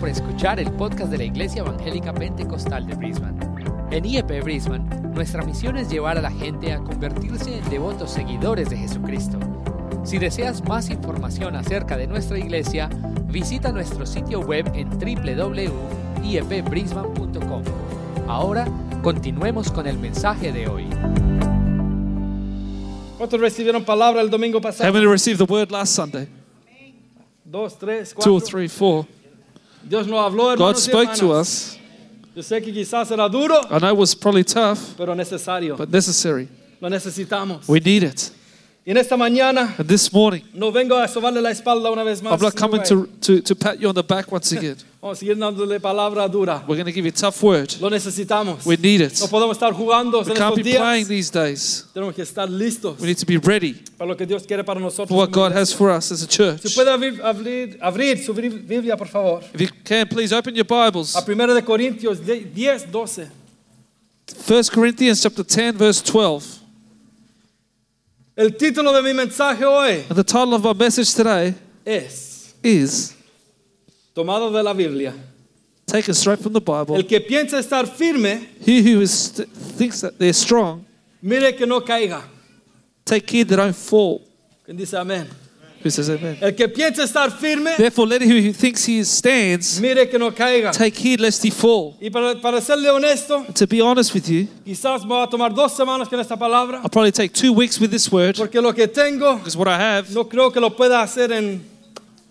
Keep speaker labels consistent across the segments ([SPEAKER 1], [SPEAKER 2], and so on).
[SPEAKER 1] por escuchar el podcast de la Iglesia Evangélica Pentecostal de Brisbane. En IEP Brisbane, nuestra misión es llevar a la gente a convertirse en devotos seguidores de Jesucristo. Si deseas más información acerca de nuestra iglesia, visita nuestro sitio web en E www.iepbrisbane.com. Ahora, continuemos con el mensaje de hoy.
[SPEAKER 2] ¿Cuántos recibieron palabra el domingo
[SPEAKER 3] How
[SPEAKER 2] pasado?
[SPEAKER 3] many received the word last Sunday?
[SPEAKER 2] Dos, tres,
[SPEAKER 3] Two or
[SPEAKER 2] cuatro.
[SPEAKER 3] three, four.
[SPEAKER 2] Dios nos habló,
[SPEAKER 3] God
[SPEAKER 2] hermanos y
[SPEAKER 3] spoke to
[SPEAKER 2] hermanas.
[SPEAKER 3] us.
[SPEAKER 2] Yo sé que quizás era duro,
[SPEAKER 3] I know it was probably tough,
[SPEAKER 2] pero necesario.
[SPEAKER 3] but necessary.
[SPEAKER 2] Lo necesitamos.
[SPEAKER 3] We need it.
[SPEAKER 2] Y en esta mañana
[SPEAKER 3] And this morning,
[SPEAKER 2] no vengo a sobarle la espalda una vez más.
[SPEAKER 3] I'm not coming to, to, to pat you on the back once again.
[SPEAKER 2] Vamos a seguir dándole palabra dura.
[SPEAKER 3] We're going to give you a tough word.
[SPEAKER 2] Lo necesitamos.
[SPEAKER 3] We need it.
[SPEAKER 2] No podemos estar jugando en
[SPEAKER 3] We can't
[SPEAKER 2] estos
[SPEAKER 3] be playing
[SPEAKER 2] días.
[SPEAKER 3] these days.
[SPEAKER 2] Tenemos que estar listos
[SPEAKER 3] We need to be ready
[SPEAKER 2] para lo que Dios quiere para nosotros.
[SPEAKER 3] for what God has for us as a church.
[SPEAKER 2] Si puede abrir, abrir, abrir su bri- Biblia, por favor.
[SPEAKER 3] If you can, please open your Bibles.
[SPEAKER 2] A 1 de Corintios 10, 12.
[SPEAKER 3] 1 Corinthians chapter 10, verse 12.
[SPEAKER 2] El título de mi mensaje hoy
[SPEAKER 3] And the title of my message today
[SPEAKER 2] es
[SPEAKER 3] is
[SPEAKER 2] tomado de la Biblia.
[SPEAKER 3] taken straight from the Bible.
[SPEAKER 2] El que piensa estar firme,
[SPEAKER 3] He who is st- thinks that they're strong,
[SPEAKER 2] mire que no caiga.
[SPEAKER 3] take care they don't fall.
[SPEAKER 2] ¿Quién dice amén?
[SPEAKER 3] Who says amen?
[SPEAKER 2] El que piensa estar firme,
[SPEAKER 3] Therefore, let him who thinks he stands
[SPEAKER 2] mire que no caiga.
[SPEAKER 3] take heed lest he fall.
[SPEAKER 2] Y para, para serle honesto,
[SPEAKER 3] And to be honest with you,
[SPEAKER 2] quizás me va a tomar dos semanas con esta palabra,
[SPEAKER 3] I'll probably take two weeks with this word
[SPEAKER 2] porque lo que tengo
[SPEAKER 3] because what I have,
[SPEAKER 2] no creo que lo pueda hacer en,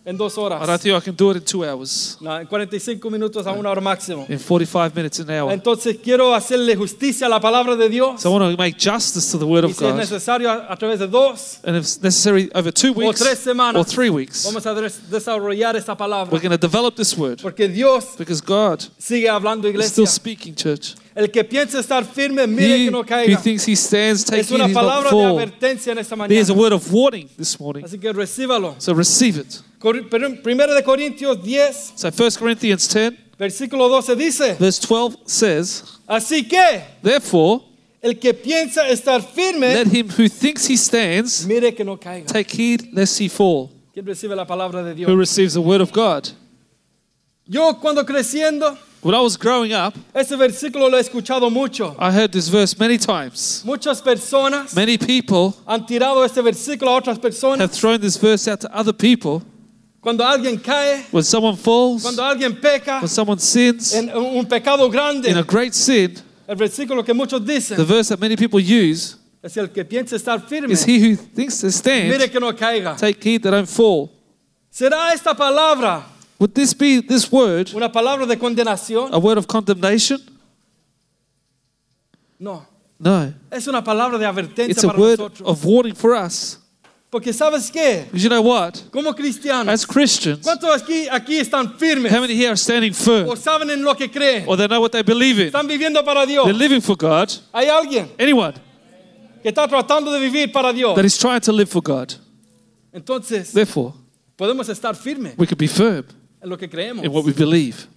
[SPEAKER 2] en dos
[SPEAKER 3] I don't
[SPEAKER 2] horas.
[SPEAKER 3] think I can do it in two hours,
[SPEAKER 2] No, en 45 minutos a una hora máximo.
[SPEAKER 3] in 45 minutes, an hour.
[SPEAKER 2] Entonces quiero hacerle justicia a la palabra de Dios.
[SPEAKER 3] So I want to make justice to the word
[SPEAKER 2] Y
[SPEAKER 3] of
[SPEAKER 2] si es
[SPEAKER 3] God.
[SPEAKER 2] necesario, a, a través de dos
[SPEAKER 3] And if it's necessary, over two weeks
[SPEAKER 2] tres semanas.
[SPEAKER 3] or three weeks,
[SPEAKER 2] vamos a des- desarrollar esta palabra.
[SPEAKER 3] we're going to develop this word
[SPEAKER 2] Porque Dios
[SPEAKER 3] because God
[SPEAKER 2] sigue hablando,
[SPEAKER 3] is still
[SPEAKER 2] iglesia.
[SPEAKER 3] speaking, church.
[SPEAKER 2] El que piensa estar firme, mire
[SPEAKER 3] He
[SPEAKER 2] que no
[SPEAKER 3] who
[SPEAKER 2] caiga.
[SPEAKER 3] thinks he stands, take
[SPEAKER 2] Es
[SPEAKER 3] heed
[SPEAKER 2] una
[SPEAKER 3] he not
[SPEAKER 2] palabra de
[SPEAKER 3] fall.
[SPEAKER 2] advertencia en esta
[SPEAKER 3] There's a
[SPEAKER 2] mañana.
[SPEAKER 3] word of warning this morning.
[SPEAKER 2] Así que recíbalo.
[SPEAKER 3] So receive it.
[SPEAKER 2] Cor- pero- Primero de Corintios 10,
[SPEAKER 3] So 1 Corinthians 10,
[SPEAKER 2] versículo 12 dice,
[SPEAKER 3] verse 12 says,
[SPEAKER 2] así que
[SPEAKER 3] Therefore,
[SPEAKER 2] el que piensa estar firme,
[SPEAKER 3] let him who thinks he stands
[SPEAKER 2] mire que no caiga.
[SPEAKER 3] take heed lest he fall.
[SPEAKER 2] ¿Quién recibe la palabra de
[SPEAKER 3] Who
[SPEAKER 2] Dios?
[SPEAKER 3] receives the word of God?
[SPEAKER 2] Yo cuando creciendo,
[SPEAKER 3] When I was growing up,
[SPEAKER 2] ese versículo lo he escuchado mucho.
[SPEAKER 3] I heard this verse many times.
[SPEAKER 2] Muchas personas
[SPEAKER 3] Many people
[SPEAKER 2] han tirado este versículo a otras personas.
[SPEAKER 3] have thrown this verse out to other people.
[SPEAKER 2] Cuando alguien cae,
[SPEAKER 3] When someone falls,
[SPEAKER 2] cuando alguien peca
[SPEAKER 3] when someone sins
[SPEAKER 2] en un un pecado
[SPEAKER 3] in a
[SPEAKER 2] grande,
[SPEAKER 3] great sin,
[SPEAKER 2] el versículo que muchos dicen,
[SPEAKER 3] the verse that many people use
[SPEAKER 2] Es el que piensa estar firme.
[SPEAKER 3] is, He who thinks to stand,
[SPEAKER 2] Mire que no caiga.
[SPEAKER 3] take heed they don't fall.
[SPEAKER 2] ¿Será esta palabra
[SPEAKER 3] Would this be this word
[SPEAKER 2] una palabra de condenación?
[SPEAKER 3] a word of condemnation?
[SPEAKER 2] No.
[SPEAKER 3] No.
[SPEAKER 2] Es una palabra de advertencia
[SPEAKER 3] It's a
[SPEAKER 2] para
[SPEAKER 3] word
[SPEAKER 2] nosotros.
[SPEAKER 3] of warning for us.
[SPEAKER 2] Porque ¿sabes qué?
[SPEAKER 3] Because you know what?
[SPEAKER 2] Como cristianos,
[SPEAKER 3] As Christians,
[SPEAKER 2] ¿cuántos aquí, aquí están
[SPEAKER 3] how
[SPEAKER 2] firmes?
[SPEAKER 3] many here are standing
[SPEAKER 2] ¿O
[SPEAKER 3] firm
[SPEAKER 2] saben en lo que creen?
[SPEAKER 3] or they know what they believe in?
[SPEAKER 2] ¿Están viviendo para Dios?
[SPEAKER 3] They're living for God.
[SPEAKER 2] ¿Hay alguien
[SPEAKER 3] Anyone
[SPEAKER 2] que está tratando de vivir para Dios?
[SPEAKER 3] that is trying to live for God.
[SPEAKER 2] Entonces,
[SPEAKER 3] Therefore,
[SPEAKER 2] podemos estar firmes
[SPEAKER 3] we can be firm
[SPEAKER 2] en lo que
[SPEAKER 3] in what
[SPEAKER 2] creemos.
[SPEAKER 3] we believe.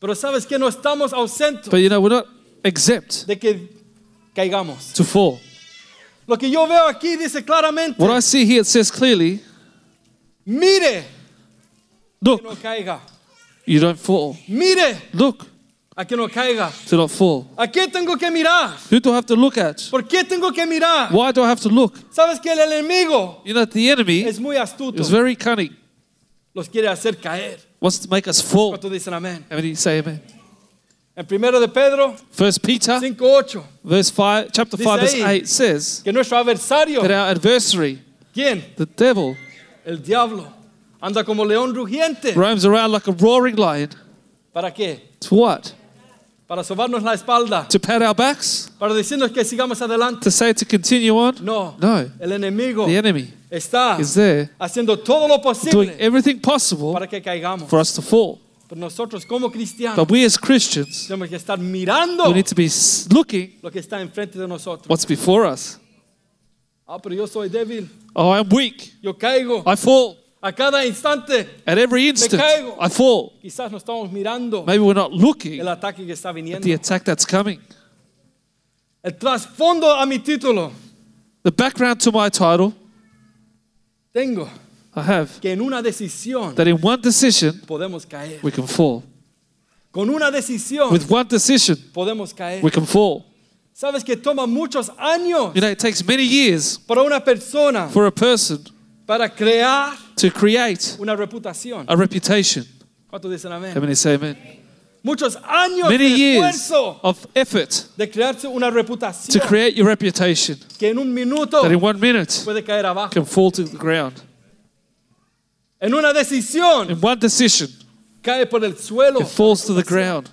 [SPEAKER 2] Pero ¿sabes que No estamos ausentes
[SPEAKER 3] But you know, we're not exempt
[SPEAKER 2] de que caigamos.
[SPEAKER 3] to fall.
[SPEAKER 2] Lo que yo veo aquí dice claramente,
[SPEAKER 3] What I see here, it says clearly
[SPEAKER 2] mire que
[SPEAKER 3] look,
[SPEAKER 2] no caiga.
[SPEAKER 3] you don't fall.
[SPEAKER 2] Mire,
[SPEAKER 3] Look,
[SPEAKER 2] a que no caiga.
[SPEAKER 3] do not fall.
[SPEAKER 2] ¿A qué tengo que mirar?
[SPEAKER 3] Who do I have to look at?
[SPEAKER 2] ¿Por qué tengo que mirar?
[SPEAKER 3] Why do I have to look?
[SPEAKER 2] Sabes que el enemigo
[SPEAKER 3] You know, the enemy
[SPEAKER 2] es muy astuto.
[SPEAKER 3] is very cunning,
[SPEAKER 2] Los quiere hacer caer.
[SPEAKER 3] wants to make us fall.
[SPEAKER 2] ¿Cuántos dicen amén?
[SPEAKER 3] How many say amen?
[SPEAKER 2] En primero de Pedro
[SPEAKER 3] First Peter
[SPEAKER 2] 5:8,
[SPEAKER 3] verse five, chapter
[SPEAKER 2] Dice
[SPEAKER 3] five, verse
[SPEAKER 2] ahí.
[SPEAKER 3] eight says
[SPEAKER 2] que nuestro adversario,
[SPEAKER 3] that our adversary,
[SPEAKER 2] ¿quién?
[SPEAKER 3] the devil,
[SPEAKER 2] El diablo, anda como león rugiente.
[SPEAKER 3] roams around like a roaring lion.
[SPEAKER 2] ¿Para qué?
[SPEAKER 3] To what?
[SPEAKER 2] Para sobarnos la espalda,
[SPEAKER 3] To pat our backs?
[SPEAKER 2] para decirnos que sigamos adelante.
[SPEAKER 3] To say to continue on?
[SPEAKER 2] No.
[SPEAKER 3] No.
[SPEAKER 2] El enemigo
[SPEAKER 3] The enemy
[SPEAKER 2] está
[SPEAKER 3] is there,
[SPEAKER 2] haciendo todo lo
[SPEAKER 3] doing
[SPEAKER 2] posible
[SPEAKER 3] everything possible
[SPEAKER 2] para que caigamos.
[SPEAKER 3] for us to fall.
[SPEAKER 2] Pero nosotros como cristianos
[SPEAKER 3] But we as Christians,
[SPEAKER 2] tenemos que estar mirando
[SPEAKER 3] we need to be s- looking
[SPEAKER 2] lo que está enfrente de nosotros.
[SPEAKER 3] what's before us.
[SPEAKER 2] Ah, pero yo soy débil,
[SPEAKER 3] Oh, I'm weak.
[SPEAKER 2] yo caigo
[SPEAKER 3] I fall
[SPEAKER 2] a cada instante.
[SPEAKER 3] at every instant.
[SPEAKER 2] caigo.
[SPEAKER 3] I fall.
[SPEAKER 2] Quizás no estamos mirando
[SPEAKER 3] Maybe we're not looking
[SPEAKER 2] el
[SPEAKER 3] at
[SPEAKER 2] ataque que está viniendo.
[SPEAKER 3] the attack that's coming.
[SPEAKER 2] El trasfondo a mi título
[SPEAKER 3] The background to my title
[SPEAKER 2] tengo
[SPEAKER 3] I have
[SPEAKER 2] que en una decisión
[SPEAKER 3] that in one decision
[SPEAKER 2] podemos caer.
[SPEAKER 3] we can fall.
[SPEAKER 2] Con una decisión
[SPEAKER 3] With one decision
[SPEAKER 2] podemos caer.
[SPEAKER 3] we can fall.
[SPEAKER 2] Sabes que toma muchos años
[SPEAKER 3] You know, it takes many years
[SPEAKER 2] para una persona
[SPEAKER 3] for a person
[SPEAKER 2] para crear
[SPEAKER 3] to create
[SPEAKER 2] una reputación.
[SPEAKER 3] a reputation.
[SPEAKER 2] ¿Cuántos dicen
[SPEAKER 3] How
[SPEAKER 2] amén?
[SPEAKER 3] many say amen?
[SPEAKER 2] Muchos años de
[SPEAKER 3] Many years
[SPEAKER 2] esfuerzo
[SPEAKER 3] of effort
[SPEAKER 2] de crearse una
[SPEAKER 3] to
[SPEAKER 2] reputación
[SPEAKER 3] create your reputation
[SPEAKER 2] que en un minuto
[SPEAKER 3] that in one minute
[SPEAKER 2] puede caer abajo.
[SPEAKER 3] can fall to the ground.
[SPEAKER 2] En una decisión
[SPEAKER 3] In one decision,
[SPEAKER 2] cae por el suelo.
[SPEAKER 3] it falls to the ground.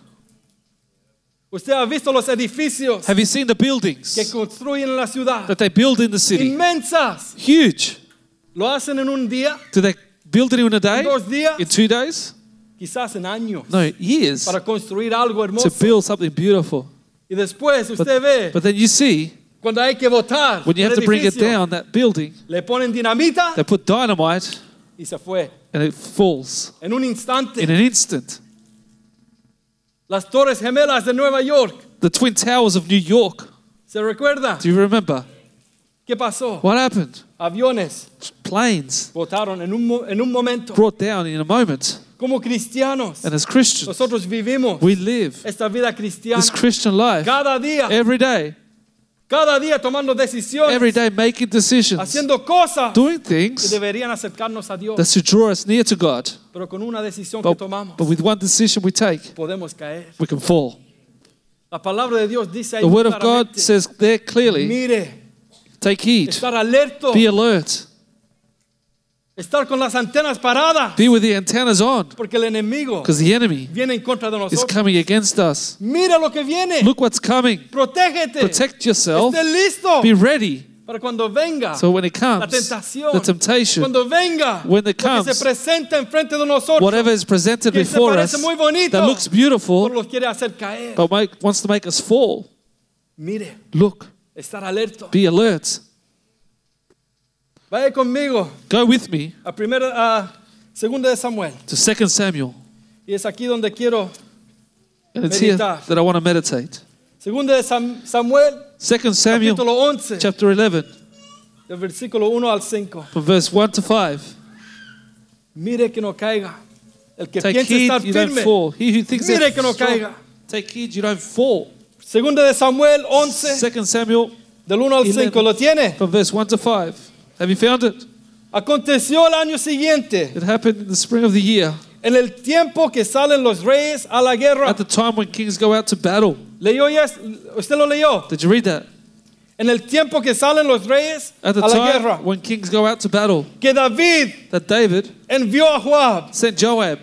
[SPEAKER 2] Usted ha visto los edificios
[SPEAKER 3] Have you seen the
[SPEAKER 2] que
[SPEAKER 3] buildings
[SPEAKER 2] construyen en la ciudad.
[SPEAKER 3] that they build in the city?
[SPEAKER 2] Inmensas.
[SPEAKER 3] Huge.
[SPEAKER 2] Lo hacen en un día,
[SPEAKER 3] Do they build it in a day?
[SPEAKER 2] dos días,
[SPEAKER 3] In two days?
[SPEAKER 2] quizás en años,
[SPEAKER 3] No, years
[SPEAKER 2] para construir algo
[SPEAKER 3] to
[SPEAKER 2] hermoso.
[SPEAKER 3] build something beautiful.
[SPEAKER 2] Y después usted ve
[SPEAKER 3] But then you see,
[SPEAKER 2] Cuando hay que votar,
[SPEAKER 3] when you have to bring it down, that building,
[SPEAKER 2] le ponen dinamita
[SPEAKER 3] they put dynamite
[SPEAKER 2] y se fue.
[SPEAKER 3] and it falls
[SPEAKER 2] En un instante,
[SPEAKER 3] in an instant.
[SPEAKER 2] las Torres Gemelas de Nueva York,
[SPEAKER 3] The Twin Towers of New York.
[SPEAKER 2] ¿se recuerda?
[SPEAKER 3] Do you remember?
[SPEAKER 2] ¿Qué pasó?
[SPEAKER 3] What happened?
[SPEAKER 2] Aviones
[SPEAKER 3] Planes
[SPEAKER 2] votaron en un, mo- en un momento.
[SPEAKER 3] brought down in a moment.
[SPEAKER 2] Como cristianos,
[SPEAKER 3] And as Christians,
[SPEAKER 2] nosotros vivimos
[SPEAKER 3] we live
[SPEAKER 2] esta vida cristiana
[SPEAKER 3] this Christian life
[SPEAKER 2] cada día,
[SPEAKER 3] every day,
[SPEAKER 2] cada día tomando decisiones,
[SPEAKER 3] every day making decisions,
[SPEAKER 2] haciendo cosas
[SPEAKER 3] doing
[SPEAKER 2] que
[SPEAKER 3] things
[SPEAKER 2] deberían acercarnos a Dios.
[SPEAKER 3] that's to draw us near to God.
[SPEAKER 2] Pero con una decisión que
[SPEAKER 3] But,
[SPEAKER 2] tomamos,
[SPEAKER 3] but with one decision we take,
[SPEAKER 2] podemos caer.
[SPEAKER 3] we can fall.
[SPEAKER 2] La palabra de Dios dice ahí
[SPEAKER 3] The Word of God
[SPEAKER 2] claramente,
[SPEAKER 3] says there clearly
[SPEAKER 2] mire,
[SPEAKER 3] take heed,
[SPEAKER 2] estar alerto,
[SPEAKER 3] be alert,
[SPEAKER 2] Estar con las antenas paradas.
[SPEAKER 3] be with the antennas on,
[SPEAKER 2] Porque el enemigo
[SPEAKER 3] because the enemy
[SPEAKER 2] viene en contra de
[SPEAKER 3] is
[SPEAKER 2] nosotros.
[SPEAKER 3] coming against us.
[SPEAKER 2] Mira lo que viene.
[SPEAKER 3] Look what's coming.
[SPEAKER 2] Protégete.
[SPEAKER 3] Protect yourself,
[SPEAKER 2] Esté listo
[SPEAKER 3] be ready.
[SPEAKER 2] para cuando venga
[SPEAKER 3] So when it
[SPEAKER 2] la
[SPEAKER 3] comes,
[SPEAKER 2] tentación.
[SPEAKER 3] the temptation,
[SPEAKER 2] cuando venga
[SPEAKER 3] when it
[SPEAKER 2] lo que
[SPEAKER 3] comes,
[SPEAKER 2] se presenta enfrente de nosotros.
[SPEAKER 3] whatever is presented
[SPEAKER 2] que se
[SPEAKER 3] before us
[SPEAKER 2] parece muy bonito,
[SPEAKER 3] that looks
[SPEAKER 2] Por
[SPEAKER 3] beautiful
[SPEAKER 2] los quiere hacer caer.
[SPEAKER 3] but make, wants to make us fall,
[SPEAKER 2] Mire,
[SPEAKER 3] look,
[SPEAKER 2] estar alerto.
[SPEAKER 3] be alert.
[SPEAKER 2] Vaya conmigo
[SPEAKER 3] Go with me
[SPEAKER 2] a primera a segunda de Samuel.
[SPEAKER 3] to 2 Samuel.
[SPEAKER 2] Y es aquí donde quiero.
[SPEAKER 3] And it's here
[SPEAKER 2] Meditar.
[SPEAKER 3] that I want to meditate.
[SPEAKER 2] Segunda de Sam- Samuel,
[SPEAKER 3] 2 Samuel
[SPEAKER 2] capítulo 11,
[SPEAKER 3] chapter 11,
[SPEAKER 2] del versículo 1 al 5.
[SPEAKER 3] from verse 1 to 5.
[SPEAKER 2] Mire que no caiga. El que
[SPEAKER 3] Take
[SPEAKER 2] piensa estar
[SPEAKER 3] heed, you don't
[SPEAKER 2] firme.
[SPEAKER 3] fall. He who thinks
[SPEAKER 2] Mire
[SPEAKER 3] that
[SPEAKER 2] que no
[SPEAKER 3] strong-
[SPEAKER 2] caiga.
[SPEAKER 3] take heed, you don't fall.
[SPEAKER 2] Segunda de Samuel 11,
[SPEAKER 3] 2 Samuel
[SPEAKER 2] del 1 al 5. ¿Lo tiene?
[SPEAKER 3] from verse 1 to 5. Have you found it?
[SPEAKER 2] Aconteció el año siguiente,
[SPEAKER 3] It happened in the spring of the year,
[SPEAKER 2] en el tiempo que salen los reyes a la guerra.
[SPEAKER 3] at the time when kings go out to battle.
[SPEAKER 2] ¿Leyó ya? es- ¿Usted lo leyó?
[SPEAKER 3] Did you read that?
[SPEAKER 2] En el tiempo que salen los reyes a
[SPEAKER 3] At the
[SPEAKER 2] la
[SPEAKER 3] time
[SPEAKER 2] guerra.
[SPEAKER 3] when kings go out to battle,
[SPEAKER 2] Que David
[SPEAKER 3] that David
[SPEAKER 2] envió a Joab
[SPEAKER 3] sent Joab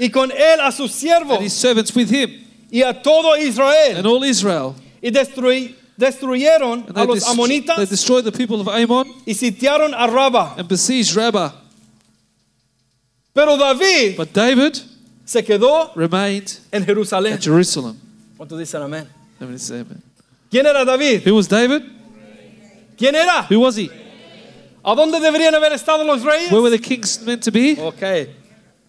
[SPEAKER 2] y con él a sus
[SPEAKER 3] and
[SPEAKER 2] siervos
[SPEAKER 3] his servants with him
[SPEAKER 2] y a todo
[SPEAKER 3] and
[SPEAKER 2] Israel.
[SPEAKER 3] all Israel.
[SPEAKER 2] Y destruí- destruyeron
[SPEAKER 3] And
[SPEAKER 2] a
[SPEAKER 3] they,
[SPEAKER 2] los
[SPEAKER 3] dest- they
[SPEAKER 2] amonitas
[SPEAKER 3] destroyed the people of Ammon
[SPEAKER 2] y sitiaron a Rabba.
[SPEAKER 3] and besieged Rabbah.
[SPEAKER 2] Pero David
[SPEAKER 3] But David
[SPEAKER 2] se quedó
[SPEAKER 3] remained
[SPEAKER 2] en
[SPEAKER 3] at
[SPEAKER 2] Jerusalén.
[SPEAKER 3] Jerusalem.
[SPEAKER 2] ¿Cuántos dicen amén?
[SPEAKER 3] Let me say amen.
[SPEAKER 2] ¿Quién era David?
[SPEAKER 3] Who was David?
[SPEAKER 2] ¿Quién era?
[SPEAKER 3] Who was he?
[SPEAKER 2] ¿A dónde deberían haber estado los reyes?
[SPEAKER 3] Where were the kings meant to be?
[SPEAKER 2] Ok,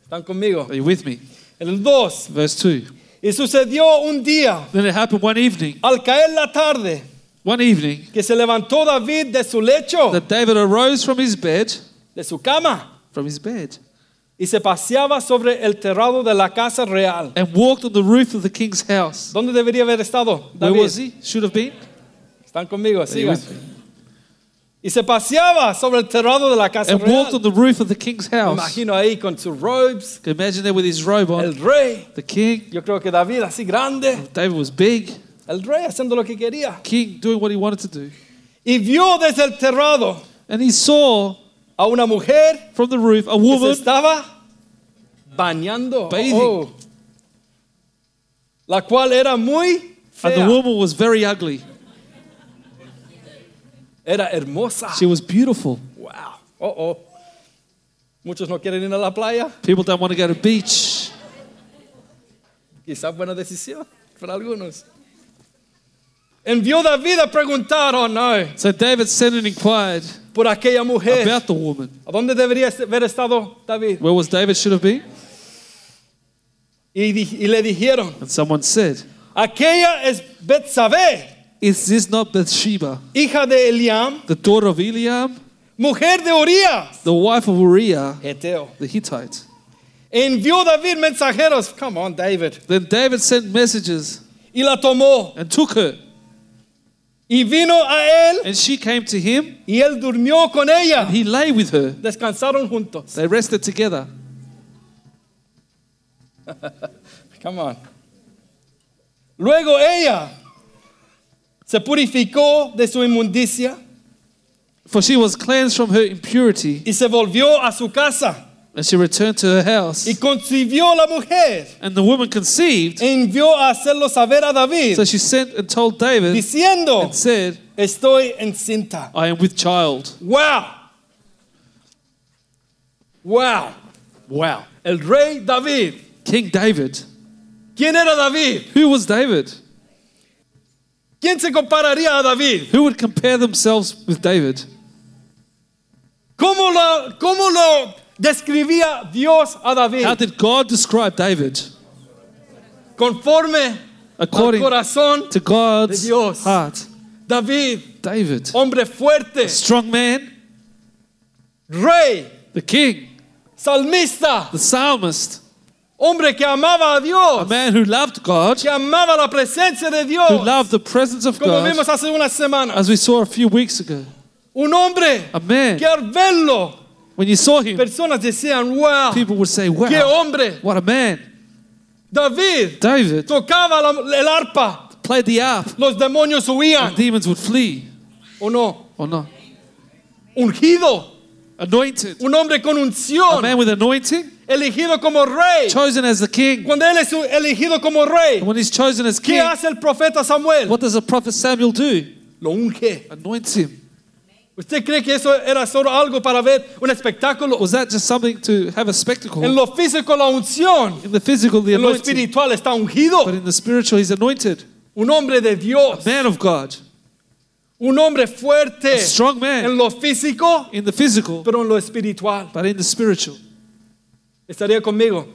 [SPEAKER 2] están conmigo.
[SPEAKER 3] Are you with me?
[SPEAKER 2] En el 2.
[SPEAKER 3] Verse 2.
[SPEAKER 2] Y sucedió un día,
[SPEAKER 3] Then it happened one evening,
[SPEAKER 2] al caer la tarde,
[SPEAKER 3] one evening,
[SPEAKER 2] que se levantó David de su lecho,
[SPEAKER 3] that David arose from his bed,
[SPEAKER 2] de su cama,
[SPEAKER 3] from his bed,
[SPEAKER 2] y se paseaba sobre el terrado de la casa real.
[SPEAKER 3] and walked on the roof of the king's house.
[SPEAKER 2] ¿Dónde debería haber estado
[SPEAKER 3] Where was
[SPEAKER 2] David?
[SPEAKER 3] he? Should have been.
[SPEAKER 2] Están conmigo,
[SPEAKER 3] Are you
[SPEAKER 2] sigan.
[SPEAKER 3] with me?
[SPEAKER 2] Y se paseaba sobre el terrado de la casa
[SPEAKER 3] And walked on
[SPEAKER 2] real.
[SPEAKER 3] the roof of the king's
[SPEAKER 2] Me
[SPEAKER 3] house.
[SPEAKER 2] imagino ahí con sus robes,
[SPEAKER 3] Imagine there with his robe on.
[SPEAKER 2] el rey.
[SPEAKER 3] The king.
[SPEAKER 2] Yo creo que David así grande,
[SPEAKER 3] David was big.
[SPEAKER 2] el rey haciendo lo que quería.
[SPEAKER 3] King doing what he wanted to do.
[SPEAKER 2] Y vio desde el terrado
[SPEAKER 3] And he saw
[SPEAKER 2] a una mujer
[SPEAKER 3] from the roof
[SPEAKER 2] que
[SPEAKER 3] a
[SPEAKER 2] se
[SPEAKER 3] woman
[SPEAKER 2] estaba bañando,
[SPEAKER 3] Bathing.
[SPEAKER 2] Oh. la cual era muy
[SPEAKER 3] And the
[SPEAKER 2] fea,
[SPEAKER 3] woman was very ugly.
[SPEAKER 2] era hermosa.
[SPEAKER 3] She was beautiful.
[SPEAKER 2] Wow, oh, oh. Muchos no quieren ir a la playa,
[SPEAKER 3] People don't want to go to beach.
[SPEAKER 2] quizás buena decisión para algunos. Envió David a preguntar, oh no,
[SPEAKER 3] So David sent and inquired
[SPEAKER 2] por aquella mujer.
[SPEAKER 3] about the woman.
[SPEAKER 2] ¿A dónde debería est- haber estado David?
[SPEAKER 3] Where was David should have been?
[SPEAKER 2] Y, di- y le dijeron,
[SPEAKER 3] And someone said,
[SPEAKER 2] aquella es Betsabé,
[SPEAKER 3] Is this not Bathsheba,
[SPEAKER 2] hija de Eliam,
[SPEAKER 3] the daughter of Eliam,
[SPEAKER 2] mujer de Urias,
[SPEAKER 3] the wife of Uriah
[SPEAKER 2] Heteo.
[SPEAKER 3] the Hittite.
[SPEAKER 2] Envió David mensajeros, come on David,
[SPEAKER 3] Then David sent messages
[SPEAKER 2] y la tomó.
[SPEAKER 3] and took her,
[SPEAKER 2] Y vino a él
[SPEAKER 3] and she came to him,
[SPEAKER 2] y él durmió con ella.
[SPEAKER 3] and he lay with her.
[SPEAKER 2] Descansaron juntos.
[SPEAKER 3] They rested together.
[SPEAKER 2] Come on. Luego ella se purificó de su inmundicia
[SPEAKER 3] For she was cleansed from her impurity,
[SPEAKER 2] y se volvió a su casa
[SPEAKER 3] and she returned to her house.
[SPEAKER 2] y concibió la mujer.
[SPEAKER 3] And the woman conceived,
[SPEAKER 2] E envió a hacerlo saber a David
[SPEAKER 3] so she sent and told David
[SPEAKER 2] diciendo,
[SPEAKER 3] and said,
[SPEAKER 2] estoy encinta.
[SPEAKER 3] I am with child.
[SPEAKER 2] Wow. Wow.
[SPEAKER 3] Wow.
[SPEAKER 2] El rey David.
[SPEAKER 3] King David.
[SPEAKER 2] ¿Quién era David?
[SPEAKER 3] Who was David?
[SPEAKER 2] ¿Quién se compararía a David?
[SPEAKER 3] Who would compare themselves with David?
[SPEAKER 2] ¿Cómo lo, cómo lo describía Dios a David?
[SPEAKER 3] How did God describe David?
[SPEAKER 2] Conforme
[SPEAKER 3] According
[SPEAKER 2] al corazón
[SPEAKER 3] to
[SPEAKER 2] de
[SPEAKER 3] God's
[SPEAKER 2] Dios.
[SPEAKER 3] heart,
[SPEAKER 2] David,
[SPEAKER 3] David,
[SPEAKER 2] hombre fuerte,
[SPEAKER 3] strong man,
[SPEAKER 2] rey,
[SPEAKER 3] the king,
[SPEAKER 2] salmista,
[SPEAKER 3] the psalmist,
[SPEAKER 2] hombre que amaba a
[SPEAKER 3] a
[SPEAKER 2] Dios,
[SPEAKER 3] man who loved God,
[SPEAKER 2] que amaba la presencia de
[SPEAKER 3] who
[SPEAKER 2] Dios,
[SPEAKER 3] loved the presence of
[SPEAKER 2] como
[SPEAKER 3] God,
[SPEAKER 2] vimos hace una semana.
[SPEAKER 3] as we saw a few weeks ago.
[SPEAKER 2] Un hombre
[SPEAKER 3] A man,
[SPEAKER 2] que al verlo,
[SPEAKER 3] when you saw him,
[SPEAKER 2] personas decían, wow,
[SPEAKER 3] people would say,
[SPEAKER 2] qué
[SPEAKER 3] Wow,
[SPEAKER 2] hombre.
[SPEAKER 3] what a man.
[SPEAKER 2] David
[SPEAKER 3] David
[SPEAKER 2] tocaba la- el arpa,
[SPEAKER 3] played the harp,
[SPEAKER 2] los demonios huían,
[SPEAKER 3] demons would flee,
[SPEAKER 2] ¿o no?
[SPEAKER 3] or not.
[SPEAKER 2] Ungido,
[SPEAKER 3] Anointed,
[SPEAKER 2] un hombre con
[SPEAKER 3] a
[SPEAKER 2] unción,
[SPEAKER 3] man with anointing,
[SPEAKER 2] elegido como rey.
[SPEAKER 3] chosen as the king.
[SPEAKER 2] Cuando él es elegido como rey,
[SPEAKER 3] And when he's chosen as
[SPEAKER 2] ¿qué
[SPEAKER 3] king,
[SPEAKER 2] hace el profeta Samuel?
[SPEAKER 3] what does the prophet Samuel do?
[SPEAKER 2] Lo unge.
[SPEAKER 3] Anoints him.
[SPEAKER 2] ¿Usted cree que eso era solo algo para ver un espectáculo?
[SPEAKER 3] Was that just something to have a spectacle?
[SPEAKER 2] En lo físico la unción,
[SPEAKER 3] In the physical, the
[SPEAKER 2] en lo
[SPEAKER 3] anointing,
[SPEAKER 2] espiritual está ungido.
[SPEAKER 3] but in the spiritual, he's anointed.
[SPEAKER 2] Un hombre de Dios,
[SPEAKER 3] Man of God,
[SPEAKER 2] un hombre fuerte
[SPEAKER 3] a strong
[SPEAKER 2] en
[SPEAKER 3] man
[SPEAKER 2] lo físico,
[SPEAKER 3] in the physical,
[SPEAKER 2] pero en lo espiritual.
[SPEAKER 3] but in the spiritual.
[SPEAKER 2] ¿Estaría conmigo?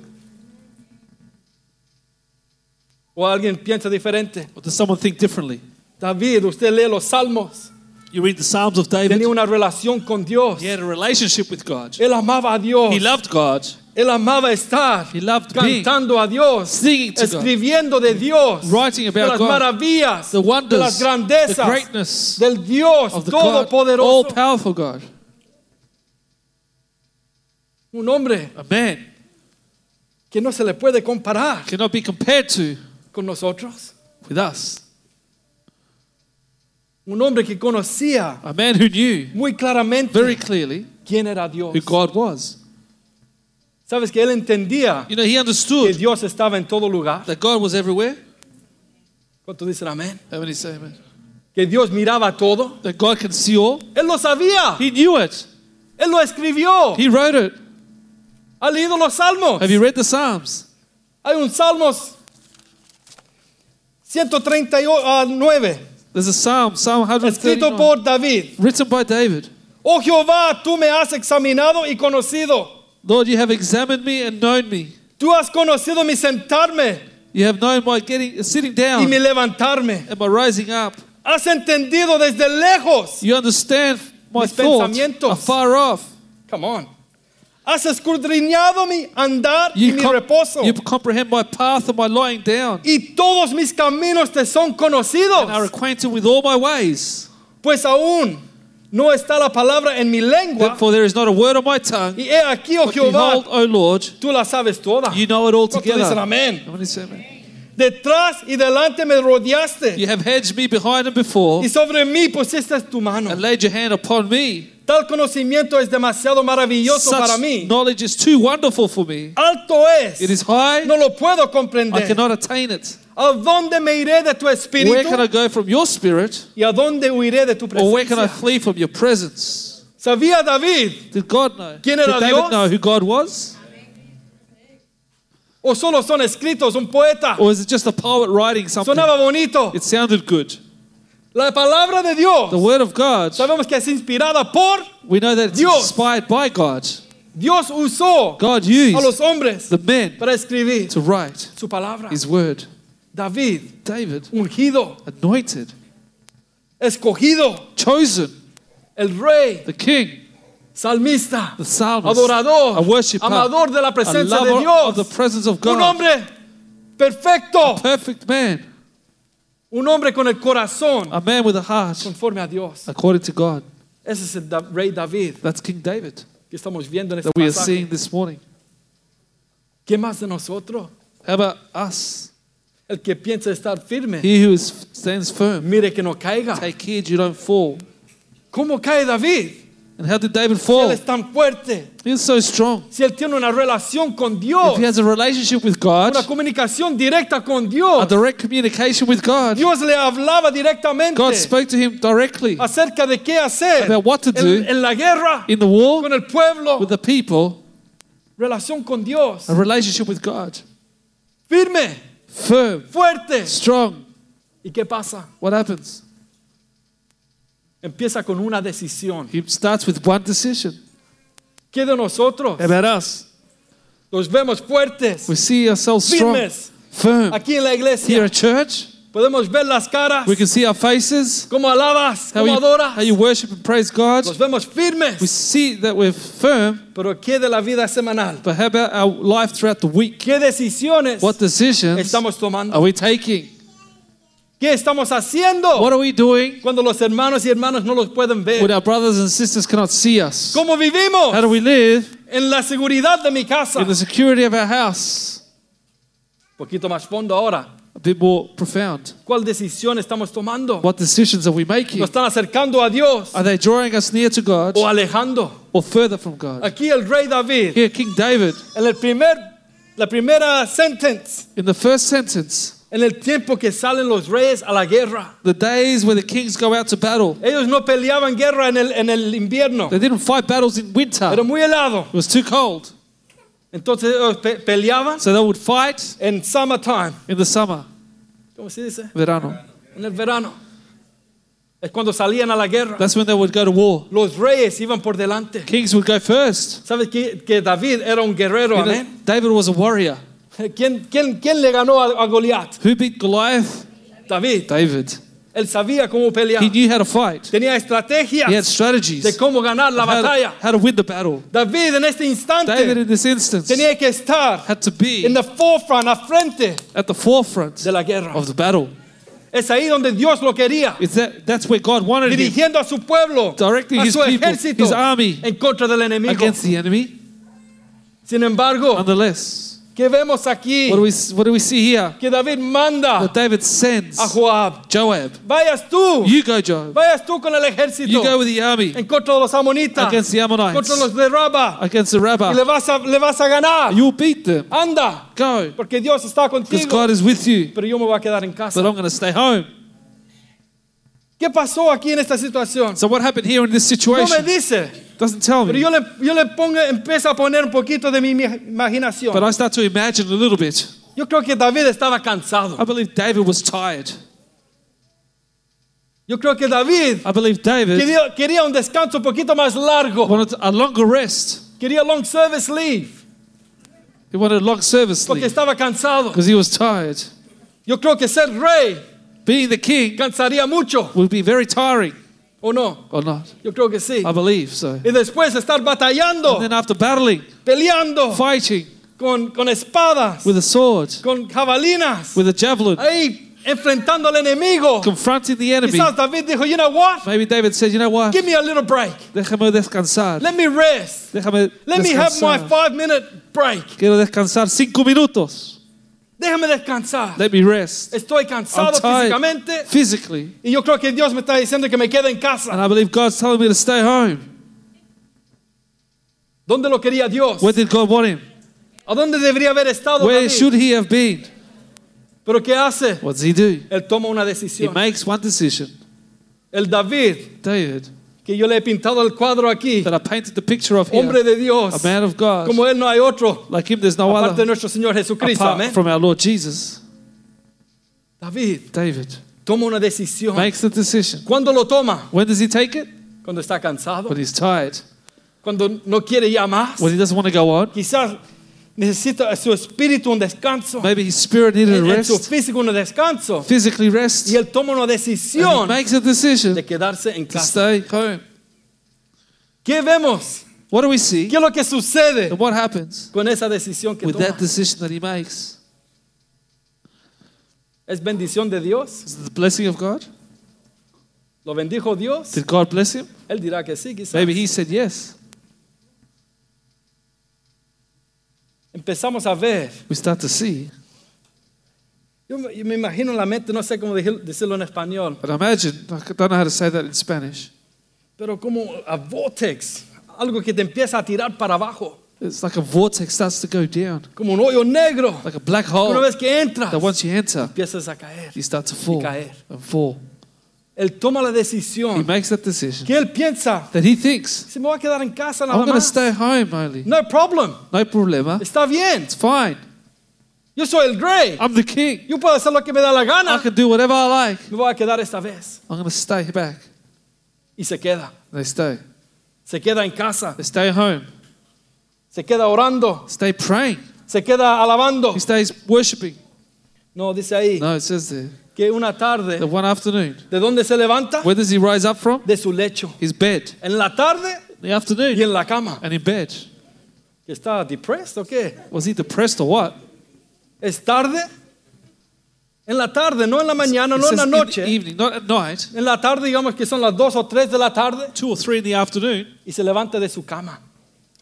[SPEAKER 2] ¿O alguien piensa diferente?
[SPEAKER 3] Or does someone think differently?
[SPEAKER 2] David, usted lee los salmos,
[SPEAKER 3] You read the Psalms of David.
[SPEAKER 2] tenía una relación con Dios.
[SPEAKER 3] He had a relationship with God.
[SPEAKER 2] Él amaba a Dios,
[SPEAKER 3] He loved God,
[SPEAKER 2] él amaba estar
[SPEAKER 3] He loved being.
[SPEAKER 2] cantando a Dios.
[SPEAKER 3] singing to God,
[SPEAKER 2] escribiendo de Dios, de
[SPEAKER 3] Writing about
[SPEAKER 2] las
[SPEAKER 3] God,
[SPEAKER 2] maravillas,
[SPEAKER 3] the
[SPEAKER 2] de las
[SPEAKER 3] wonders, the
[SPEAKER 2] grandezas
[SPEAKER 3] greatness
[SPEAKER 2] del Dios
[SPEAKER 3] of the God, all
[SPEAKER 2] todopoderoso.
[SPEAKER 3] powerful God.
[SPEAKER 2] Un hombre
[SPEAKER 3] A man
[SPEAKER 2] que no se le puede comparar
[SPEAKER 3] cannot be compared to
[SPEAKER 2] con nosotros.
[SPEAKER 3] with us.
[SPEAKER 2] Un hombre que conocía
[SPEAKER 3] A man who knew
[SPEAKER 2] muy claramente
[SPEAKER 3] very clearly
[SPEAKER 2] quién era Dios.
[SPEAKER 3] who God was.
[SPEAKER 2] Sabes que él entendía
[SPEAKER 3] You know, he
[SPEAKER 2] que
[SPEAKER 3] understood
[SPEAKER 2] Dios estaba en todo lugar.
[SPEAKER 3] that God was everywhere.
[SPEAKER 2] ¿Cuántos dicen amén?
[SPEAKER 3] How many say amen?
[SPEAKER 2] Que Dios miraba todo.
[SPEAKER 3] That God can see all.
[SPEAKER 2] Él lo sabía.
[SPEAKER 3] He knew it.
[SPEAKER 2] Él lo escribió.
[SPEAKER 3] He wrote it.
[SPEAKER 2] Ha leído los salmos.
[SPEAKER 3] Have you read the Psalms?
[SPEAKER 2] Hay un salmos 139
[SPEAKER 3] There's a Psalm, Psalm
[SPEAKER 2] escrito
[SPEAKER 3] 139,
[SPEAKER 2] por David.
[SPEAKER 3] written by David.
[SPEAKER 2] Oh Jehová, tú me has examinado y conocido.
[SPEAKER 3] Lord, you have examined me and known me.
[SPEAKER 2] Tú has conocido mi sentarme
[SPEAKER 3] You have known my getting, sitting down
[SPEAKER 2] y mi levantarme.
[SPEAKER 3] and my rising up.
[SPEAKER 2] Has entendido desde lejos.
[SPEAKER 3] You understand my
[SPEAKER 2] Mis
[SPEAKER 3] thoughts
[SPEAKER 2] pensamientos.
[SPEAKER 3] are far off.
[SPEAKER 2] Come on. Has escudriñado mi andar y
[SPEAKER 3] You,
[SPEAKER 2] mi
[SPEAKER 3] com-
[SPEAKER 2] reposo.
[SPEAKER 3] you comprehend my path and my lying down
[SPEAKER 2] Y todos mis caminos te son
[SPEAKER 3] and are
[SPEAKER 2] conocidos.
[SPEAKER 3] acquainted with all my ways.
[SPEAKER 2] Pues aún no está la palabra en mi lengua.
[SPEAKER 3] Therefore, there is not a word on my tongue.
[SPEAKER 2] Y he aquí, oh Jehová,
[SPEAKER 3] Behold, O Lord,
[SPEAKER 2] tú la sabes toda.
[SPEAKER 3] you know it all
[SPEAKER 2] ¿Cuántos dicen
[SPEAKER 3] together.
[SPEAKER 2] amén?
[SPEAKER 3] How many say amen?
[SPEAKER 2] Detrás y delante me rodeaste.
[SPEAKER 3] You have hedged me behind and before
[SPEAKER 2] Y sobre mí pusiste tu mano.
[SPEAKER 3] and laid your hand upon me.
[SPEAKER 2] Tal conocimiento es demasiado maravilloso para
[SPEAKER 3] Such
[SPEAKER 2] mí.
[SPEAKER 3] knowledge is too wonderful for me.
[SPEAKER 2] Alto es.
[SPEAKER 3] It is high.
[SPEAKER 2] no lo puedo
[SPEAKER 3] I
[SPEAKER 2] comprender.
[SPEAKER 3] cannot attain it.
[SPEAKER 2] ¿A dónde me iré de tu
[SPEAKER 3] Where
[SPEAKER 2] espíritu?
[SPEAKER 3] can I go from your spirit?
[SPEAKER 2] ¿Y a dónde huiré de tu
[SPEAKER 3] Or where can I
[SPEAKER 2] presencia?
[SPEAKER 3] flee from your presence?
[SPEAKER 2] Sabía David
[SPEAKER 3] Did God know?
[SPEAKER 2] ¿Quién
[SPEAKER 3] Did
[SPEAKER 2] era Dios?
[SPEAKER 3] David know who God was?
[SPEAKER 2] o solo son escritos un poeta.
[SPEAKER 3] Or is it just a poet writing something?
[SPEAKER 2] Sonaba bonito.
[SPEAKER 3] It sounded good.
[SPEAKER 2] La palabra de Dios.
[SPEAKER 3] The word of God,
[SPEAKER 2] Sabemos que es inspirada por
[SPEAKER 3] we know that it's
[SPEAKER 2] Dios.
[SPEAKER 3] inspired by God.
[SPEAKER 2] Dios usó
[SPEAKER 3] God
[SPEAKER 2] a
[SPEAKER 3] used
[SPEAKER 2] los hombres
[SPEAKER 3] the men
[SPEAKER 2] para escribir
[SPEAKER 3] to write
[SPEAKER 2] su palabra.
[SPEAKER 3] his word.
[SPEAKER 2] David,
[SPEAKER 3] David,
[SPEAKER 2] ungido,
[SPEAKER 3] anointed,
[SPEAKER 2] escogido,
[SPEAKER 3] chosen,
[SPEAKER 2] el rey,
[SPEAKER 3] the king,
[SPEAKER 2] salmista,
[SPEAKER 3] The psalmist,
[SPEAKER 2] adorador,
[SPEAKER 3] a worshiper,
[SPEAKER 2] amador de la
[SPEAKER 3] a
[SPEAKER 2] presencia de
[SPEAKER 3] lover of the
[SPEAKER 2] Dios,
[SPEAKER 3] presence of
[SPEAKER 2] un
[SPEAKER 3] God,
[SPEAKER 2] hombre perfecto,
[SPEAKER 3] perfect man,
[SPEAKER 2] un hombre con el corazón
[SPEAKER 3] a man with a heart
[SPEAKER 2] conforme a Dios.
[SPEAKER 3] according to God.
[SPEAKER 2] Ese es el da- rey David
[SPEAKER 3] That's King David
[SPEAKER 2] que estamos viendo en este
[SPEAKER 3] that we are
[SPEAKER 2] pasaje.
[SPEAKER 3] seeing this morning.
[SPEAKER 2] ¿Qué más de nosotros?
[SPEAKER 3] How about us?
[SPEAKER 2] El que piensa estar firme,
[SPEAKER 3] He who is, stands firm,
[SPEAKER 2] mire que no caiga.
[SPEAKER 3] take heed you don't fall.
[SPEAKER 2] ¿Cómo cae David?
[SPEAKER 3] And how did David
[SPEAKER 2] Él
[SPEAKER 3] fall?
[SPEAKER 2] es tan fuerte.
[SPEAKER 3] He is so strong.
[SPEAKER 2] Si él tiene una relación con Dios,
[SPEAKER 3] If he has a relationship with God,
[SPEAKER 2] una comunicación directa con
[SPEAKER 3] a
[SPEAKER 2] Dios,
[SPEAKER 3] direct communication with God,
[SPEAKER 2] Dios le hablaba directamente
[SPEAKER 3] God spoke to him directly
[SPEAKER 2] acerca de qué hacer
[SPEAKER 3] About what to
[SPEAKER 2] en,
[SPEAKER 3] do.
[SPEAKER 2] en la guerra,
[SPEAKER 3] in the war
[SPEAKER 2] con el pueblo,
[SPEAKER 3] with the people,
[SPEAKER 2] relación con Dios,
[SPEAKER 3] a relationship with God.
[SPEAKER 2] firme,
[SPEAKER 3] Firm,
[SPEAKER 2] fuerte.
[SPEAKER 3] strong.
[SPEAKER 2] ¿Y qué pasa?
[SPEAKER 3] What happens?
[SPEAKER 2] Empieza con una decisión.
[SPEAKER 3] He starts with one decision.
[SPEAKER 2] ¿Qué de nosotros?
[SPEAKER 3] How about us?
[SPEAKER 2] Nos vemos fuertes
[SPEAKER 3] We see ourselves strong,
[SPEAKER 2] Firmes.
[SPEAKER 3] firm.
[SPEAKER 2] aquí en la
[SPEAKER 3] Here
[SPEAKER 2] iglesia.
[SPEAKER 3] at church,
[SPEAKER 2] Podemos ver las caras,
[SPEAKER 3] we can see our faces,
[SPEAKER 2] cómo alabas,
[SPEAKER 3] how
[SPEAKER 2] cómo
[SPEAKER 3] you,
[SPEAKER 2] adoras.
[SPEAKER 3] how you worship and praise God.
[SPEAKER 2] Nos vemos
[SPEAKER 3] We
[SPEAKER 2] firmes.
[SPEAKER 3] see that we're firm,
[SPEAKER 2] Pero ¿qué de la vida semanal?
[SPEAKER 3] but how about our life throughout the week?
[SPEAKER 2] ¿Qué decisiones
[SPEAKER 3] What decisions
[SPEAKER 2] estamos
[SPEAKER 3] are
[SPEAKER 2] tomando?
[SPEAKER 3] we taking?
[SPEAKER 2] ¿Qué estamos
[SPEAKER 3] What
[SPEAKER 2] haciendo
[SPEAKER 3] are we doing
[SPEAKER 2] cuando los hermanos y hermanas no los pueden
[SPEAKER 3] when
[SPEAKER 2] ver?
[SPEAKER 3] our brothers and sisters cannot see us?
[SPEAKER 2] ¿Cómo
[SPEAKER 3] How
[SPEAKER 2] vivimos
[SPEAKER 3] do we live
[SPEAKER 2] en la seguridad de mi casa?
[SPEAKER 3] in the security of our house?
[SPEAKER 2] poquito más fondo ahora.
[SPEAKER 3] A bit more profound.
[SPEAKER 2] ¿Cuál decisión estamos tomando?
[SPEAKER 3] What decisions are we making?
[SPEAKER 2] ¿Nos están acercando a Dios
[SPEAKER 3] Are they drawing us near to God
[SPEAKER 2] o alejando?
[SPEAKER 3] or further from God?
[SPEAKER 2] Aquí el rey David,
[SPEAKER 3] Here, King David,
[SPEAKER 2] en el primer, la primera sentence,
[SPEAKER 3] in the first sentence,
[SPEAKER 2] en el tiempo que salen los reyes a la guerra.
[SPEAKER 3] the days where the kings go out to battle,
[SPEAKER 2] Ellos no peleaban guerra en el, en el invierno.
[SPEAKER 3] they didn't fight battles in winter.
[SPEAKER 2] Era
[SPEAKER 3] It
[SPEAKER 2] muy helado.
[SPEAKER 3] was too cold.
[SPEAKER 2] Entonces ellos pe- peleaban
[SPEAKER 3] So they would fight
[SPEAKER 2] en summertime.
[SPEAKER 3] in the summer,
[SPEAKER 2] ¿Cómo se dice?
[SPEAKER 3] verano.
[SPEAKER 2] En el verano. Es cuando salían a la guerra.
[SPEAKER 3] That's when they would go to war.
[SPEAKER 2] Los reyes iban por delante.
[SPEAKER 3] Kings would go first.
[SPEAKER 2] ¿Sabes que, que David era un guerrero?
[SPEAKER 3] You know,
[SPEAKER 2] amén?
[SPEAKER 3] David was a warrior.
[SPEAKER 2] ¿Quién, quién, quién le ganó a, a Goliat?
[SPEAKER 3] Who beat Goliath?
[SPEAKER 2] David.
[SPEAKER 3] David.
[SPEAKER 2] Él sabía cómo pelear.
[SPEAKER 3] He knew how to fight.
[SPEAKER 2] Tenía estrategias
[SPEAKER 3] He had strategies.
[SPEAKER 2] de cómo ganar la
[SPEAKER 3] how, to,
[SPEAKER 2] batalla.
[SPEAKER 3] how to win the battle.
[SPEAKER 2] David en este instante
[SPEAKER 3] David, in this instance,
[SPEAKER 2] tenía que estar
[SPEAKER 3] had to
[SPEAKER 2] en
[SPEAKER 3] be
[SPEAKER 2] la forefront, a frente
[SPEAKER 3] at the forefront
[SPEAKER 2] de la guerra.
[SPEAKER 3] of the battle.
[SPEAKER 2] Es ahí donde Dios lo quería.
[SPEAKER 3] It's that, that's where God wanted him
[SPEAKER 2] Dirigiendo a su pueblo,
[SPEAKER 3] Directing
[SPEAKER 2] a
[SPEAKER 3] his
[SPEAKER 2] su
[SPEAKER 3] people,
[SPEAKER 2] ejército,
[SPEAKER 3] his army,
[SPEAKER 2] en contra del enemigo.
[SPEAKER 3] against the enemy.
[SPEAKER 2] Sin embargo,
[SPEAKER 3] Nonetheless,
[SPEAKER 2] ¿qué vemos aquí?
[SPEAKER 3] what do we, what do we see here?
[SPEAKER 2] que David manda
[SPEAKER 3] That David sends
[SPEAKER 2] a Joab.
[SPEAKER 3] Joab.
[SPEAKER 2] Vayas tú,
[SPEAKER 3] You go, Joab.
[SPEAKER 2] vayas tú con el ejército
[SPEAKER 3] You go with the army
[SPEAKER 2] en contra de los amonitas,
[SPEAKER 3] Against the Ammonites. Ah.
[SPEAKER 2] contra los de Rabba,
[SPEAKER 3] against the
[SPEAKER 2] y le
[SPEAKER 3] rabbi.
[SPEAKER 2] vas a, le vas a ganar.
[SPEAKER 3] You'll beat them.
[SPEAKER 2] Anda,
[SPEAKER 3] Go.
[SPEAKER 2] porque Dios está
[SPEAKER 3] Because
[SPEAKER 2] Ah. contigo.
[SPEAKER 3] God is with you.
[SPEAKER 2] Pero yo me voy a quedar en casa.
[SPEAKER 3] But I'm going to stay home.
[SPEAKER 2] ¿Qué pasó aquí en esta situación?
[SPEAKER 3] So what happened here in this
[SPEAKER 2] No me
[SPEAKER 3] situation?
[SPEAKER 2] dice,
[SPEAKER 3] Doesn't tell
[SPEAKER 2] pero
[SPEAKER 3] me.
[SPEAKER 2] yo le, yo le pongo, empiezo a poner un poquito de mi imag- imaginación.
[SPEAKER 3] But I start to imagine a little bit.
[SPEAKER 2] Yo creo que David estaba cansado.
[SPEAKER 3] I believe David was tired.
[SPEAKER 2] Yo creo que David
[SPEAKER 3] I believe David
[SPEAKER 2] quería, quería un descanso un poquito más largo.
[SPEAKER 3] wanted a longer rest.
[SPEAKER 2] Quería long service leave.
[SPEAKER 3] He wanted a long service
[SPEAKER 2] porque
[SPEAKER 3] leave
[SPEAKER 2] estaba cansado.
[SPEAKER 3] because he was tired.
[SPEAKER 2] Yo creo que ser rey
[SPEAKER 3] Being the king
[SPEAKER 2] cansaría mucho,
[SPEAKER 3] would be very tiring,
[SPEAKER 2] ¿o no?
[SPEAKER 3] or not?
[SPEAKER 2] Yo creo que sí.
[SPEAKER 3] I believe so.
[SPEAKER 2] Y después estar
[SPEAKER 3] And
[SPEAKER 2] batallando,
[SPEAKER 3] then after battling,
[SPEAKER 2] peleando
[SPEAKER 3] fighting
[SPEAKER 2] con, con espadas,
[SPEAKER 3] with a sword,
[SPEAKER 2] con jabalinas,
[SPEAKER 3] with a javelin,
[SPEAKER 2] ahí enfrentando al enemigo.
[SPEAKER 3] confronting the enemy.
[SPEAKER 2] Quizás David dijo, you know what?
[SPEAKER 3] Maybe David said, you know what?
[SPEAKER 2] Give me a little break.
[SPEAKER 3] Déjame descansar.
[SPEAKER 2] Let me rest.
[SPEAKER 3] Déjame
[SPEAKER 2] Let me have my
[SPEAKER 3] descansar.
[SPEAKER 2] five minute break.
[SPEAKER 3] Quiero descansar cinco minutos.
[SPEAKER 2] Déjame descansar.
[SPEAKER 3] Let me rest.
[SPEAKER 2] Estoy
[SPEAKER 3] I'm
[SPEAKER 2] cansado
[SPEAKER 3] tired
[SPEAKER 2] físicamente
[SPEAKER 3] physically.
[SPEAKER 2] y yo creo que Dios me está diciendo que me quede en casa.
[SPEAKER 3] And I believe God's telling me to stay home.
[SPEAKER 2] ¿Dónde lo quería Dios?
[SPEAKER 3] Where did God want him?
[SPEAKER 2] ¿A dónde debería haber estado
[SPEAKER 3] Where
[SPEAKER 2] David?
[SPEAKER 3] should he have been?
[SPEAKER 2] Pero ¿qué hace?
[SPEAKER 3] What does he do?
[SPEAKER 2] Él toma una
[SPEAKER 3] He
[SPEAKER 2] decisión.
[SPEAKER 3] makes one decision.
[SPEAKER 2] El David,
[SPEAKER 3] David,
[SPEAKER 2] que yo le he pintado el cuadro aquí,
[SPEAKER 3] that I painted the picture of here,
[SPEAKER 2] hombre de Dios,
[SPEAKER 3] a man of God.
[SPEAKER 2] como él no hay otro,
[SPEAKER 3] Like him, there's no
[SPEAKER 2] aparte de
[SPEAKER 3] other
[SPEAKER 2] nuestro Señor Jesucristo.
[SPEAKER 3] apart
[SPEAKER 2] Amén.
[SPEAKER 3] from our Lord Jesus.
[SPEAKER 2] David
[SPEAKER 3] David
[SPEAKER 2] toma una decisión.
[SPEAKER 3] makes the decision.
[SPEAKER 2] ¿Cuándo lo toma?
[SPEAKER 3] When does he take it?
[SPEAKER 2] Cuando está cansado,
[SPEAKER 3] When he's tired.
[SPEAKER 2] cuando no quiere ya más.
[SPEAKER 3] When he doesn't want to go on.
[SPEAKER 2] Quizás necesita a su espíritu un descanso,
[SPEAKER 3] Maybe his spirit needed
[SPEAKER 2] en,
[SPEAKER 3] a
[SPEAKER 2] en su
[SPEAKER 3] rest,
[SPEAKER 2] físico un descanso.
[SPEAKER 3] physically rest.
[SPEAKER 2] Y él toma una
[SPEAKER 3] And he
[SPEAKER 2] decisión
[SPEAKER 3] makes a decision
[SPEAKER 2] de quedarse en
[SPEAKER 3] to
[SPEAKER 2] casa.
[SPEAKER 3] stay home.
[SPEAKER 2] ¿Qué vemos?
[SPEAKER 3] What do we see?
[SPEAKER 2] ¿Qué es lo que sucede
[SPEAKER 3] And what happens
[SPEAKER 2] con esa decisión que
[SPEAKER 3] Pues with
[SPEAKER 2] toma?
[SPEAKER 3] that decision that he makes?
[SPEAKER 2] ¿Es bendición de Dios?
[SPEAKER 3] Is it the blessing of God?
[SPEAKER 2] ¿Lo bendijo Dios?
[SPEAKER 3] Did God bless him?
[SPEAKER 2] Él dirá que sí, quizás.
[SPEAKER 3] Maybe he said yes.
[SPEAKER 2] Empezamos a ver.
[SPEAKER 3] We start to see.
[SPEAKER 2] Yo me yo me imagino en la mente, no sé cómo dejil- decirlo en español,
[SPEAKER 3] But imagine, I don't know how to say that in Spanish.
[SPEAKER 2] pero como a vortex, algo que te empieza a tirar para abajo,
[SPEAKER 3] It's like a vortex starts to go down,
[SPEAKER 2] como un hoyo negro.
[SPEAKER 3] like a black
[SPEAKER 2] Una
[SPEAKER 3] hole
[SPEAKER 2] vez que entras,
[SPEAKER 3] that once you enter,
[SPEAKER 2] empiezas a caer.
[SPEAKER 3] you start to fall
[SPEAKER 2] caer.
[SPEAKER 3] and fall.
[SPEAKER 2] Él toma la
[SPEAKER 3] He
[SPEAKER 2] decisión
[SPEAKER 3] makes that decision
[SPEAKER 2] que él piensa,
[SPEAKER 3] that he thinks,
[SPEAKER 2] si me voy a quedar en casa
[SPEAKER 3] I'm
[SPEAKER 2] nada
[SPEAKER 3] going to
[SPEAKER 2] más,
[SPEAKER 3] stay home only.
[SPEAKER 2] no hay problema,
[SPEAKER 3] No problema.
[SPEAKER 2] está bien,
[SPEAKER 3] It's fine.
[SPEAKER 2] yo soy el Grey,
[SPEAKER 3] I'm the king.
[SPEAKER 2] yo puedo hacer lo que me da la
[SPEAKER 3] I
[SPEAKER 2] gana,
[SPEAKER 3] can do whatever I like.
[SPEAKER 2] me voy a quedar esta vez.
[SPEAKER 3] I'm going to stay back.
[SPEAKER 2] Y se queda,
[SPEAKER 3] They stay.
[SPEAKER 2] se queda en casa,
[SPEAKER 3] They stay home.
[SPEAKER 2] se queda orando,
[SPEAKER 3] Stay praying.
[SPEAKER 2] se queda alabando.
[SPEAKER 3] He stays worshiping.
[SPEAKER 2] No, dice ahí
[SPEAKER 3] No, it says there.
[SPEAKER 2] que una tarde,
[SPEAKER 3] That one afternoon,
[SPEAKER 2] ¿de dónde se levanta?
[SPEAKER 3] where does he rise up from?
[SPEAKER 2] De su lecho.
[SPEAKER 3] His bed.
[SPEAKER 2] En la tarde
[SPEAKER 3] In the
[SPEAKER 2] y
[SPEAKER 3] afternoon.
[SPEAKER 2] en la cama.
[SPEAKER 3] And in bed.
[SPEAKER 2] ¿Que ¿Está depressed o qué?
[SPEAKER 3] Was he depressed or what?
[SPEAKER 2] ¿Es tarde? En la tarde, no en la mañana,
[SPEAKER 3] It
[SPEAKER 2] no en
[SPEAKER 3] says
[SPEAKER 2] la
[SPEAKER 3] in the
[SPEAKER 2] noche.
[SPEAKER 3] evening, not at night.
[SPEAKER 2] En la tarde, digamos que son las 2 o 3 de la tarde,
[SPEAKER 3] Two or three in the afternoon.
[SPEAKER 2] y se levanta de su cama.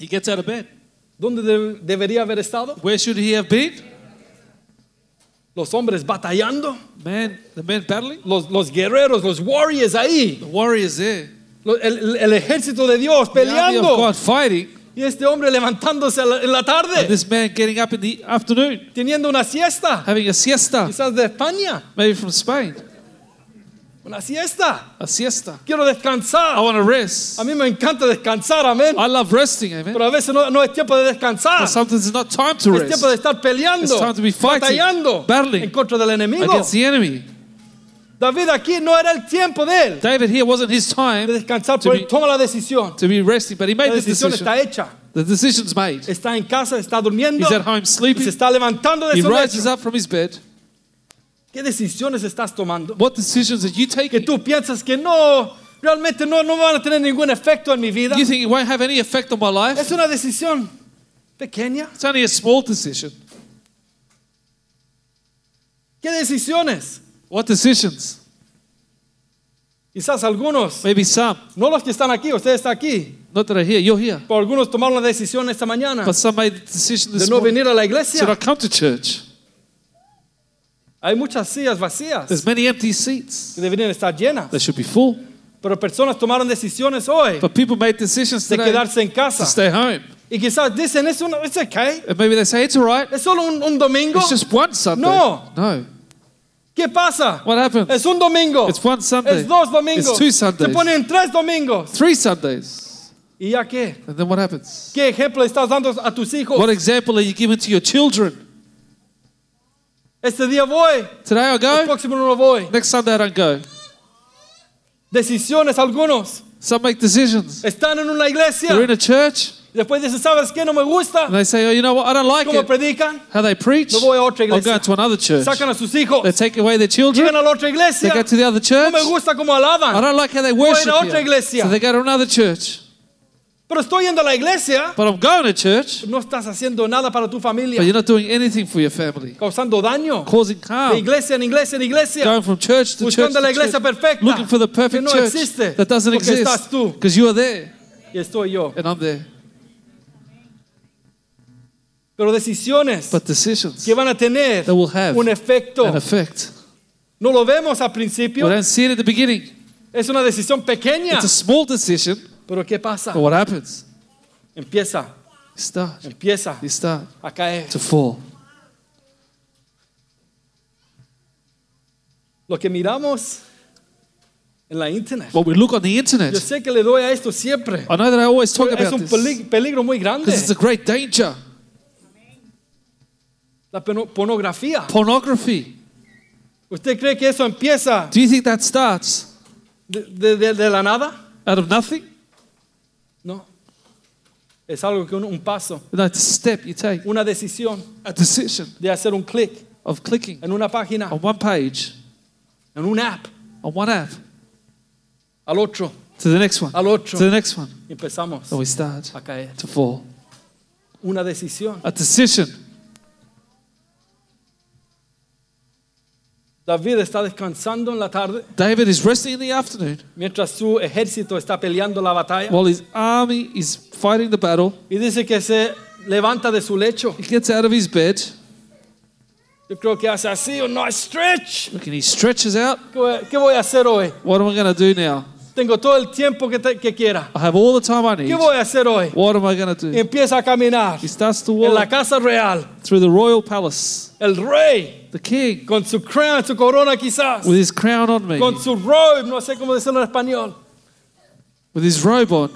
[SPEAKER 3] He gets out of bed.
[SPEAKER 2] ¿Dónde de- debería haber estado?
[SPEAKER 3] Where should he have been?
[SPEAKER 2] Los hombres batallando,
[SPEAKER 3] Man, the men battling.
[SPEAKER 2] los, los guerreros, los warriors ahí,
[SPEAKER 3] The warriors there.
[SPEAKER 2] lo- el, el- el ejército de Dios
[SPEAKER 3] The army of
[SPEAKER 2] peleando.
[SPEAKER 3] God fighting.
[SPEAKER 2] Y este hombre levantándose a la- en la tarde,
[SPEAKER 3] This man getting up in the afternoon,
[SPEAKER 2] teniendo una siesta,
[SPEAKER 3] having a siesta,
[SPEAKER 2] quizás de España,
[SPEAKER 3] maybe from Spain.
[SPEAKER 2] una siesta.
[SPEAKER 3] A siesta.
[SPEAKER 2] Quiero
[SPEAKER 3] I
[SPEAKER 2] descansar.
[SPEAKER 3] want to rest.
[SPEAKER 2] A mí me encanta descansar, amén.
[SPEAKER 3] I love resting, amen.
[SPEAKER 2] Pero a veces no, no es tiempo de descansar.
[SPEAKER 3] But sometimes it's not time to
[SPEAKER 2] Es tiempo de
[SPEAKER 3] rest
[SPEAKER 2] estar peleando,
[SPEAKER 3] It's time to be fighting,
[SPEAKER 2] batallando
[SPEAKER 3] battling
[SPEAKER 2] en contra del enemigo.
[SPEAKER 3] against the enemy.
[SPEAKER 2] David aquí no era el tiempo de él
[SPEAKER 3] David here wasn't his
[SPEAKER 2] de
[SPEAKER 3] time
[SPEAKER 2] descansar,
[SPEAKER 3] To
[SPEAKER 2] pero él
[SPEAKER 3] be-
[SPEAKER 2] toma la decisión.
[SPEAKER 3] to be resting, but he made
[SPEAKER 2] La
[SPEAKER 3] this
[SPEAKER 2] decisión
[SPEAKER 3] decision.
[SPEAKER 2] está hecha.
[SPEAKER 3] The decision's made.
[SPEAKER 2] Está en casa, está durmiendo,
[SPEAKER 3] He's at home
[SPEAKER 2] se
[SPEAKER 3] sleeping.
[SPEAKER 2] está levantando de
[SPEAKER 3] He
[SPEAKER 2] su
[SPEAKER 3] rises
[SPEAKER 2] lecho.
[SPEAKER 3] up from his bed.
[SPEAKER 2] ¿Qué decisiones estás tomando?
[SPEAKER 3] What decisions are you
[SPEAKER 2] Que
[SPEAKER 3] taking?
[SPEAKER 2] tú piensas que no, realmente no, no van a tener ningún efecto en mi vida.
[SPEAKER 3] You think it won't have any effect on my life?
[SPEAKER 2] Es una decisión pequeña.
[SPEAKER 3] It's only a small decision.
[SPEAKER 2] ¿Qué decisiones?
[SPEAKER 3] What decisions?
[SPEAKER 2] Quizás algunos,
[SPEAKER 3] Maybe some.
[SPEAKER 2] no los que están aquí, ustedes están aquí,
[SPEAKER 3] Not that are here. You're here.
[SPEAKER 2] pero algunos tomaron la decisión esta mañana
[SPEAKER 3] But some made the decision
[SPEAKER 2] de
[SPEAKER 3] this
[SPEAKER 2] no
[SPEAKER 3] morning.
[SPEAKER 2] venir a la
[SPEAKER 3] Should I
[SPEAKER 2] iglesia.
[SPEAKER 3] come to church?
[SPEAKER 2] Hay muchas sillas vacías
[SPEAKER 3] There's many empty seats.
[SPEAKER 2] que deberían estar llenas.
[SPEAKER 3] They should be full.
[SPEAKER 2] Pero personas tomaron decisiones hoy
[SPEAKER 3] But people made decisions
[SPEAKER 2] de
[SPEAKER 3] today
[SPEAKER 2] quedarse en
[SPEAKER 3] to
[SPEAKER 2] casa.
[SPEAKER 3] stay home.
[SPEAKER 2] Y quizás dicen, es una, es okay.
[SPEAKER 3] And maybe they say, it's all right.
[SPEAKER 2] Es solo un, un domingo.
[SPEAKER 3] It's just one Sunday.
[SPEAKER 2] No.
[SPEAKER 3] No.
[SPEAKER 2] ¿Qué pasa?
[SPEAKER 3] What happened?
[SPEAKER 2] Es un domingo.
[SPEAKER 3] It's one Sunday.
[SPEAKER 2] Es dos domingos.
[SPEAKER 3] It's two
[SPEAKER 2] Se
[SPEAKER 3] Sundays.
[SPEAKER 2] ponen tres domingos.
[SPEAKER 3] Three Sundays.
[SPEAKER 2] ¿Y ya qué?
[SPEAKER 3] And then what happens?
[SPEAKER 2] ¿Qué ejemplo estás dando a tus hijos?
[SPEAKER 3] What example are you giving to your children?
[SPEAKER 2] Este día voy,
[SPEAKER 3] Today I
[SPEAKER 2] el
[SPEAKER 3] go.
[SPEAKER 2] próximo no voy.
[SPEAKER 3] Next Sunday I don't go.
[SPEAKER 2] Decisiones algunos.
[SPEAKER 3] Some make decisions.
[SPEAKER 2] Están en una iglesia.
[SPEAKER 3] They're in a church
[SPEAKER 2] y después dicen, ¿sabes qué? No me gusta.
[SPEAKER 3] and they say, oh, you know what? I don't like
[SPEAKER 2] ¿Cómo
[SPEAKER 3] it.
[SPEAKER 2] predican?
[SPEAKER 3] How they preach.
[SPEAKER 2] No voy a otra
[SPEAKER 3] I'm
[SPEAKER 2] iglesia.
[SPEAKER 3] going to another church.
[SPEAKER 2] Sacan a sus hijos.
[SPEAKER 3] They take away their children.
[SPEAKER 2] Llegan a la otra
[SPEAKER 3] They
[SPEAKER 2] iglesia.
[SPEAKER 3] go to the other
[SPEAKER 2] No
[SPEAKER 3] church.
[SPEAKER 2] me gusta cómo alaban.
[SPEAKER 3] I don't like how they
[SPEAKER 2] a
[SPEAKER 3] worship
[SPEAKER 2] otra
[SPEAKER 3] here.
[SPEAKER 2] iglesia.
[SPEAKER 3] So they go to another church.
[SPEAKER 2] Pero estoy yendo a la iglesia.
[SPEAKER 3] But I'm going to church.
[SPEAKER 2] No estás haciendo nada para tu familia.
[SPEAKER 3] But you're not doing anything for your family.
[SPEAKER 2] Causando daño.
[SPEAKER 3] Causing
[SPEAKER 2] De
[SPEAKER 3] harm.
[SPEAKER 2] iglesia en iglesia en iglesia.
[SPEAKER 3] Going from church to church,
[SPEAKER 2] Buscando
[SPEAKER 3] to
[SPEAKER 2] la iglesia
[SPEAKER 3] church.
[SPEAKER 2] perfecta.
[SPEAKER 3] Looking for the
[SPEAKER 2] que
[SPEAKER 3] perfect
[SPEAKER 2] no
[SPEAKER 3] church
[SPEAKER 2] existe.
[SPEAKER 3] that doesn't
[SPEAKER 2] porque estás
[SPEAKER 3] exist.
[SPEAKER 2] tú.
[SPEAKER 3] Because you are there
[SPEAKER 2] Y estoy yo.
[SPEAKER 3] and I'm there.
[SPEAKER 2] Pero decisiones
[SPEAKER 3] But decisions
[SPEAKER 2] que van a tener
[SPEAKER 3] that will have
[SPEAKER 2] un efecto.
[SPEAKER 3] an effect.
[SPEAKER 2] No lo vemos al
[SPEAKER 3] We
[SPEAKER 2] principio.
[SPEAKER 3] don't see it at the beginning.
[SPEAKER 2] Es una decisión pequeña.
[SPEAKER 3] It's a small decision.
[SPEAKER 2] Pero ¿qué pasa?
[SPEAKER 3] But what happens?
[SPEAKER 2] Empieza,
[SPEAKER 3] You start.
[SPEAKER 2] empieza
[SPEAKER 3] You start
[SPEAKER 2] a caer.
[SPEAKER 3] to fall.
[SPEAKER 2] Lo que miramos en la internet.
[SPEAKER 3] But we look on the
[SPEAKER 2] Yo
[SPEAKER 3] internet.
[SPEAKER 2] sé que le doy a esto siempre.
[SPEAKER 3] I know that I always talk
[SPEAKER 2] Es
[SPEAKER 3] about
[SPEAKER 2] un
[SPEAKER 3] this.
[SPEAKER 2] peli- peligro muy grande.
[SPEAKER 3] Because it's a great danger.
[SPEAKER 2] La porno- pornografía.
[SPEAKER 3] Pornography.
[SPEAKER 2] ¿Usted cree que eso empieza
[SPEAKER 3] Do you think that starts
[SPEAKER 2] de, de- de- de la nada?
[SPEAKER 3] out of nothing?
[SPEAKER 2] No. Es algo que un, un paso,
[SPEAKER 3] No, it's a step you take.
[SPEAKER 2] una decisión
[SPEAKER 3] A decision
[SPEAKER 2] de hacer un clic
[SPEAKER 3] of clicking
[SPEAKER 2] en una página,
[SPEAKER 3] on one page,
[SPEAKER 2] en una app,
[SPEAKER 3] on one app,
[SPEAKER 2] al otro,
[SPEAKER 3] to the next one,
[SPEAKER 2] al
[SPEAKER 3] to
[SPEAKER 2] otro.
[SPEAKER 3] the next one.
[SPEAKER 2] Y empezamos
[SPEAKER 3] And we start
[SPEAKER 2] a caer.
[SPEAKER 3] to fall.
[SPEAKER 2] Una decisión.
[SPEAKER 3] A decision.
[SPEAKER 2] David está descansando en la tarde
[SPEAKER 3] David is resting in the afternoon
[SPEAKER 2] mientras su ejército está peleando la batalla.
[SPEAKER 3] while his army is fighting the battle.
[SPEAKER 2] Y dice que se levanta de su lecho.
[SPEAKER 3] He gets out of his bed.
[SPEAKER 2] Yo creo que hace así un nice stretch.
[SPEAKER 3] Look, and he stretches out.
[SPEAKER 2] ¿Qué- ¿Qué voy a hacer hoy?
[SPEAKER 3] What am I going to do now?
[SPEAKER 2] Tengo todo el tiempo que, te- que quiera.
[SPEAKER 3] I have all the time I need.
[SPEAKER 2] ¿Qué voy a hacer hoy?
[SPEAKER 3] What am I going to
[SPEAKER 2] Y
[SPEAKER 3] do?
[SPEAKER 2] empieza a caminar
[SPEAKER 3] He starts to
[SPEAKER 2] en la
[SPEAKER 3] walk
[SPEAKER 2] casa real.
[SPEAKER 3] through the royal palace.
[SPEAKER 2] El rey
[SPEAKER 3] The king
[SPEAKER 2] con su crown, su corona quizás.
[SPEAKER 3] with his crown on me,
[SPEAKER 2] Con su robe, no sé cómo decirlo en español.
[SPEAKER 3] with his robe on,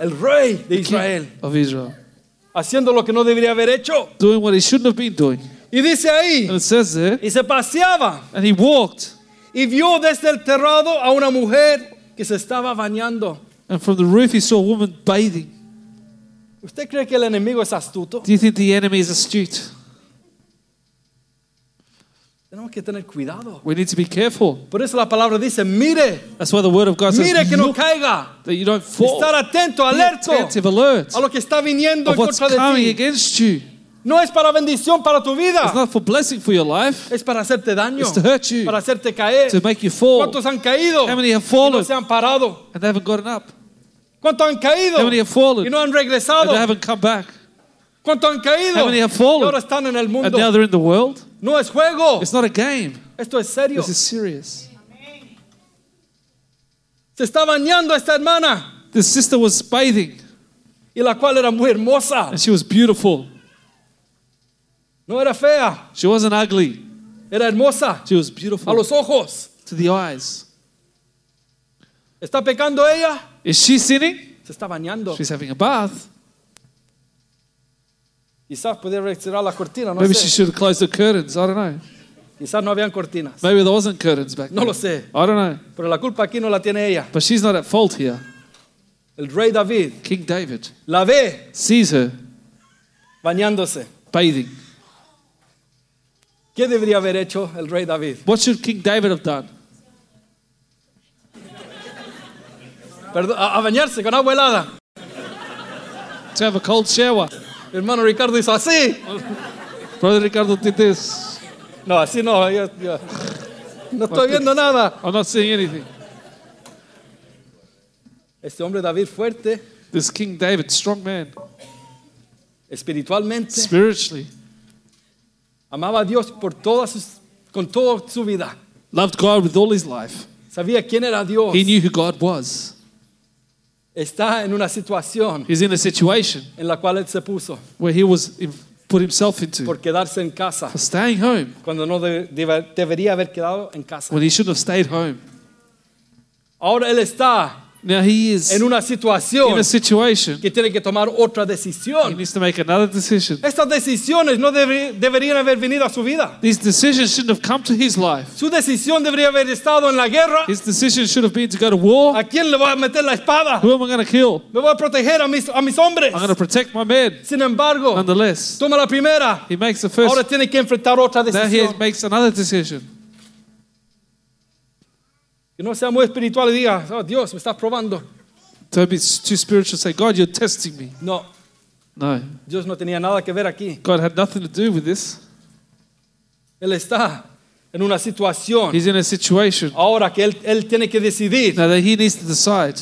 [SPEAKER 2] El rey de
[SPEAKER 3] king
[SPEAKER 2] Israel.
[SPEAKER 3] of Israel,
[SPEAKER 2] Haciendo lo que no debería haber hecho.
[SPEAKER 3] doing what he shouldn't have been doing.
[SPEAKER 2] Y dice ahí.
[SPEAKER 3] And it says there,
[SPEAKER 2] Y se paseaba.
[SPEAKER 3] and he walked,
[SPEAKER 2] Y vio desde el terrado a una mujer que se estaba bañando.
[SPEAKER 3] and from the roof he saw a woman bathing.
[SPEAKER 2] ¿Usted cree que el enemigo es astuto?
[SPEAKER 3] Do you think the enemy is astute?
[SPEAKER 2] Tenemos que tener cuidado.
[SPEAKER 3] We need to be careful.
[SPEAKER 2] Por eso la palabra dice, mire,
[SPEAKER 3] That's why the word of God says,
[SPEAKER 2] mire que no
[SPEAKER 3] Look,
[SPEAKER 2] caiga.
[SPEAKER 3] that you don't fall.
[SPEAKER 2] Estar atento,
[SPEAKER 3] Be
[SPEAKER 2] alerto
[SPEAKER 3] attentive, alert
[SPEAKER 2] a lo que está viniendo en
[SPEAKER 3] of what's
[SPEAKER 2] contra de
[SPEAKER 3] coming
[SPEAKER 2] ti.
[SPEAKER 3] against you.
[SPEAKER 2] No es para bendición para tu
[SPEAKER 3] It's
[SPEAKER 2] vida.
[SPEAKER 3] not for blessing for your life,
[SPEAKER 2] Es para hacerte daño,
[SPEAKER 3] It's to hurt you.
[SPEAKER 2] para hacerte caer.
[SPEAKER 3] to make you fall.
[SPEAKER 2] ¿Cuántos han caído?
[SPEAKER 3] How many have
[SPEAKER 2] Y no
[SPEAKER 3] fallen
[SPEAKER 2] se han parado.
[SPEAKER 3] and they haven't gotten up?
[SPEAKER 2] ¿Cuántos han caído?
[SPEAKER 3] How many have
[SPEAKER 2] Y
[SPEAKER 3] fallen
[SPEAKER 2] no han
[SPEAKER 3] and
[SPEAKER 2] regresado.
[SPEAKER 3] they haven't come back?
[SPEAKER 2] ¿Cuántos han caído?
[SPEAKER 3] How many have
[SPEAKER 2] Y
[SPEAKER 3] fallen?
[SPEAKER 2] ahora están en el
[SPEAKER 3] And now
[SPEAKER 2] mundo.
[SPEAKER 3] they're in the world?
[SPEAKER 2] No es juego.
[SPEAKER 3] It's not a game.
[SPEAKER 2] Esto es serio.
[SPEAKER 3] This is serious.
[SPEAKER 2] Se está bañando esta hermana,
[SPEAKER 3] This sister was bathing
[SPEAKER 2] y la cual era muy hermosa.
[SPEAKER 3] and she was beautiful.
[SPEAKER 2] No era fea,
[SPEAKER 3] She wasn't ugly.
[SPEAKER 2] era hermosa
[SPEAKER 3] She was
[SPEAKER 2] a
[SPEAKER 3] beautiful
[SPEAKER 2] los ojos.
[SPEAKER 3] to the eyes.
[SPEAKER 2] ¿Está pecando ella?
[SPEAKER 3] Is she sinning?
[SPEAKER 2] Se está bañando.
[SPEAKER 3] She's having a bath.
[SPEAKER 2] Quizás pudiera retirar la cortina, no
[SPEAKER 3] Maybe she
[SPEAKER 2] sé.
[SPEAKER 3] should have closed the curtains. I don't know.
[SPEAKER 2] Quizás no habían cortinas.
[SPEAKER 3] Maybe there wasn't curtains back
[SPEAKER 2] No
[SPEAKER 3] then.
[SPEAKER 2] lo sé.
[SPEAKER 3] I don't know.
[SPEAKER 2] Pero la culpa aquí no la tiene ella.
[SPEAKER 3] But she's not at fault here.
[SPEAKER 2] El rey David
[SPEAKER 3] King David
[SPEAKER 2] la ve
[SPEAKER 3] sees her
[SPEAKER 2] bañándose.
[SPEAKER 3] bathing.
[SPEAKER 2] ¿Qué debería haber hecho el rey David?
[SPEAKER 3] What should King David have done?
[SPEAKER 2] Perdón, a, a bañarse con agua helada.
[SPEAKER 3] To have a cold shower.
[SPEAKER 2] Mi hermano Ricardo hizo así.
[SPEAKER 3] Brother Ricardo did this.
[SPEAKER 2] No, así no. yo- yo- no estoy viendo nada.
[SPEAKER 3] I'm not seeing anything.
[SPEAKER 2] Este hombre David fuerte,
[SPEAKER 3] This King David, strong man,
[SPEAKER 2] espiritualmente,
[SPEAKER 3] spiritually,
[SPEAKER 2] amaba a Dios por todas sus, con toda su vida.
[SPEAKER 3] loved God with all his life.
[SPEAKER 2] Sabía quién era Dios.
[SPEAKER 3] He knew who God was.
[SPEAKER 2] Está en una situación
[SPEAKER 3] He's in a situation
[SPEAKER 2] en la cual él se puso
[SPEAKER 3] where he was in, put himself into
[SPEAKER 2] por quedarse en casa
[SPEAKER 3] for staying home
[SPEAKER 2] cuando no de- deba- debería haber quedado en casa.
[SPEAKER 3] when he shouldn't have stayed home.
[SPEAKER 2] Ahora él está
[SPEAKER 3] Now he is
[SPEAKER 2] en
[SPEAKER 3] in
[SPEAKER 2] una situación
[SPEAKER 3] a situation.
[SPEAKER 2] que tiene que tomar otra
[SPEAKER 3] He
[SPEAKER 2] decisión.
[SPEAKER 3] needs to make another decision.
[SPEAKER 2] Estas decisiones no debe- deberían haber venido a su vida.
[SPEAKER 3] These decisions shouldn't have come to his life.
[SPEAKER 2] Su decisión debería haber estado en la guerra.
[SPEAKER 3] His decision should have been to go to war.
[SPEAKER 2] ¿A quién le voy a meter la espada?
[SPEAKER 3] Who am I going to kill?
[SPEAKER 2] Me voy a proteger a mis, a mis hombres.
[SPEAKER 3] I'm going to protect my men.
[SPEAKER 2] Sin embargo,
[SPEAKER 3] Nonetheless,
[SPEAKER 2] toma la primera.
[SPEAKER 3] he makes the
[SPEAKER 2] Ahora
[SPEAKER 3] first.
[SPEAKER 2] tiene que enfrentar otra
[SPEAKER 3] Now he
[SPEAKER 2] decisión.
[SPEAKER 3] makes another decision.
[SPEAKER 2] Que no sea muy espiritual y diga, oh Dios, me estás probando.
[SPEAKER 3] Don't be s- too spiritual. Say, God, you're testing me.
[SPEAKER 2] No,
[SPEAKER 3] No,
[SPEAKER 2] Dios no tenía nada que ver aquí.
[SPEAKER 3] God had nothing to do with this.
[SPEAKER 2] Él está en una situación
[SPEAKER 3] He's in a situation
[SPEAKER 2] ahora que él, él tiene que decidir
[SPEAKER 3] now that he needs to decide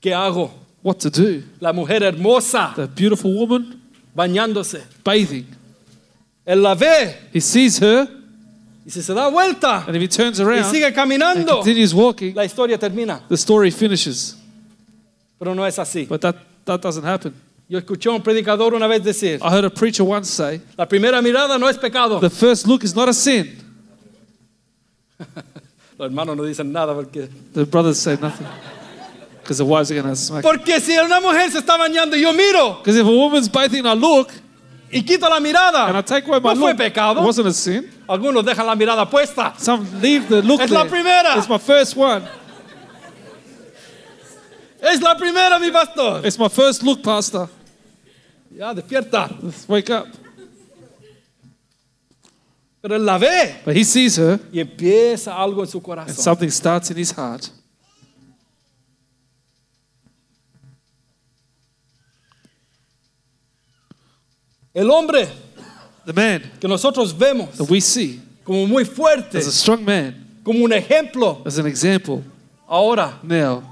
[SPEAKER 2] qué hago.
[SPEAKER 3] what to do.
[SPEAKER 2] La mujer hermosa
[SPEAKER 3] The beautiful woman
[SPEAKER 2] bañándose.
[SPEAKER 3] bathing.
[SPEAKER 2] Él la ve
[SPEAKER 3] He sees her,
[SPEAKER 2] y si se da vuelta
[SPEAKER 3] and if he turns
[SPEAKER 2] y
[SPEAKER 3] around
[SPEAKER 2] sigue
[SPEAKER 3] and
[SPEAKER 2] caminando,
[SPEAKER 3] continues walking,
[SPEAKER 2] la historia termina.
[SPEAKER 3] the story finishes.
[SPEAKER 2] Pero no es así.
[SPEAKER 3] But that, that doesn't happen.
[SPEAKER 2] Yo escuché a un predicador una vez decir,
[SPEAKER 3] I heard a preacher once say,
[SPEAKER 2] la primera mirada no es pecado.
[SPEAKER 3] the first look is not a sin.
[SPEAKER 2] Los hermanos no dicen nada porque...
[SPEAKER 3] The brothers say nothing. Because the wives are going to smack.
[SPEAKER 2] Porque si una mujer se está bañando y yo miro
[SPEAKER 3] Because if a woman's bathing and I look,
[SPEAKER 2] y quito la
[SPEAKER 3] and I
[SPEAKER 2] mirada,
[SPEAKER 3] take away my
[SPEAKER 2] no fue
[SPEAKER 3] look, it
[SPEAKER 2] pecado.
[SPEAKER 3] wasn't a sin.
[SPEAKER 2] Algunos dejan la mirada puesta.
[SPEAKER 3] Some leave the look
[SPEAKER 2] Es
[SPEAKER 3] there.
[SPEAKER 2] la primera.
[SPEAKER 3] It's my first one.
[SPEAKER 2] Es la primera, mi pastor.
[SPEAKER 3] It's my first look, pastor.
[SPEAKER 2] Ya, despierta.
[SPEAKER 3] Let's wake up.
[SPEAKER 2] Pero él la ve
[SPEAKER 3] But he sees her,
[SPEAKER 2] y empieza algo en su
[SPEAKER 3] and
[SPEAKER 2] corazón.
[SPEAKER 3] something starts in his heart.
[SPEAKER 2] El hombre
[SPEAKER 3] The man
[SPEAKER 2] que nosotros vemos
[SPEAKER 3] that we see
[SPEAKER 2] como muy fuerte,
[SPEAKER 3] as a strong man,
[SPEAKER 2] como un ejemplo,
[SPEAKER 3] as an example,
[SPEAKER 2] ahora
[SPEAKER 3] now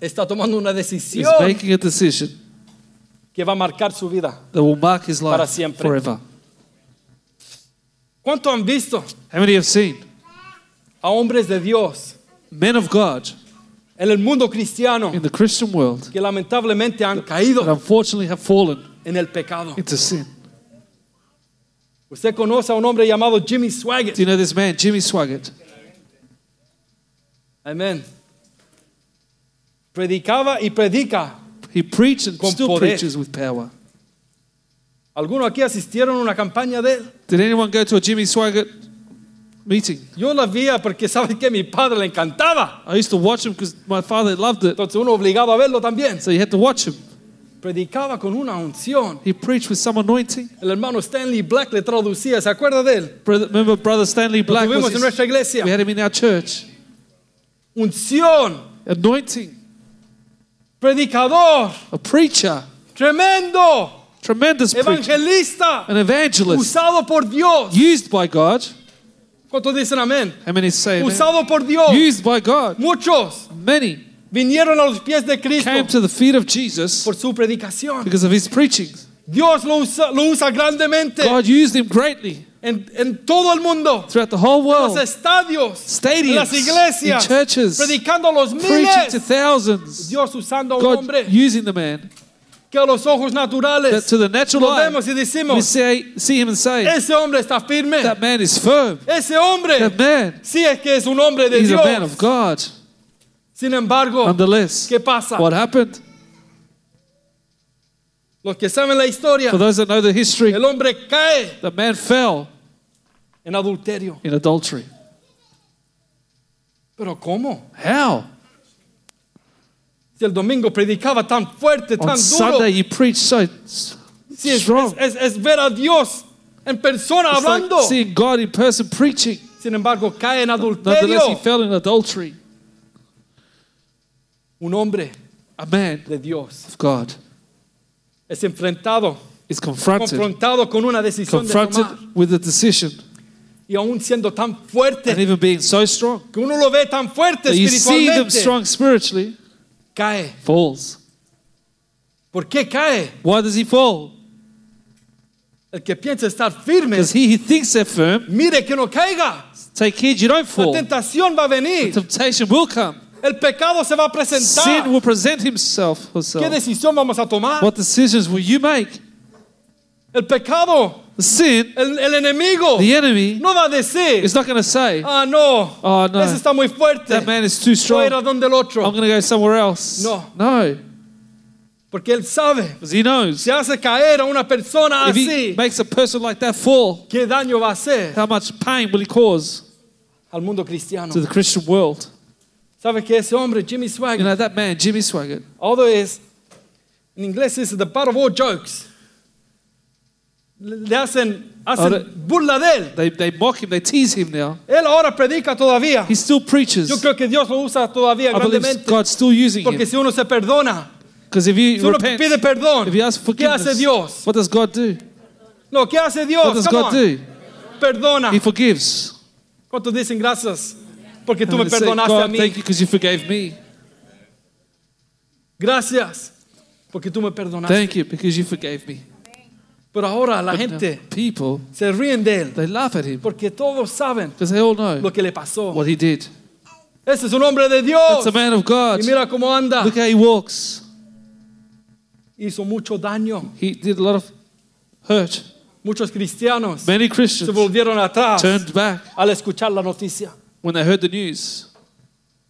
[SPEAKER 2] está tomando una
[SPEAKER 3] is
[SPEAKER 2] decisión
[SPEAKER 3] making a decision
[SPEAKER 2] que va a marcar su vida.
[SPEAKER 3] that will mark his
[SPEAKER 2] Para
[SPEAKER 3] life
[SPEAKER 2] siempre.
[SPEAKER 3] forever.
[SPEAKER 2] ¿Cuánto han visto
[SPEAKER 3] How many have seen
[SPEAKER 2] a hombres de Dios
[SPEAKER 3] men of God
[SPEAKER 2] en el mundo cristiano
[SPEAKER 3] in the Christian world
[SPEAKER 2] que lamentablemente han
[SPEAKER 3] that
[SPEAKER 2] caído
[SPEAKER 3] unfortunately have fallen
[SPEAKER 2] en el pecado?
[SPEAKER 3] into sin?
[SPEAKER 2] Usted conoce a un hombre llamado Jimmy
[SPEAKER 3] Do
[SPEAKER 2] Swaggart.
[SPEAKER 3] you know this man, Jimmy Swaggart?
[SPEAKER 2] Amén. Predicaba y predica.
[SPEAKER 3] He preached and
[SPEAKER 2] Con
[SPEAKER 3] still
[SPEAKER 2] poder.
[SPEAKER 3] preaches with power.
[SPEAKER 2] Algunos aquí asistieron a una campaña de él.
[SPEAKER 3] Did anyone go to a Jimmy Swaggart meeting?
[SPEAKER 2] Yo la vi porque sabes que mi padre le encantaba.
[SPEAKER 3] I used to watch him because my father loved it,
[SPEAKER 2] Entonces uno obligado a verlo también.
[SPEAKER 3] so you had to watch him.
[SPEAKER 2] Predicaba con una unción.
[SPEAKER 3] He preached with some anointing.
[SPEAKER 2] El hermano Stanley Black le traducía. ¿Se acuerda de él?
[SPEAKER 3] Brother, remember, brother Stanley
[SPEAKER 2] Lo
[SPEAKER 3] Black was
[SPEAKER 2] tuvimos en
[SPEAKER 3] his-
[SPEAKER 2] nuestra iglesia.
[SPEAKER 3] we had him in our church.
[SPEAKER 2] Unción.
[SPEAKER 3] Anointing,
[SPEAKER 2] Predicador.
[SPEAKER 3] a preacher,
[SPEAKER 2] Tremendo.
[SPEAKER 3] tremendous preacher,
[SPEAKER 2] Evangelista.
[SPEAKER 3] an evangelist,
[SPEAKER 2] Usado por Dios.
[SPEAKER 3] used by God.
[SPEAKER 2] ¿Cuántos dicen amén?
[SPEAKER 3] How many say amen?
[SPEAKER 2] Usado por Dios.
[SPEAKER 3] Used by God.
[SPEAKER 2] Muchos
[SPEAKER 3] Many
[SPEAKER 2] vinieron a los pies de
[SPEAKER 3] came
[SPEAKER 2] Cristo
[SPEAKER 3] to the feet of Jesus
[SPEAKER 2] por su predicación.
[SPEAKER 3] because of his preaching.
[SPEAKER 2] Dios lo usa, lo usa grandemente
[SPEAKER 3] God used him greatly
[SPEAKER 2] en, en todo el mundo.
[SPEAKER 3] throughout the whole
[SPEAKER 2] Los
[SPEAKER 3] world,
[SPEAKER 2] estadios, en las
[SPEAKER 3] Oh. stadiums, in
[SPEAKER 2] iglesias,
[SPEAKER 3] churches,
[SPEAKER 2] predicando a los
[SPEAKER 3] preaching to
[SPEAKER 2] miles.
[SPEAKER 3] thousands.
[SPEAKER 2] Dios usando a un
[SPEAKER 3] God
[SPEAKER 2] hombre
[SPEAKER 3] using the man
[SPEAKER 2] que a los ojos
[SPEAKER 3] that
[SPEAKER 2] naturales
[SPEAKER 3] to the natural
[SPEAKER 2] lo
[SPEAKER 3] eye
[SPEAKER 2] vemos y
[SPEAKER 3] we
[SPEAKER 2] decimos,
[SPEAKER 3] say, see him and say,
[SPEAKER 2] ese hombre está firme.
[SPEAKER 3] that man is firm.
[SPEAKER 2] Ese hombre
[SPEAKER 3] That man,
[SPEAKER 2] sí es que es un hombre de
[SPEAKER 3] he's a man
[SPEAKER 2] Dios.
[SPEAKER 3] of God.
[SPEAKER 2] Sin embargo,
[SPEAKER 3] Nonetheless,
[SPEAKER 2] ¿qué pasa?
[SPEAKER 3] what happened?
[SPEAKER 2] Los que saben la historia,
[SPEAKER 3] For those that know the history,
[SPEAKER 2] el hombre cae
[SPEAKER 3] the man fell
[SPEAKER 2] en adulterio.
[SPEAKER 3] in adultery.
[SPEAKER 2] ¿Pero cómo?
[SPEAKER 3] How?
[SPEAKER 2] Si el domingo predicaba tan fuerte, tan duro.
[SPEAKER 3] On Sunday, you preach so s-
[SPEAKER 2] Sí, es,
[SPEAKER 3] strong.
[SPEAKER 2] es- es- es ver a Dios en persona
[SPEAKER 3] It's like
[SPEAKER 2] hablando.
[SPEAKER 3] seeing God in person preaching.
[SPEAKER 2] Sin embargo, cae en
[SPEAKER 3] Nonetheless, he
[SPEAKER 2] adulterio.
[SPEAKER 3] fell in adultery.
[SPEAKER 2] Un hombre
[SPEAKER 3] A man
[SPEAKER 2] de Dios
[SPEAKER 3] of God
[SPEAKER 2] es enfrentado,
[SPEAKER 3] is confronted,
[SPEAKER 2] confrontado con una decisión de
[SPEAKER 3] confronted
[SPEAKER 2] tomar.
[SPEAKER 3] with a decision,
[SPEAKER 2] Y aún siendo tan
[SPEAKER 3] and
[SPEAKER 2] fuerte,
[SPEAKER 3] even being so strong
[SPEAKER 2] que uno lo ve tan fuerte
[SPEAKER 3] that you see them
[SPEAKER 2] espiritualmente,
[SPEAKER 3] strong spiritually,
[SPEAKER 2] cae.
[SPEAKER 3] falls.
[SPEAKER 2] ¿Por qué cae?
[SPEAKER 3] Why does he fall?
[SPEAKER 2] El que piensa estar firme,
[SPEAKER 3] Because he, he thinks they're firm.
[SPEAKER 2] mire que no caiga.
[SPEAKER 3] Take heed, you don't
[SPEAKER 2] La
[SPEAKER 3] fall.
[SPEAKER 2] tentación va a venir.
[SPEAKER 3] Temptation will come.
[SPEAKER 2] El pecado se va a
[SPEAKER 3] Sin
[SPEAKER 2] presentar.
[SPEAKER 3] will present himself
[SPEAKER 2] ¿Qué
[SPEAKER 3] herself.
[SPEAKER 2] decisión vamos a tomar?
[SPEAKER 3] What decisions will you make?
[SPEAKER 2] El pecado,
[SPEAKER 3] The sin,
[SPEAKER 2] el, el enemigo,
[SPEAKER 3] the enemy,
[SPEAKER 2] no va a decir,
[SPEAKER 3] is not going to say,
[SPEAKER 2] ah, no,
[SPEAKER 3] Oh, no.
[SPEAKER 2] ese está muy fuerte.
[SPEAKER 3] that man is too
[SPEAKER 2] Yo
[SPEAKER 3] strong.
[SPEAKER 2] era donde el
[SPEAKER 3] I'm
[SPEAKER 2] otro.
[SPEAKER 3] going to go somewhere else.
[SPEAKER 2] No.
[SPEAKER 3] No,
[SPEAKER 2] Porque él sabe,
[SPEAKER 3] because he knows.
[SPEAKER 2] si hace caer a una persona
[SPEAKER 3] If he
[SPEAKER 2] así,
[SPEAKER 3] makes a person like that fall,
[SPEAKER 2] ¿qué daño va a hacer
[SPEAKER 3] how much pain will he cause
[SPEAKER 2] al mundo cristiano?
[SPEAKER 3] to the Christian world?
[SPEAKER 2] ¿Sabe que ese hombre, Jimmy
[SPEAKER 3] You
[SPEAKER 2] Swaggart,
[SPEAKER 3] know, that man, Jimmy Swaggart,
[SPEAKER 2] although es, en inglés es the butt of all jokes, le le hacen,
[SPEAKER 3] Ahora-
[SPEAKER 2] hacen burla de él.
[SPEAKER 3] they, they mock him, they tease him now.
[SPEAKER 2] Él ahora predica todavía.
[SPEAKER 3] He still
[SPEAKER 2] Yo
[SPEAKER 3] preaches.
[SPEAKER 2] creo que Dios lo usa todavía
[SPEAKER 3] I believe
[SPEAKER 2] grandemente.
[SPEAKER 3] God's still using
[SPEAKER 2] Porque
[SPEAKER 3] him.
[SPEAKER 2] si uno se perdona,
[SPEAKER 3] Because if
[SPEAKER 2] si
[SPEAKER 3] you
[SPEAKER 2] uno
[SPEAKER 3] repent,
[SPEAKER 2] pide perdón,
[SPEAKER 3] if you ask
[SPEAKER 2] ¿qué hace
[SPEAKER 3] forgiveness,
[SPEAKER 2] Dios?
[SPEAKER 3] what does God do?
[SPEAKER 2] No, ¿qué hace
[SPEAKER 3] What
[SPEAKER 2] Dios?
[SPEAKER 3] does
[SPEAKER 2] Come
[SPEAKER 3] God
[SPEAKER 2] on. Ah.
[SPEAKER 3] do?
[SPEAKER 2] Perdona.
[SPEAKER 3] He forgives.
[SPEAKER 2] ¿Cuántos dicen gracias? Porque tú
[SPEAKER 3] And
[SPEAKER 2] me
[SPEAKER 3] they say,
[SPEAKER 2] perdonaste a
[SPEAKER 3] God,
[SPEAKER 2] mí.
[SPEAKER 3] thank you because you forgave me.
[SPEAKER 2] Gracias. Porque tú me perdonaste.
[SPEAKER 3] Thank you because you forgave me.
[SPEAKER 2] Pero ahora la
[SPEAKER 3] Now,
[SPEAKER 2] gente
[SPEAKER 3] people,
[SPEAKER 2] se ríen de él.
[SPEAKER 3] they laugh at him
[SPEAKER 2] Porque todos saben
[SPEAKER 3] because they all know
[SPEAKER 2] lo que le pasó.
[SPEAKER 3] what he did.
[SPEAKER 2] Ese es un hombre de
[SPEAKER 3] That's
[SPEAKER 2] Dios.
[SPEAKER 3] a man of God.
[SPEAKER 2] Y mira cómo anda.
[SPEAKER 3] Look how he walks.
[SPEAKER 2] Hizo mucho daño.
[SPEAKER 3] He did a lot of hurt.
[SPEAKER 2] Muchos cristianos se
[SPEAKER 3] Many Christians
[SPEAKER 2] volvieron atrás
[SPEAKER 3] turned back
[SPEAKER 2] al escuchar la noticia.
[SPEAKER 3] when they heard the news.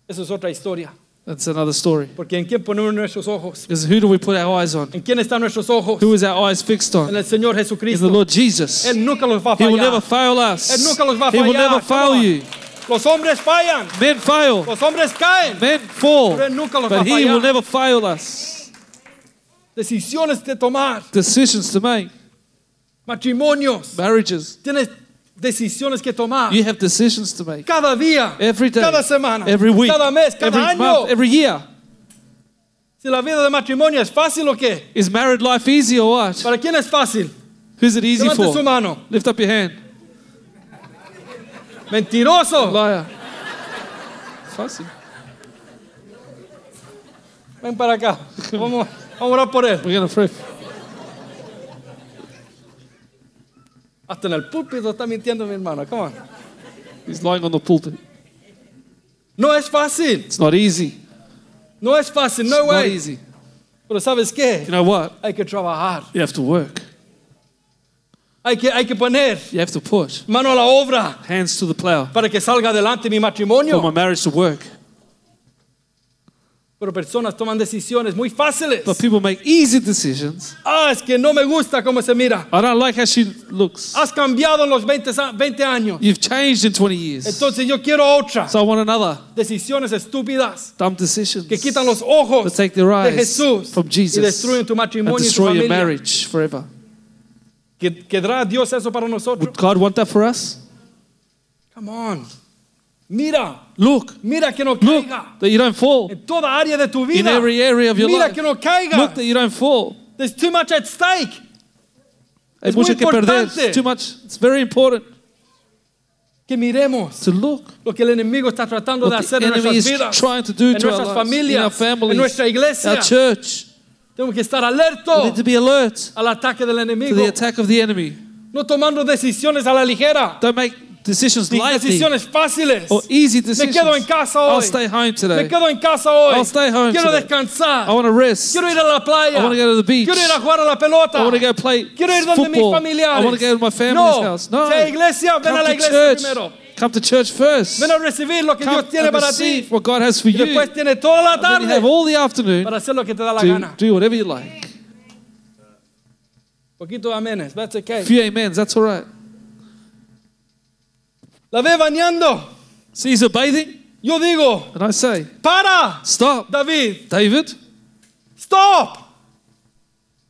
[SPEAKER 2] Eso es otra historia.
[SPEAKER 3] That's another story.
[SPEAKER 2] Porque en quién ponemos nuestros ojos.
[SPEAKER 3] Because who do we put our eyes on?
[SPEAKER 2] En quién están nuestros ojos.
[SPEAKER 3] Who is our eyes fixed
[SPEAKER 2] En
[SPEAKER 3] on?
[SPEAKER 2] el Señor
[SPEAKER 3] Is the
[SPEAKER 2] Jesucristo.
[SPEAKER 3] Lord Jesus.
[SPEAKER 2] Él nunca los va a
[SPEAKER 3] He will
[SPEAKER 2] fallar.
[SPEAKER 3] never fail us.
[SPEAKER 2] Él nunca los va a
[SPEAKER 3] He will
[SPEAKER 2] fallar.
[SPEAKER 3] never
[SPEAKER 2] Come
[SPEAKER 3] fail
[SPEAKER 2] on.
[SPEAKER 3] you.
[SPEAKER 2] Los hombres fallan.
[SPEAKER 3] Men fail.
[SPEAKER 2] Los hombres caen.
[SPEAKER 3] Men fall.
[SPEAKER 2] Pero él nunca los va a
[SPEAKER 3] But he
[SPEAKER 2] fallar.
[SPEAKER 3] will never fail us.
[SPEAKER 2] Decisiones de tomar.
[SPEAKER 3] Decisions to make,
[SPEAKER 2] Matrimonios.
[SPEAKER 3] marriages.
[SPEAKER 2] Tienes decisiones que tomar.
[SPEAKER 3] You have decisions to make.
[SPEAKER 2] Cada día.
[SPEAKER 3] Every day.
[SPEAKER 2] Cada semana.
[SPEAKER 3] Every week.
[SPEAKER 2] Cada mes. Cada
[SPEAKER 3] every
[SPEAKER 2] año.
[SPEAKER 3] month. Every year.
[SPEAKER 2] si la vida de matrimonio es fácil o qué.
[SPEAKER 3] Is married life easy or what?
[SPEAKER 2] ¿Para quién es fácil?
[SPEAKER 3] Who's it easy
[SPEAKER 2] Levante su
[SPEAKER 3] for?
[SPEAKER 2] mano.
[SPEAKER 3] Lift up your hand.
[SPEAKER 2] Mentiroso.
[SPEAKER 3] Liar. Fussy.
[SPEAKER 2] Ven para acá. Vamos, vamos a orar por él.
[SPEAKER 3] We're going to pray.
[SPEAKER 2] Hasta en el púlpito está mintiendo mi hermano. Come on.
[SPEAKER 3] He's lying on the pulpit.
[SPEAKER 2] No es fácil.
[SPEAKER 3] It's not easy.
[SPEAKER 2] No es fácil. No
[SPEAKER 3] It's not
[SPEAKER 2] way.
[SPEAKER 3] easy.
[SPEAKER 2] Pero ¿sabes
[SPEAKER 3] You
[SPEAKER 2] qué?
[SPEAKER 3] know what?
[SPEAKER 2] Hay que trabajar.
[SPEAKER 3] You have to work.
[SPEAKER 2] Hay que, hay que poner
[SPEAKER 3] You have to push.
[SPEAKER 2] mano a la obra
[SPEAKER 3] Hands to the plow.
[SPEAKER 2] para que salga adelante mi
[SPEAKER 3] For
[SPEAKER 2] matrimonio.
[SPEAKER 3] my marriage to work.
[SPEAKER 2] Pero personas toman decisiones muy fáciles.
[SPEAKER 3] But people make easy decisions.
[SPEAKER 2] Ah, es que no me gusta cómo se mira.
[SPEAKER 3] I don't like how she looks.
[SPEAKER 2] Has cambiado en los 20, a- 20 años.
[SPEAKER 3] You've changed in 20 years. So
[SPEAKER 2] Entonces yo quiero otra.
[SPEAKER 3] I want another.
[SPEAKER 2] Decisiones estúpidas
[SPEAKER 3] Dumb decisions.
[SPEAKER 2] que quitan los ojos
[SPEAKER 3] Let's take their
[SPEAKER 2] de
[SPEAKER 3] eyes
[SPEAKER 2] Jesús
[SPEAKER 3] from
[SPEAKER 2] y
[SPEAKER 3] Jesus
[SPEAKER 2] destruyen
[SPEAKER 3] and
[SPEAKER 2] tu matrimonio y tu
[SPEAKER 3] destroy
[SPEAKER 2] familia.
[SPEAKER 3] your marriage forever.
[SPEAKER 2] ¿Que- ¿Querrá Dios eso para nosotros?
[SPEAKER 3] Would God want that for us?
[SPEAKER 2] Come on. Mira,
[SPEAKER 3] Look,
[SPEAKER 2] mira que no
[SPEAKER 3] look
[SPEAKER 2] caiga
[SPEAKER 3] that you don't fall.
[SPEAKER 2] en toda área de tu
[SPEAKER 3] In
[SPEAKER 2] vida.
[SPEAKER 3] every area of your
[SPEAKER 2] Mira
[SPEAKER 3] life.
[SPEAKER 2] que no caiga.
[SPEAKER 3] Look that you don't fall.
[SPEAKER 2] There's too much at stake.
[SPEAKER 3] Hay
[SPEAKER 2] Es muy
[SPEAKER 3] mucho que perder. It's
[SPEAKER 2] importante.
[SPEAKER 3] too much. It's very important
[SPEAKER 2] Que miremos
[SPEAKER 3] to look
[SPEAKER 2] lo que el enemigo está tratando de
[SPEAKER 3] what the
[SPEAKER 2] hacer en
[SPEAKER 3] enemy
[SPEAKER 2] nuestras
[SPEAKER 3] is
[SPEAKER 2] vidas,
[SPEAKER 3] trying to do
[SPEAKER 2] en
[SPEAKER 3] to our
[SPEAKER 2] nuestras
[SPEAKER 3] lives, in our
[SPEAKER 2] familias, en
[SPEAKER 3] families,
[SPEAKER 2] nuestra iglesia.
[SPEAKER 3] our church.
[SPEAKER 2] Tenemos que estar
[SPEAKER 3] We need
[SPEAKER 2] alertos
[SPEAKER 3] to be alert
[SPEAKER 2] al ataque del
[SPEAKER 3] to
[SPEAKER 2] enemigo,
[SPEAKER 3] the attack of the enemy.
[SPEAKER 2] no tomando decisiones a la ligera,
[SPEAKER 3] Don't make decisions
[SPEAKER 2] ni
[SPEAKER 3] lightly
[SPEAKER 2] decisiones fáciles.
[SPEAKER 3] or easy
[SPEAKER 2] Me
[SPEAKER 3] decisions.
[SPEAKER 2] quedo en casa
[SPEAKER 3] I'll
[SPEAKER 2] hoy.
[SPEAKER 3] stay home
[SPEAKER 2] Me
[SPEAKER 3] today.
[SPEAKER 2] quedo en casa hoy.
[SPEAKER 3] I'll stay home
[SPEAKER 2] Quiero
[SPEAKER 3] today.
[SPEAKER 2] descansar.
[SPEAKER 3] I want to rest.
[SPEAKER 2] Quiero ir a la playa.
[SPEAKER 3] I wanna go to the beach.
[SPEAKER 2] Quiero ir a jugar a la pelota.
[SPEAKER 3] I want to go play
[SPEAKER 2] Quiero ir donde mis
[SPEAKER 3] football.
[SPEAKER 2] familiares.
[SPEAKER 3] I want to go to my family's
[SPEAKER 2] no.
[SPEAKER 3] house. No.
[SPEAKER 2] Si hay iglesia, ven
[SPEAKER 3] Come
[SPEAKER 2] a la
[SPEAKER 3] to
[SPEAKER 2] iglesia
[SPEAKER 3] church.
[SPEAKER 2] primero.
[SPEAKER 3] Come to church first.
[SPEAKER 2] Ven a recibir lo que
[SPEAKER 3] Come
[SPEAKER 2] Dios tiene
[SPEAKER 3] and
[SPEAKER 2] para
[SPEAKER 3] receive
[SPEAKER 2] ti.
[SPEAKER 3] what God has for
[SPEAKER 2] Y
[SPEAKER 3] you.
[SPEAKER 2] después tiene toda la
[SPEAKER 3] then you have
[SPEAKER 2] tarde
[SPEAKER 3] all the afternoon
[SPEAKER 2] para hacer lo que te da la
[SPEAKER 3] to
[SPEAKER 2] gana.
[SPEAKER 3] do whatever you like.
[SPEAKER 2] Poquito amenes, that's okay.
[SPEAKER 3] A few amens, that's all right.
[SPEAKER 2] La ve bañando.
[SPEAKER 3] Caesar bathing,
[SPEAKER 2] Yo digo,
[SPEAKER 3] and I say,
[SPEAKER 2] para,
[SPEAKER 3] stop,
[SPEAKER 2] David,
[SPEAKER 3] David.
[SPEAKER 2] stop.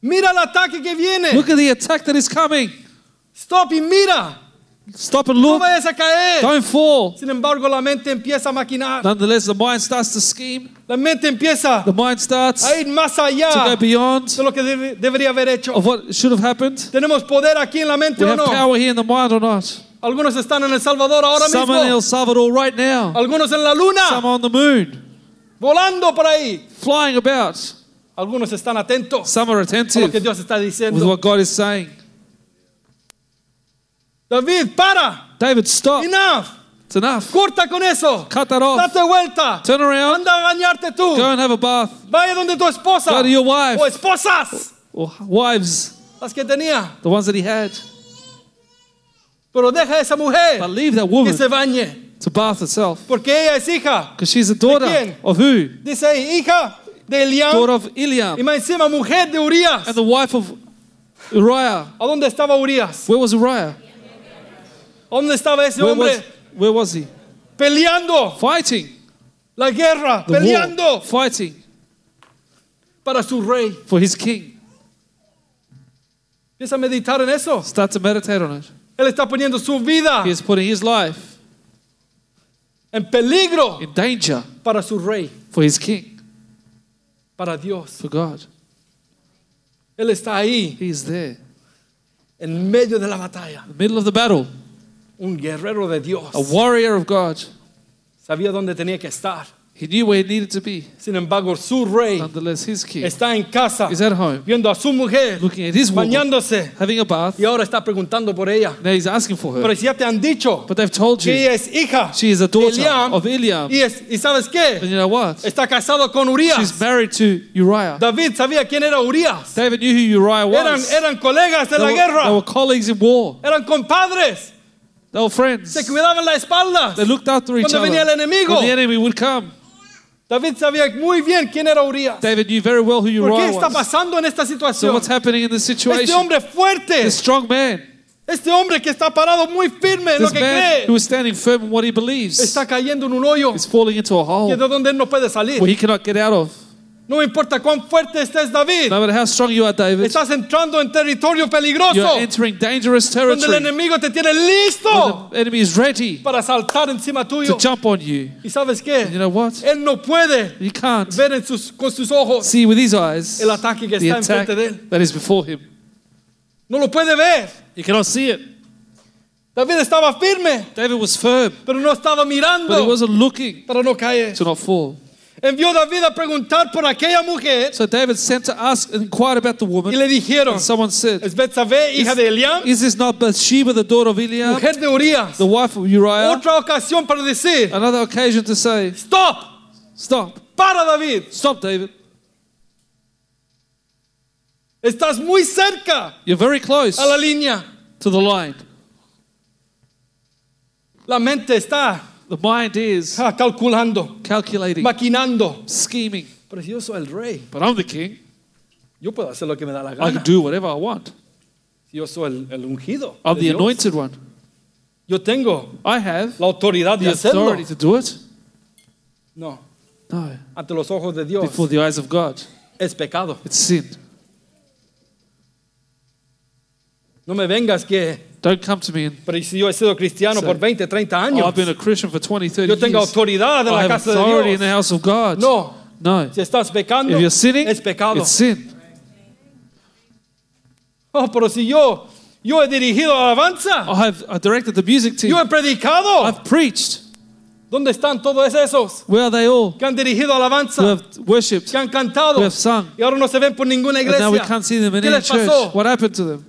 [SPEAKER 2] Mira el ataque que viene.
[SPEAKER 3] Look at the attack that is coming.
[SPEAKER 2] Stop y mira.
[SPEAKER 3] Stop and
[SPEAKER 2] No
[SPEAKER 3] look.
[SPEAKER 2] vayas a caer.
[SPEAKER 3] Don't fall.
[SPEAKER 2] Sin embargo, la mente empieza a maquinar.
[SPEAKER 3] Nonetheless, the mind starts to scheme.
[SPEAKER 2] La mente empieza
[SPEAKER 3] The mind starts
[SPEAKER 2] a
[SPEAKER 3] to
[SPEAKER 2] ir más allá
[SPEAKER 3] go beyond
[SPEAKER 2] de lo que debe- debería haber hecho.
[SPEAKER 3] of what should have happened.
[SPEAKER 2] Tenemos poder aquí en la mente
[SPEAKER 3] We
[SPEAKER 2] o
[SPEAKER 3] have
[SPEAKER 2] no.
[SPEAKER 3] power here in the mind or not.
[SPEAKER 2] Algunos están en El Salvador ahora
[SPEAKER 3] Someone
[SPEAKER 2] mismo.
[SPEAKER 3] else Salvador right now.
[SPEAKER 2] Algunos en la
[SPEAKER 3] Some
[SPEAKER 2] luna,
[SPEAKER 3] on the moon,
[SPEAKER 2] volando por ahí.
[SPEAKER 3] flying about.
[SPEAKER 2] Algunos están atentos
[SPEAKER 3] Some are
[SPEAKER 2] a lo
[SPEAKER 3] attentive
[SPEAKER 2] que Dios está
[SPEAKER 3] with
[SPEAKER 2] diciendo.
[SPEAKER 3] what God is saying.
[SPEAKER 2] David, para.
[SPEAKER 3] David, stop.
[SPEAKER 2] Enough.
[SPEAKER 3] It's enough.
[SPEAKER 2] Corta con eso.
[SPEAKER 3] Cut that off.
[SPEAKER 2] Date vuelta.
[SPEAKER 3] Turn around.
[SPEAKER 2] Anda a bañarte tú.
[SPEAKER 3] Go and have a bath.
[SPEAKER 2] Vaya donde tu esposa.
[SPEAKER 3] Go to your wife.
[SPEAKER 2] O esposas.
[SPEAKER 3] Or wives,
[SPEAKER 2] Las que tenía.
[SPEAKER 3] the ones that he had.
[SPEAKER 2] Pero deja a esa mujer
[SPEAKER 3] But leave that
[SPEAKER 2] que
[SPEAKER 3] woman
[SPEAKER 2] se bañe.
[SPEAKER 3] to bath herself.
[SPEAKER 2] Porque ella es hija.
[SPEAKER 3] Because she's a daughter
[SPEAKER 2] quién?
[SPEAKER 3] of who?
[SPEAKER 2] Dice ahí, hija de Eliam.
[SPEAKER 3] Daughter of
[SPEAKER 2] Y
[SPEAKER 3] Eliam.
[SPEAKER 2] más encima, mujer de Urias.
[SPEAKER 3] And the wife of Uriah.
[SPEAKER 2] ¿A dónde estaba Urias?
[SPEAKER 3] Where was Uriah?
[SPEAKER 2] ¿A dónde estaba ese
[SPEAKER 3] Where was,
[SPEAKER 2] hombre?
[SPEAKER 3] where was he?
[SPEAKER 2] Peleando
[SPEAKER 3] Fighting.
[SPEAKER 2] la guerra,
[SPEAKER 3] The war.
[SPEAKER 2] peleando
[SPEAKER 3] Fighting
[SPEAKER 2] para su rey.
[SPEAKER 3] for his king.
[SPEAKER 2] Empieza a meditar en eso.
[SPEAKER 3] Start to meditate on it.
[SPEAKER 2] Él está poniendo su vida
[SPEAKER 3] He is putting his life
[SPEAKER 2] en peligro
[SPEAKER 3] in danger
[SPEAKER 2] para su rey,
[SPEAKER 3] for his king,
[SPEAKER 2] para Dios.
[SPEAKER 3] for God.
[SPEAKER 2] Él está ahí
[SPEAKER 3] He is there.
[SPEAKER 2] en medio de la batalla.
[SPEAKER 3] The middle of the battle,
[SPEAKER 2] Un guerrero de Dios.
[SPEAKER 3] a warrior of God.
[SPEAKER 2] Sabía dónde tenía que estar.
[SPEAKER 3] He knew where he needed to be.
[SPEAKER 2] Sin embargo, su rey
[SPEAKER 3] Nonetheless, his king
[SPEAKER 2] está en casa
[SPEAKER 3] is at home
[SPEAKER 2] viendo a su mujer
[SPEAKER 3] looking at his woman,
[SPEAKER 2] bañándose
[SPEAKER 3] having a bath.
[SPEAKER 2] y ahora está preguntando por ella.
[SPEAKER 3] Now he's asking for
[SPEAKER 2] Pero
[SPEAKER 3] her.
[SPEAKER 2] si ya te han dicho
[SPEAKER 3] But they've told
[SPEAKER 2] que
[SPEAKER 3] you
[SPEAKER 2] ella es hija
[SPEAKER 3] Pues she is a
[SPEAKER 2] de
[SPEAKER 3] daughter
[SPEAKER 2] Eliam,
[SPEAKER 3] of Eliam.
[SPEAKER 2] y, es- y sabes
[SPEAKER 3] And
[SPEAKER 2] qué,
[SPEAKER 3] you know what?
[SPEAKER 2] está casado con Urias.
[SPEAKER 3] She's married to Uriah.
[SPEAKER 2] David sabía quién era Urias.
[SPEAKER 3] David knew who Uriah
[SPEAKER 2] Eran,
[SPEAKER 3] was.
[SPEAKER 2] eran colegas de
[SPEAKER 3] They
[SPEAKER 2] la
[SPEAKER 3] were, they were
[SPEAKER 2] guerra,
[SPEAKER 3] colleagues in war.
[SPEAKER 2] eran compadres,
[SPEAKER 3] They were friends.
[SPEAKER 2] se cuidaban la espalda.
[SPEAKER 3] They looked after each
[SPEAKER 2] Cuando
[SPEAKER 3] other.
[SPEAKER 2] venía el enemigo.
[SPEAKER 3] When the enemy would come,
[SPEAKER 2] David sabía muy bien quién era Urias.
[SPEAKER 3] David knew very well who
[SPEAKER 2] ¿Por qué
[SPEAKER 3] Uriah
[SPEAKER 2] está
[SPEAKER 3] was.
[SPEAKER 2] pasando en esta
[SPEAKER 3] So
[SPEAKER 2] situación?
[SPEAKER 3] what's happening in this
[SPEAKER 2] Este
[SPEAKER 3] situation?
[SPEAKER 2] hombre fuerte,
[SPEAKER 3] This strong man,
[SPEAKER 2] este hombre que está parado muy firme en lo
[SPEAKER 3] this
[SPEAKER 2] que
[SPEAKER 3] man who
[SPEAKER 2] cree,
[SPEAKER 3] is standing firm in what he believes,
[SPEAKER 2] está cayendo en un hoyo
[SPEAKER 3] is falling into a
[SPEAKER 2] que
[SPEAKER 3] hole
[SPEAKER 2] de donde él no puede salir.
[SPEAKER 3] where he cannot get out of.
[SPEAKER 2] No importa cuán fuerte estés, David,
[SPEAKER 3] No matter how strong you are, David,
[SPEAKER 2] estás entrando en territorio
[SPEAKER 3] you
[SPEAKER 2] peligroso
[SPEAKER 3] are entering dangerous
[SPEAKER 2] donde el
[SPEAKER 3] territory.
[SPEAKER 2] enemigo te tiene
[SPEAKER 3] The
[SPEAKER 2] listo
[SPEAKER 3] enemy is ready
[SPEAKER 2] para saltar encima
[SPEAKER 3] to
[SPEAKER 2] tuyo.
[SPEAKER 3] jump on you.
[SPEAKER 2] ¿Y sabes
[SPEAKER 3] You
[SPEAKER 2] qué?
[SPEAKER 3] know what?
[SPEAKER 2] Él no puede
[SPEAKER 3] He can't
[SPEAKER 2] ver en sus, con sus ojos
[SPEAKER 3] see with his eyes
[SPEAKER 2] el ataque que
[SPEAKER 3] the
[SPEAKER 2] está
[SPEAKER 3] attack
[SPEAKER 2] enfrente de él.
[SPEAKER 3] that is before him.
[SPEAKER 2] No lo puede ver.
[SPEAKER 3] You cannot see it.
[SPEAKER 2] David estaba firme,
[SPEAKER 3] David was firm,
[SPEAKER 2] pero no estaba
[SPEAKER 3] but he
[SPEAKER 2] mirando
[SPEAKER 3] wasn't looking
[SPEAKER 2] para no caer.
[SPEAKER 3] to not fall.
[SPEAKER 2] Envió David a preguntar por aquella mujer
[SPEAKER 3] So David sent to ask and inquire about the
[SPEAKER 2] y
[SPEAKER 3] woman.
[SPEAKER 2] le dijeron,
[SPEAKER 3] And someone said,
[SPEAKER 2] ¿es Betsabé hija de Eliam?
[SPEAKER 3] Is this not Bathsheba, the daughter of Eliab,
[SPEAKER 2] Mujer de Urias.
[SPEAKER 3] the wife of Uriah?
[SPEAKER 2] Otra ocasión para decir,
[SPEAKER 3] Another occasion to say,
[SPEAKER 2] stop,
[SPEAKER 3] Stop,
[SPEAKER 2] para David,
[SPEAKER 3] stop, David.
[SPEAKER 2] estás muy cerca
[SPEAKER 3] You're very close
[SPEAKER 2] a la línea.
[SPEAKER 3] to the line.
[SPEAKER 2] La mente está
[SPEAKER 3] The mind is
[SPEAKER 2] ah, calculando,
[SPEAKER 3] calculating,
[SPEAKER 2] maquinando.
[SPEAKER 3] scheming.
[SPEAKER 2] Pero yo soy el rey,
[SPEAKER 3] But I'm the king.
[SPEAKER 2] yo puedo hacer lo que me da la
[SPEAKER 3] I can
[SPEAKER 2] gana.
[SPEAKER 3] do whatever I want.
[SPEAKER 2] Yo soy el, el ungido.
[SPEAKER 3] I'm
[SPEAKER 2] de
[SPEAKER 3] the
[SPEAKER 2] Dios.
[SPEAKER 3] anointed one.
[SPEAKER 2] Yo tengo
[SPEAKER 3] I have
[SPEAKER 2] la autoridad de
[SPEAKER 3] the
[SPEAKER 2] hacerlo.
[SPEAKER 3] authority to do it.
[SPEAKER 2] No,
[SPEAKER 3] No,
[SPEAKER 2] ante los ojos de Dios
[SPEAKER 3] before the eyes of God.
[SPEAKER 2] es pecado.
[SPEAKER 3] It's sin.
[SPEAKER 2] No me vengas que,
[SPEAKER 3] Don't come to me and,
[SPEAKER 2] pero si yo he sido cristiano
[SPEAKER 3] Sí.
[SPEAKER 2] por 20, 30
[SPEAKER 3] oh,
[SPEAKER 2] años,
[SPEAKER 3] I've been a Christian for 20, 30
[SPEAKER 2] yo tengo
[SPEAKER 3] years.
[SPEAKER 2] autoridad en
[SPEAKER 3] I
[SPEAKER 2] la
[SPEAKER 3] have
[SPEAKER 2] casa
[SPEAKER 3] authority
[SPEAKER 2] de
[SPEAKER 3] in the
[SPEAKER 2] Dios.
[SPEAKER 3] house of God.
[SPEAKER 2] No,
[SPEAKER 3] No.
[SPEAKER 2] si estás pecando,
[SPEAKER 3] If you're sinning,
[SPEAKER 2] es pecado.
[SPEAKER 3] it's sin.
[SPEAKER 2] Oh, pero si yo, yo he dirigido la alabanza,
[SPEAKER 3] I have I directed the music team.
[SPEAKER 2] yo he predicado,
[SPEAKER 3] Oh, I've preached.
[SPEAKER 2] ¿dónde están todos esos
[SPEAKER 3] Where are they all?
[SPEAKER 2] que han dirigido
[SPEAKER 3] Who
[SPEAKER 2] alabanza,
[SPEAKER 3] have worshipped?
[SPEAKER 2] que han cantado
[SPEAKER 3] who have sung.
[SPEAKER 2] y ahora no se ven por ninguna
[SPEAKER 3] And now we
[SPEAKER 2] iglesia?
[SPEAKER 3] can't see them in
[SPEAKER 2] ¿Qué
[SPEAKER 3] any
[SPEAKER 2] les
[SPEAKER 3] church.
[SPEAKER 2] pasó?
[SPEAKER 3] What happened to them?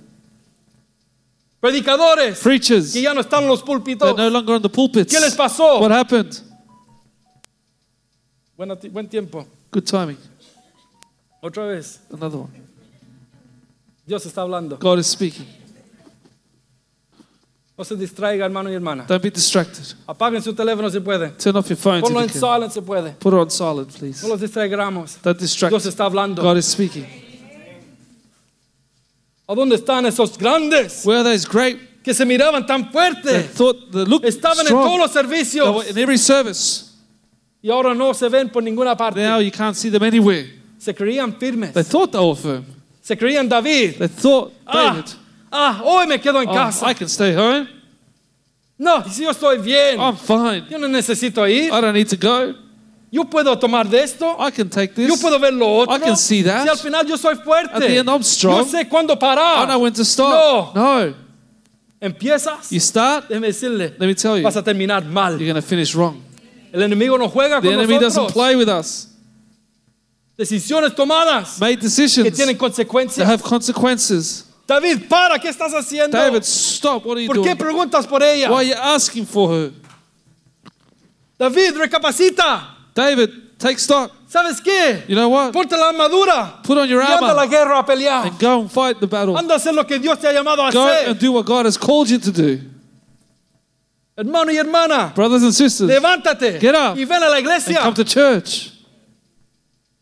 [SPEAKER 2] Predicadores
[SPEAKER 3] Preachers.
[SPEAKER 2] que ya no están en los
[SPEAKER 3] They're
[SPEAKER 2] púlpitos.
[SPEAKER 3] no longer on the pulpits.
[SPEAKER 2] ¿Qué les pasó?
[SPEAKER 3] What happened?
[SPEAKER 2] Buena ti- buen tiempo.
[SPEAKER 3] Good timing.
[SPEAKER 2] Otra vez,
[SPEAKER 3] Another one.
[SPEAKER 2] Dios está hablando.
[SPEAKER 3] God is speaking.
[SPEAKER 2] No se distraiga, hermano y hermana.
[SPEAKER 3] Don't be distracted.
[SPEAKER 2] Apaguen su teléfono si pueden.
[SPEAKER 3] Turn off your phones.
[SPEAKER 2] Ponlo en
[SPEAKER 3] If you can.
[SPEAKER 2] silent si puede.
[SPEAKER 3] Put it on silent, please.
[SPEAKER 2] No los distraigamos.
[SPEAKER 3] Don't distract.
[SPEAKER 2] Dios está hablando.
[SPEAKER 3] God is speaking.
[SPEAKER 2] ¿A dónde están esos grandes
[SPEAKER 3] Where are those great
[SPEAKER 2] que se miraban tan
[SPEAKER 3] that
[SPEAKER 2] fuertes?
[SPEAKER 3] thought that looked
[SPEAKER 2] Estaban en todos
[SPEAKER 3] strong?
[SPEAKER 2] los
[SPEAKER 3] They were
[SPEAKER 2] servicios
[SPEAKER 3] in every service.
[SPEAKER 2] y ahora no se ven por ninguna parte.
[SPEAKER 3] Now you can't see them anywhere.
[SPEAKER 2] Se creían firmes.
[SPEAKER 3] They thought they were firm.
[SPEAKER 2] Se creían David.
[SPEAKER 3] They thought,
[SPEAKER 2] Ah,
[SPEAKER 3] David,
[SPEAKER 2] ah, hoy me quedo en
[SPEAKER 3] oh, I
[SPEAKER 2] casa.
[SPEAKER 3] can stay home.
[SPEAKER 2] No, si yo estoy bien,
[SPEAKER 3] I'm fine.
[SPEAKER 2] yo no necesito ir.
[SPEAKER 3] I don't need to go.
[SPEAKER 2] Yo puedo tomar de esto.
[SPEAKER 3] I can take
[SPEAKER 2] Yo
[SPEAKER 3] this.
[SPEAKER 2] puedo ver lo otro.
[SPEAKER 3] Oh, I can see that.
[SPEAKER 2] Si al final yo soy fuerte.
[SPEAKER 3] At the end, I'm strong.
[SPEAKER 2] Yo sé cuándo
[SPEAKER 3] I
[SPEAKER 2] parar.
[SPEAKER 3] know when to stop. No.
[SPEAKER 2] Empiezas.
[SPEAKER 3] You start,
[SPEAKER 2] Déjeme decirle.
[SPEAKER 3] let me tell you,
[SPEAKER 2] Vas
[SPEAKER 3] you're
[SPEAKER 2] a terminar mal.
[SPEAKER 3] going to finish wrong.
[SPEAKER 2] El enemigo no juega
[SPEAKER 3] The
[SPEAKER 2] con
[SPEAKER 3] enemy doesn't
[SPEAKER 2] nosotros.
[SPEAKER 3] play with us.
[SPEAKER 2] Decisiones tomadas
[SPEAKER 3] Made
[SPEAKER 2] que
[SPEAKER 3] decisions
[SPEAKER 2] tienen
[SPEAKER 3] that
[SPEAKER 2] consecuencias.
[SPEAKER 3] have consequences.
[SPEAKER 2] David, para, ¿qué estás haciendo?
[SPEAKER 3] David, stop. What are you
[SPEAKER 2] ¿Por qué
[SPEAKER 3] doing?
[SPEAKER 2] preguntas por ella?
[SPEAKER 3] Why are you asking for her?
[SPEAKER 2] David, recapacita.
[SPEAKER 3] David, take stock.
[SPEAKER 2] ¿Sabes qué?
[SPEAKER 3] You know what?
[SPEAKER 2] Ponte la armadura.
[SPEAKER 3] Put on your
[SPEAKER 2] Y anda a la
[SPEAKER 3] armor
[SPEAKER 2] guerra a pelear.
[SPEAKER 3] and go and fight the battle.
[SPEAKER 2] Anda a hacer lo que Dios te ha llamado a
[SPEAKER 3] Go and
[SPEAKER 2] hacer.
[SPEAKER 3] do what God has called you to do.
[SPEAKER 2] Hermano y hermana,
[SPEAKER 3] Brothers and sisters,
[SPEAKER 2] levántate
[SPEAKER 3] Get up.
[SPEAKER 2] y ven a la
[SPEAKER 3] and
[SPEAKER 2] iglesia
[SPEAKER 3] come to church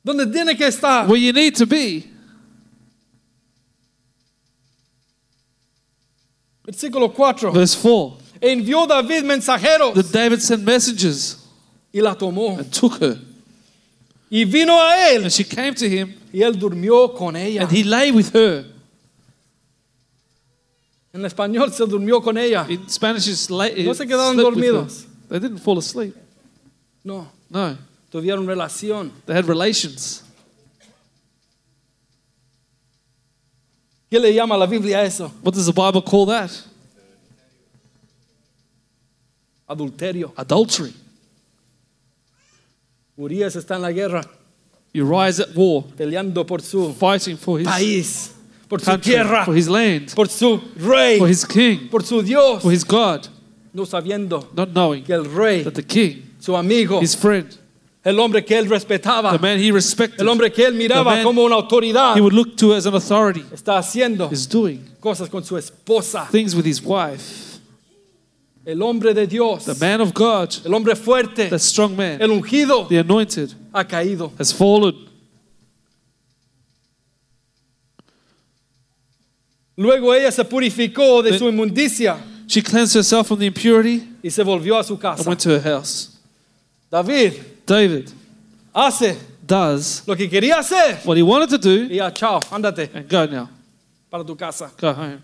[SPEAKER 2] donde tiene que estar.
[SPEAKER 3] where you need to be.
[SPEAKER 2] Versículo 4.
[SPEAKER 3] Verse 4.
[SPEAKER 2] E envió David mensajeros
[SPEAKER 3] That David sent messengers
[SPEAKER 2] y la tomó.
[SPEAKER 3] and took her.
[SPEAKER 2] Y vino a él
[SPEAKER 3] And she came to him
[SPEAKER 2] y él durmió con ella.
[SPEAKER 3] and he lay with her.
[SPEAKER 2] En español se durmió con ella.
[SPEAKER 3] In Spanish, it's lay.
[SPEAKER 2] No se quedaron
[SPEAKER 3] slept with her.
[SPEAKER 2] dormidos.
[SPEAKER 3] They didn't fall asleep.
[SPEAKER 2] No,
[SPEAKER 3] No.
[SPEAKER 2] tuvieron relación.
[SPEAKER 3] They had relations.
[SPEAKER 2] ¿Qué le llama la Biblia a eso?
[SPEAKER 3] What does the Bible call that?
[SPEAKER 2] Adulterio.
[SPEAKER 3] Adultery.
[SPEAKER 2] Urias está en la guerra
[SPEAKER 3] You rise at war,
[SPEAKER 2] peleando por su
[SPEAKER 3] fighting for his
[SPEAKER 2] país, por su
[SPEAKER 3] country,
[SPEAKER 2] tierra,
[SPEAKER 3] for his land,
[SPEAKER 2] por su rey,
[SPEAKER 3] for his king,
[SPEAKER 2] por su Dios,
[SPEAKER 3] for his God,
[SPEAKER 2] no sabiendo
[SPEAKER 3] not knowing
[SPEAKER 2] que el rey,
[SPEAKER 3] that the king,
[SPEAKER 2] su amigo,
[SPEAKER 3] his friend,
[SPEAKER 2] el hombre que él
[SPEAKER 3] the
[SPEAKER 2] respetaba,
[SPEAKER 3] man he respected,
[SPEAKER 2] Ah. el hombre que él
[SPEAKER 3] The
[SPEAKER 2] miraba
[SPEAKER 3] man-
[SPEAKER 2] como una autoridad,
[SPEAKER 3] he would look to as an authority,
[SPEAKER 2] está haciendo
[SPEAKER 3] is doing
[SPEAKER 2] cosas con su esposa.
[SPEAKER 3] things with his wife.
[SPEAKER 2] El hombre de Dios,
[SPEAKER 3] The man of God,
[SPEAKER 2] el hombre fuerte,
[SPEAKER 3] the strong man,
[SPEAKER 2] el ungido,
[SPEAKER 3] the anointed,
[SPEAKER 2] ha caído.
[SPEAKER 3] has fallen.
[SPEAKER 2] Luego ella se purificó de su inmundicia
[SPEAKER 3] She cleansed herself from the impurity
[SPEAKER 2] y se volvió a su
[SPEAKER 3] and
[SPEAKER 2] casa.
[SPEAKER 3] went to her house.
[SPEAKER 2] David
[SPEAKER 3] David
[SPEAKER 2] hace
[SPEAKER 3] does
[SPEAKER 2] lo que quería hacer.
[SPEAKER 3] what he wanted to do
[SPEAKER 2] Y ya, chao, ándate
[SPEAKER 3] and go now,
[SPEAKER 2] para tu casa.
[SPEAKER 3] go home.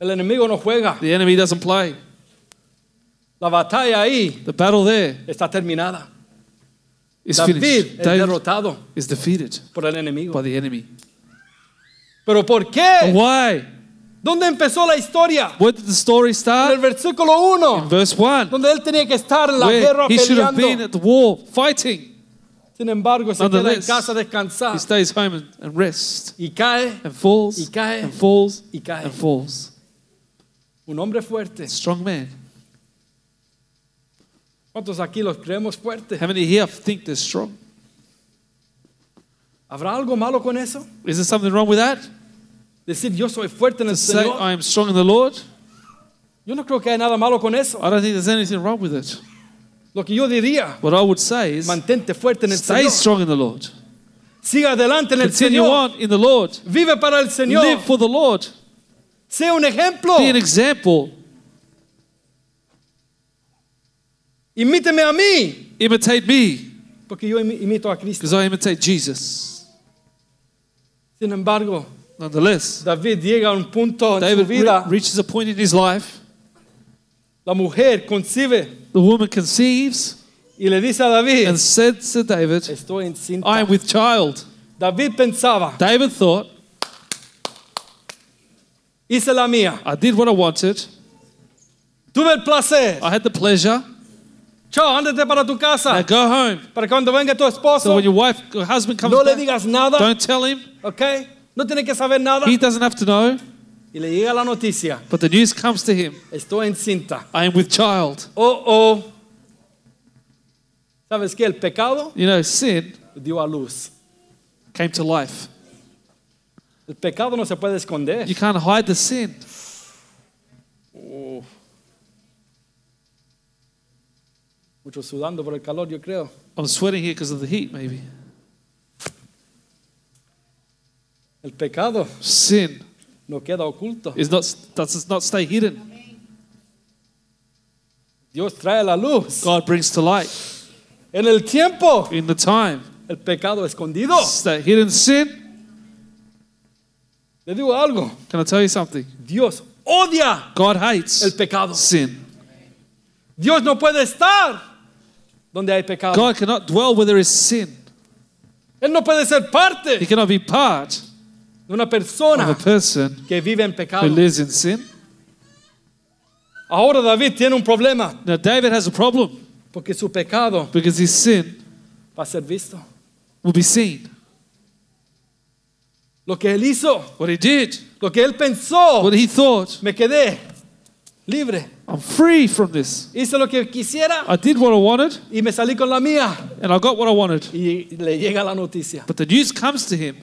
[SPEAKER 2] El enemigo no juega.
[SPEAKER 3] The enemy doesn't play.
[SPEAKER 2] La batalla ahí
[SPEAKER 3] The battle there
[SPEAKER 2] está terminada.
[SPEAKER 3] is
[SPEAKER 2] David
[SPEAKER 3] finished.
[SPEAKER 2] es
[SPEAKER 3] David
[SPEAKER 2] derrotado
[SPEAKER 3] is defeated
[SPEAKER 2] por el
[SPEAKER 3] by
[SPEAKER 2] enemigo.
[SPEAKER 3] the enemy.
[SPEAKER 2] ¿Pero por qué?
[SPEAKER 3] Why?
[SPEAKER 2] ¿Dónde empezó la historia?
[SPEAKER 3] Where did the story
[SPEAKER 2] En el
[SPEAKER 3] start?
[SPEAKER 2] versículo 1,
[SPEAKER 3] Verse 1.
[SPEAKER 2] donde él tenía que estar en la guerra
[SPEAKER 3] Where he should have been
[SPEAKER 2] peleando.
[SPEAKER 3] at the war fighting.
[SPEAKER 2] Sin embargo, se queda en
[SPEAKER 3] Nonetheless,
[SPEAKER 2] casa a descansar
[SPEAKER 3] He stays home and, and rests
[SPEAKER 2] y cae
[SPEAKER 3] and falls
[SPEAKER 2] Y cae.
[SPEAKER 3] and falls
[SPEAKER 2] Y cae.
[SPEAKER 3] and falls.
[SPEAKER 2] un hombre fuerte.
[SPEAKER 3] Strong man.
[SPEAKER 2] ¿Cuántos aquí los creemos fuertes?
[SPEAKER 3] How many here think they're strong?
[SPEAKER 2] ¿Habrá algo malo con eso?
[SPEAKER 3] Is there something wrong with that?
[SPEAKER 2] Decir yo soy fuerte en
[SPEAKER 3] To
[SPEAKER 2] el
[SPEAKER 3] say
[SPEAKER 2] Señor.
[SPEAKER 3] I am strong in the Lord?
[SPEAKER 2] Yo no creo que hay nada malo con eso.
[SPEAKER 3] I don't think there's anything wrong with it.
[SPEAKER 2] Lo que yo diría,
[SPEAKER 3] What I would say is
[SPEAKER 2] mantente fuerte en el
[SPEAKER 3] stay
[SPEAKER 2] Señor.
[SPEAKER 3] strong in the Lord.
[SPEAKER 2] Siga adelante en el
[SPEAKER 3] Continue
[SPEAKER 2] Señor.
[SPEAKER 3] on in the Lord.
[SPEAKER 2] Vive para el Señor.
[SPEAKER 3] Live for the Lord.
[SPEAKER 2] Sea un ejemplo.
[SPEAKER 3] Be an example.
[SPEAKER 2] Imíteme a mí,
[SPEAKER 3] Imitate me
[SPEAKER 2] porque yo imi- imito a Cristo.
[SPEAKER 3] because I imitate Jesus.
[SPEAKER 2] Sin embargo,
[SPEAKER 3] Nonetheless,
[SPEAKER 2] David llega a un punto en
[SPEAKER 3] David
[SPEAKER 2] su
[SPEAKER 3] re-
[SPEAKER 2] vida.
[SPEAKER 3] reaches a point in his life.
[SPEAKER 2] La mujer concibe
[SPEAKER 3] The woman conceives
[SPEAKER 2] y le dice a David,
[SPEAKER 3] and said to David,
[SPEAKER 2] estoy encinta.
[SPEAKER 3] I am with child.
[SPEAKER 2] David pensaba,
[SPEAKER 3] David thought,
[SPEAKER 2] hice la mía.
[SPEAKER 3] I did what I wanted.
[SPEAKER 2] Tuve el placer.
[SPEAKER 3] I had the pleasure.
[SPEAKER 2] Chao, ándate para tu
[SPEAKER 3] Now
[SPEAKER 2] casa.
[SPEAKER 3] go home.
[SPEAKER 2] Para cuando venga tu
[SPEAKER 3] So
[SPEAKER 2] esposo,
[SPEAKER 3] when your wife or husband comes
[SPEAKER 2] no le
[SPEAKER 3] back,
[SPEAKER 2] digas nada,
[SPEAKER 3] don't tell him.
[SPEAKER 2] ¿ok? No tiene que saber nada.
[SPEAKER 3] He doesn't have to know.
[SPEAKER 2] Y le llega la noticia,
[SPEAKER 3] But the news comes to him.
[SPEAKER 2] estoy encinta.
[SPEAKER 3] I am with child.
[SPEAKER 2] Oh, oh. ¿Sabes qué? El pecado
[SPEAKER 3] You know, sin
[SPEAKER 2] dio a luz.
[SPEAKER 3] came to life.
[SPEAKER 2] El pecado no se puede esconder.
[SPEAKER 3] You can't hide the sin.
[SPEAKER 2] Muchos sudando por el calor, yo creo.
[SPEAKER 3] I'm sweating here because of the heat, maybe.
[SPEAKER 2] El pecado
[SPEAKER 3] Sin
[SPEAKER 2] no queda oculto.
[SPEAKER 3] is not does not stay hidden.
[SPEAKER 2] Dios trae la luz.
[SPEAKER 3] God brings to light
[SPEAKER 2] En el tiempo,
[SPEAKER 3] in the time.
[SPEAKER 2] el pecado escondido.
[SPEAKER 3] It's that hidden sin.
[SPEAKER 2] Le digo algo.
[SPEAKER 3] Can I tell you something?
[SPEAKER 2] Dios odia
[SPEAKER 3] God hates
[SPEAKER 2] el pecado.
[SPEAKER 3] sin.
[SPEAKER 2] Dios no puede estar donde hay pecado.
[SPEAKER 3] God cannot dwell where there is sin.
[SPEAKER 2] Él no puede ser parte
[SPEAKER 3] He cannot be part
[SPEAKER 2] de una
[SPEAKER 3] of a
[SPEAKER 2] persona
[SPEAKER 3] person
[SPEAKER 2] que vive en
[SPEAKER 3] who
[SPEAKER 2] pecado.
[SPEAKER 3] lives in sin.
[SPEAKER 2] Ahora David tiene un problema
[SPEAKER 3] Now David has a problem
[SPEAKER 2] porque su pecado
[SPEAKER 3] because his sin
[SPEAKER 2] va a ser visto.
[SPEAKER 3] will be seen.
[SPEAKER 2] Lo que él hizo,
[SPEAKER 3] What he did,
[SPEAKER 2] lo que él pensó,
[SPEAKER 3] what he thought,
[SPEAKER 2] me quedé libre.
[SPEAKER 3] I'm free from this.
[SPEAKER 2] Hice lo que quisiera
[SPEAKER 3] I did what I wanted
[SPEAKER 2] y me salí con la mía.
[SPEAKER 3] and I got what I wanted.
[SPEAKER 2] Y le llega la noticia.
[SPEAKER 3] But the news comes to him.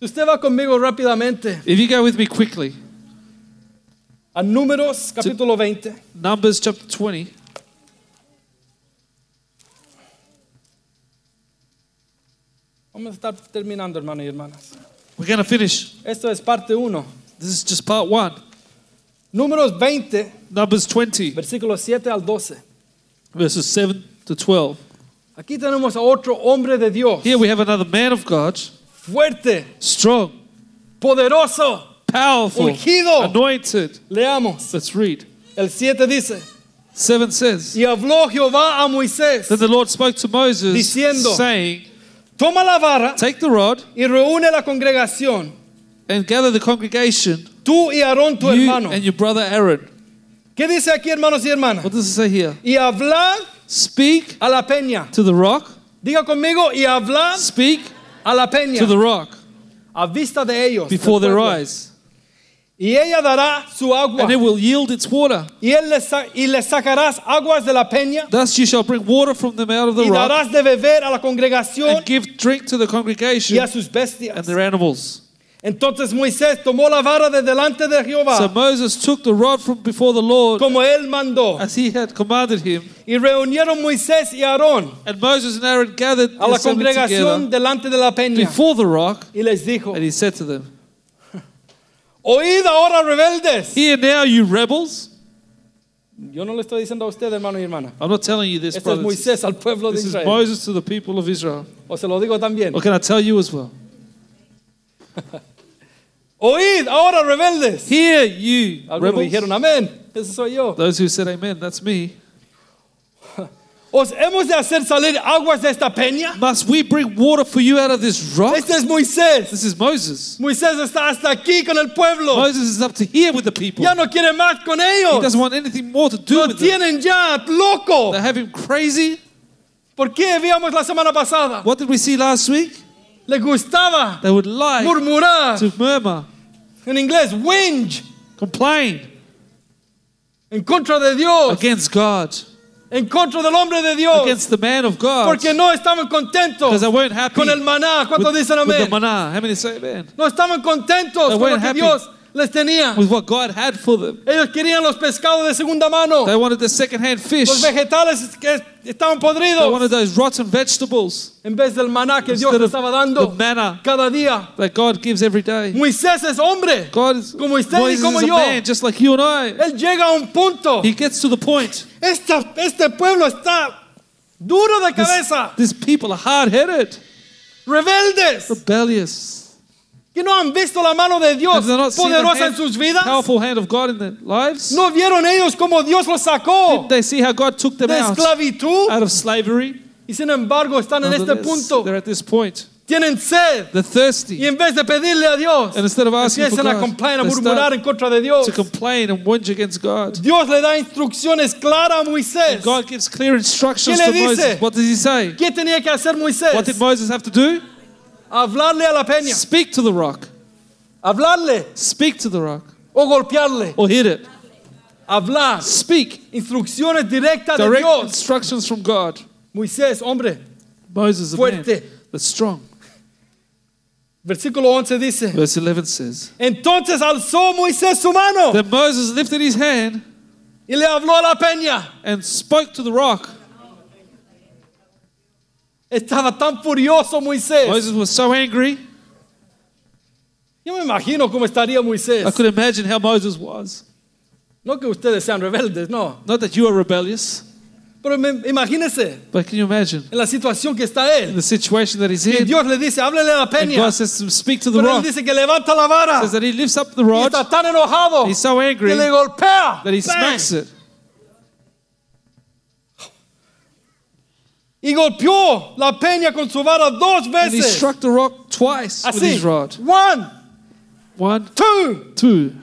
[SPEAKER 2] Si usted va conmigo rápidamente
[SPEAKER 3] If you go with me quickly,
[SPEAKER 2] a Números capítulo 20,
[SPEAKER 3] Numbers chapter 20,
[SPEAKER 2] vamos a estar terminando, hermanos y hermanas.
[SPEAKER 3] we're going to finish.
[SPEAKER 2] Esto es parte 1.
[SPEAKER 3] This is just part one.
[SPEAKER 2] Números 20,
[SPEAKER 3] Numbers 20,
[SPEAKER 2] versículos 7 al 12.
[SPEAKER 3] verses 7 to 12.
[SPEAKER 2] Aquí tenemos a otro hombre de Dios,
[SPEAKER 3] Here we have another man of God,
[SPEAKER 2] fuerte,
[SPEAKER 3] strong,
[SPEAKER 2] poderoso.
[SPEAKER 3] powerful,
[SPEAKER 2] Ungido.
[SPEAKER 3] anointed.
[SPEAKER 2] Leamos.
[SPEAKER 3] Let's read.
[SPEAKER 2] El 7 dice,
[SPEAKER 3] 7 says,
[SPEAKER 2] y habló Jehová a Moisés,
[SPEAKER 3] Then the Lord spoke to Moses,
[SPEAKER 2] Diciendo,
[SPEAKER 3] saying,
[SPEAKER 2] toma la vara
[SPEAKER 3] Take the rod
[SPEAKER 2] y reúne la congregación,
[SPEAKER 3] and gather the congregation,
[SPEAKER 2] tú y Aarón tu
[SPEAKER 3] you
[SPEAKER 2] hermano.
[SPEAKER 3] and your brother Aaron.
[SPEAKER 2] ¿Qué dice aquí, hermanos y hermanas?
[SPEAKER 3] What does it say here?
[SPEAKER 2] Y hablad
[SPEAKER 3] Speak
[SPEAKER 2] a la peña.
[SPEAKER 3] to the rock.
[SPEAKER 2] Diga conmigo, y hablad
[SPEAKER 3] Speak
[SPEAKER 2] a la peña,
[SPEAKER 3] to the rock
[SPEAKER 2] a vista de ellos. del
[SPEAKER 3] before their
[SPEAKER 2] pueblo.
[SPEAKER 3] eyes,
[SPEAKER 2] Y ella dará su agua,
[SPEAKER 3] and it will yield its water.
[SPEAKER 2] y, él les sa- y les sacarás aguas de la peña,
[SPEAKER 3] Thus you shall bring water from them out of the
[SPEAKER 2] y
[SPEAKER 3] rock,
[SPEAKER 2] darás de beber a la congregación
[SPEAKER 3] and give drink to the
[SPEAKER 2] y a
[SPEAKER 3] congregation
[SPEAKER 2] sus
[SPEAKER 3] and
[SPEAKER 2] bestias.
[SPEAKER 3] their animals.
[SPEAKER 2] Entonces Moisés tomó la vara de delante de
[SPEAKER 3] So
[SPEAKER 2] Jehová,
[SPEAKER 3] Moses took the rod from before the Lord,
[SPEAKER 2] como él mandó,
[SPEAKER 3] as he had commanded him,
[SPEAKER 2] y reunieron Moisés y Aarón
[SPEAKER 3] and Moses and Aaron gathered
[SPEAKER 2] a
[SPEAKER 3] the
[SPEAKER 2] la
[SPEAKER 3] assembly
[SPEAKER 2] congregación
[SPEAKER 3] together
[SPEAKER 2] delante de la peña,
[SPEAKER 3] before the rock,
[SPEAKER 2] y les dijo,
[SPEAKER 3] and he said to them,
[SPEAKER 2] oíd ahora rebeldes.
[SPEAKER 3] Hear now, you rebels.
[SPEAKER 2] Yo no le estoy diciendo a usted, hermano y hermana.
[SPEAKER 3] I'm not telling you this,
[SPEAKER 2] Esto es
[SPEAKER 3] brothers.
[SPEAKER 2] Moisés al pueblo de
[SPEAKER 3] This is
[SPEAKER 2] Israel.
[SPEAKER 3] Moses to the people of Israel.
[SPEAKER 2] O se lo digo también.
[SPEAKER 3] What can I tell you as well?
[SPEAKER 2] Oíd ahora rebeldes.
[SPEAKER 3] Hear you,
[SPEAKER 2] Algunos
[SPEAKER 3] rebels.
[SPEAKER 2] dijeron amén. Ese soy yo.
[SPEAKER 3] Those who said amen, that's me.
[SPEAKER 2] ¿Os hemos de hacer salir aguas de esta peña?
[SPEAKER 3] Must we bring water for you out of this rock?
[SPEAKER 2] Este es Moisés.
[SPEAKER 3] This is Moses.
[SPEAKER 2] Moisés está hasta aquí con el pueblo.
[SPEAKER 3] Moses is up to here with the people.
[SPEAKER 2] Ya no quiere más con
[SPEAKER 3] He
[SPEAKER 2] ellos.
[SPEAKER 3] doesn't want anything more to do
[SPEAKER 2] Lo
[SPEAKER 3] with them.
[SPEAKER 2] tienen ya loco.
[SPEAKER 3] They have him crazy.
[SPEAKER 2] ¿Por qué veíamos la semana pasada?
[SPEAKER 3] What did we see last week?
[SPEAKER 2] Le gustaba
[SPEAKER 3] They would lie,
[SPEAKER 2] murmurar.
[SPEAKER 3] to murmur,
[SPEAKER 2] En inglés, whinge.
[SPEAKER 3] complain
[SPEAKER 2] En contra de Dios.
[SPEAKER 3] against God,
[SPEAKER 2] En contra del hombre de Dios.
[SPEAKER 3] against the man of God.
[SPEAKER 2] Porque no estaban
[SPEAKER 3] Because
[SPEAKER 2] contentos
[SPEAKER 3] they weren't happy
[SPEAKER 2] con el maná. ¿Cuántos
[SPEAKER 3] with, with
[SPEAKER 2] dicen
[SPEAKER 3] the
[SPEAKER 2] amén?
[SPEAKER 3] manna. How many say amen?
[SPEAKER 2] No estaban contentos
[SPEAKER 3] They
[SPEAKER 2] con lo
[SPEAKER 3] weren't
[SPEAKER 2] que
[SPEAKER 3] happy.
[SPEAKER 2] Dios les tenía.
[SPEAKER 3] With what God had for them.
[SPEAKER 2] Ellos querían los pescados de segunda mano.
[SPEAKER 3] They wanted the second-hand fish.
[SPEAKER 2] Los
[SPEAKER 3] They
[SPEAKER 2] vegetales que estaban podridos.
[SPEAKER 3] wanted those rotten vegetables.
[SPEAKER 2] En vez del maná que Dios
[SPEAKER 3] Instead
[SPEAKER 2] les
[SPEAKER 3] of
[SPEAKER 2] estaba
[SPEAKER 3] the
[SPEAKER 2] dando
[SPEAKER 3] manna
[SPEAKER 2] cada día.
[SPEAKER 3] that God gives every day.
[SPEAKER 2] Moisés es hombre.
[SPEAKER 3] God is,
[SPEAKER 2] Como usted y
[SPEAKER 3] Moses
[SPEAKER 2] como
[SPEAKER 3] is a
[SPEAKER 2] yo.
[SPEAKER 3] man just like you and I.
[SPEAKER 2] Él llega a un punto.
[SPEAKER 3] He gets to the point.
[SPEAKER 2] Esta- este pueblo está duro de cabeza.
[SPEAKER 3] These people are hard-headed,
[SPEAKER 2] Rebeldes.
[SPEAKER 3] rebellious.
[SPEAKER 2] Que no han visto la mano de Dios
[SPEAKER 3] Have they not seen the
[SPEAKER 2] poderosa en
[SPEAKER 3] hand-
[SPEAKER 2] sus vidas.
[SPEAKER 3] powerful hand of God in their lives?
[SPEAKER 2] No vieron ellos cómo Dios los sacó
[SPEAKER 3] They see how God took them
[SPEAKER 2] de
[SPEAKER 3] out,
[SPEAKER 2] esclavitud.
[SPEAKER 3] out of slavery.
[SPEAKER 2] Y sin embargo están en este
[SPEAKER 3] Nonetheless,
[SPEAKER 2] punto.
[SPEAKER 3] They're at this point.
[SPEAKER 2] Tienen sed.
[SPEAKER 3] They're thirsty.
[SPEAKER 2] Y en vez de pedirle a Dios,
[SPEAKER 3] And instead of asking for
[SPEAKER 2] empiezan a
[SPEAKER 3] God,
[SPEAKER 2] complain, a
[SPEAKER 3] they
[SPEAKER 2] murmurar
[SPEAKER 3] start
[SPEAKER 2] en contra de Dios.
[SPEAKER 3] to complain and whinge against God.
[SPEAKER 2] Dios le da instrucciones claras a Moisés.
[SPEAKER 3] God gives clear instructions
[SPEAKER 2] ¿Qué le
[SPEAKER 3] to
[SPEAKER 2] dice?
[SPEAKER 3] Moses. What does he say?
[SPEAKER 2] ¿Qué tenía que hacer
[SPEAKER 3] What did
[SPEAKER 2] Moisés?
[SPEAKER 3] Moses have to do?
[SPEAKER 2] Hablarle a la peña.
[SPEAKER 3] Speak to the rock.
[SPEAKER 2] Hablarle
[SPEAKER 3] Speak to the rock.
[SPEAKER 2] o golpearle.
[SPEAKER 3] Or hit it.
[SPEAKER 2] Hablar.
[SPEAKER 3] Speak.
[SPEAKER 2] Instrucciones directas de
[SPEAKER 3] Direct
[SPEAKER 2] Dios.
[SPEAKER 3] instructions from God.
[SPEAKER 2] Moisés, hombre.
[SPEAKER 3] Moses, a man
[SPEAKER 2] Fuerte.
[SPEAKER 3] that's strong.
[SPEAKER 2] Versículo 11 dice.
[SPEAKER 3] Verse 11 says,
[SPEAKER 2] Entonces alzó Moisés su mano
[SPEAKER 3] Then Moses lifted his hand
[SPEAKER 2] y le habló a la peña.
[SPEAKER 3] and spoke to the rock.
[SPEAKER 2] Estaba tan furioso Moisés.
[SPEAKER 3] Moses was so angry.
[SPEAKER 2] Yo me imagino cómo estaría Moisés.
[SPEAKER 3] I could imagine how Moses was.
[SPEAKER 2] No que ustedes sean rebeldes, no.
[SPEAKER 3] Not that you are rebellious,
[SPEAKER 2] Pero me- imagínense
[SPEAKER 3] but can you imagine
[SPEAKER 2] en la situación que está él.
[SPEAKER 3] the situation that he's
[SPEAKER 2] Y
[SPEAKER 3] in?
[SPEAKER 2] Dios le dice, háblele a la
[SPEAKER 3] And
[SPEAKER 2] peña.
[SPEAKER 3] God says to him, Speak to the
[SPEAKER 2] Pero él
[SPEAKER 3] rock.
[SPEAKER 2] dice que levanta la vara.
[SPEAKER 3] Says that he lifts up the
[SPEAKER 2] Y
[SPEAKER 3] rod,
[SPEAKER 2] está tan enojado
[SPEAKER 3] He's so angry
[SPEAKER 2] que le golpea.
[SPEAKER 3] that he
[SPEAKER 2] Bang.
[SPEAKER 3] smacks it.
[SPEAKER 2] Y golpeó la peña con su vara dos
[SPEAKER 3] And he
[SPEAKER 2] veces.
[SPEAKER 3] struck the rock twice with
[SPEAKER 2] Así.
[SPEAKER 3] his rod.
[SPEAKER 2] One,
[SPEAKER 3] One,
[SPEAKER 2] two.
[SPEAKER 3] two.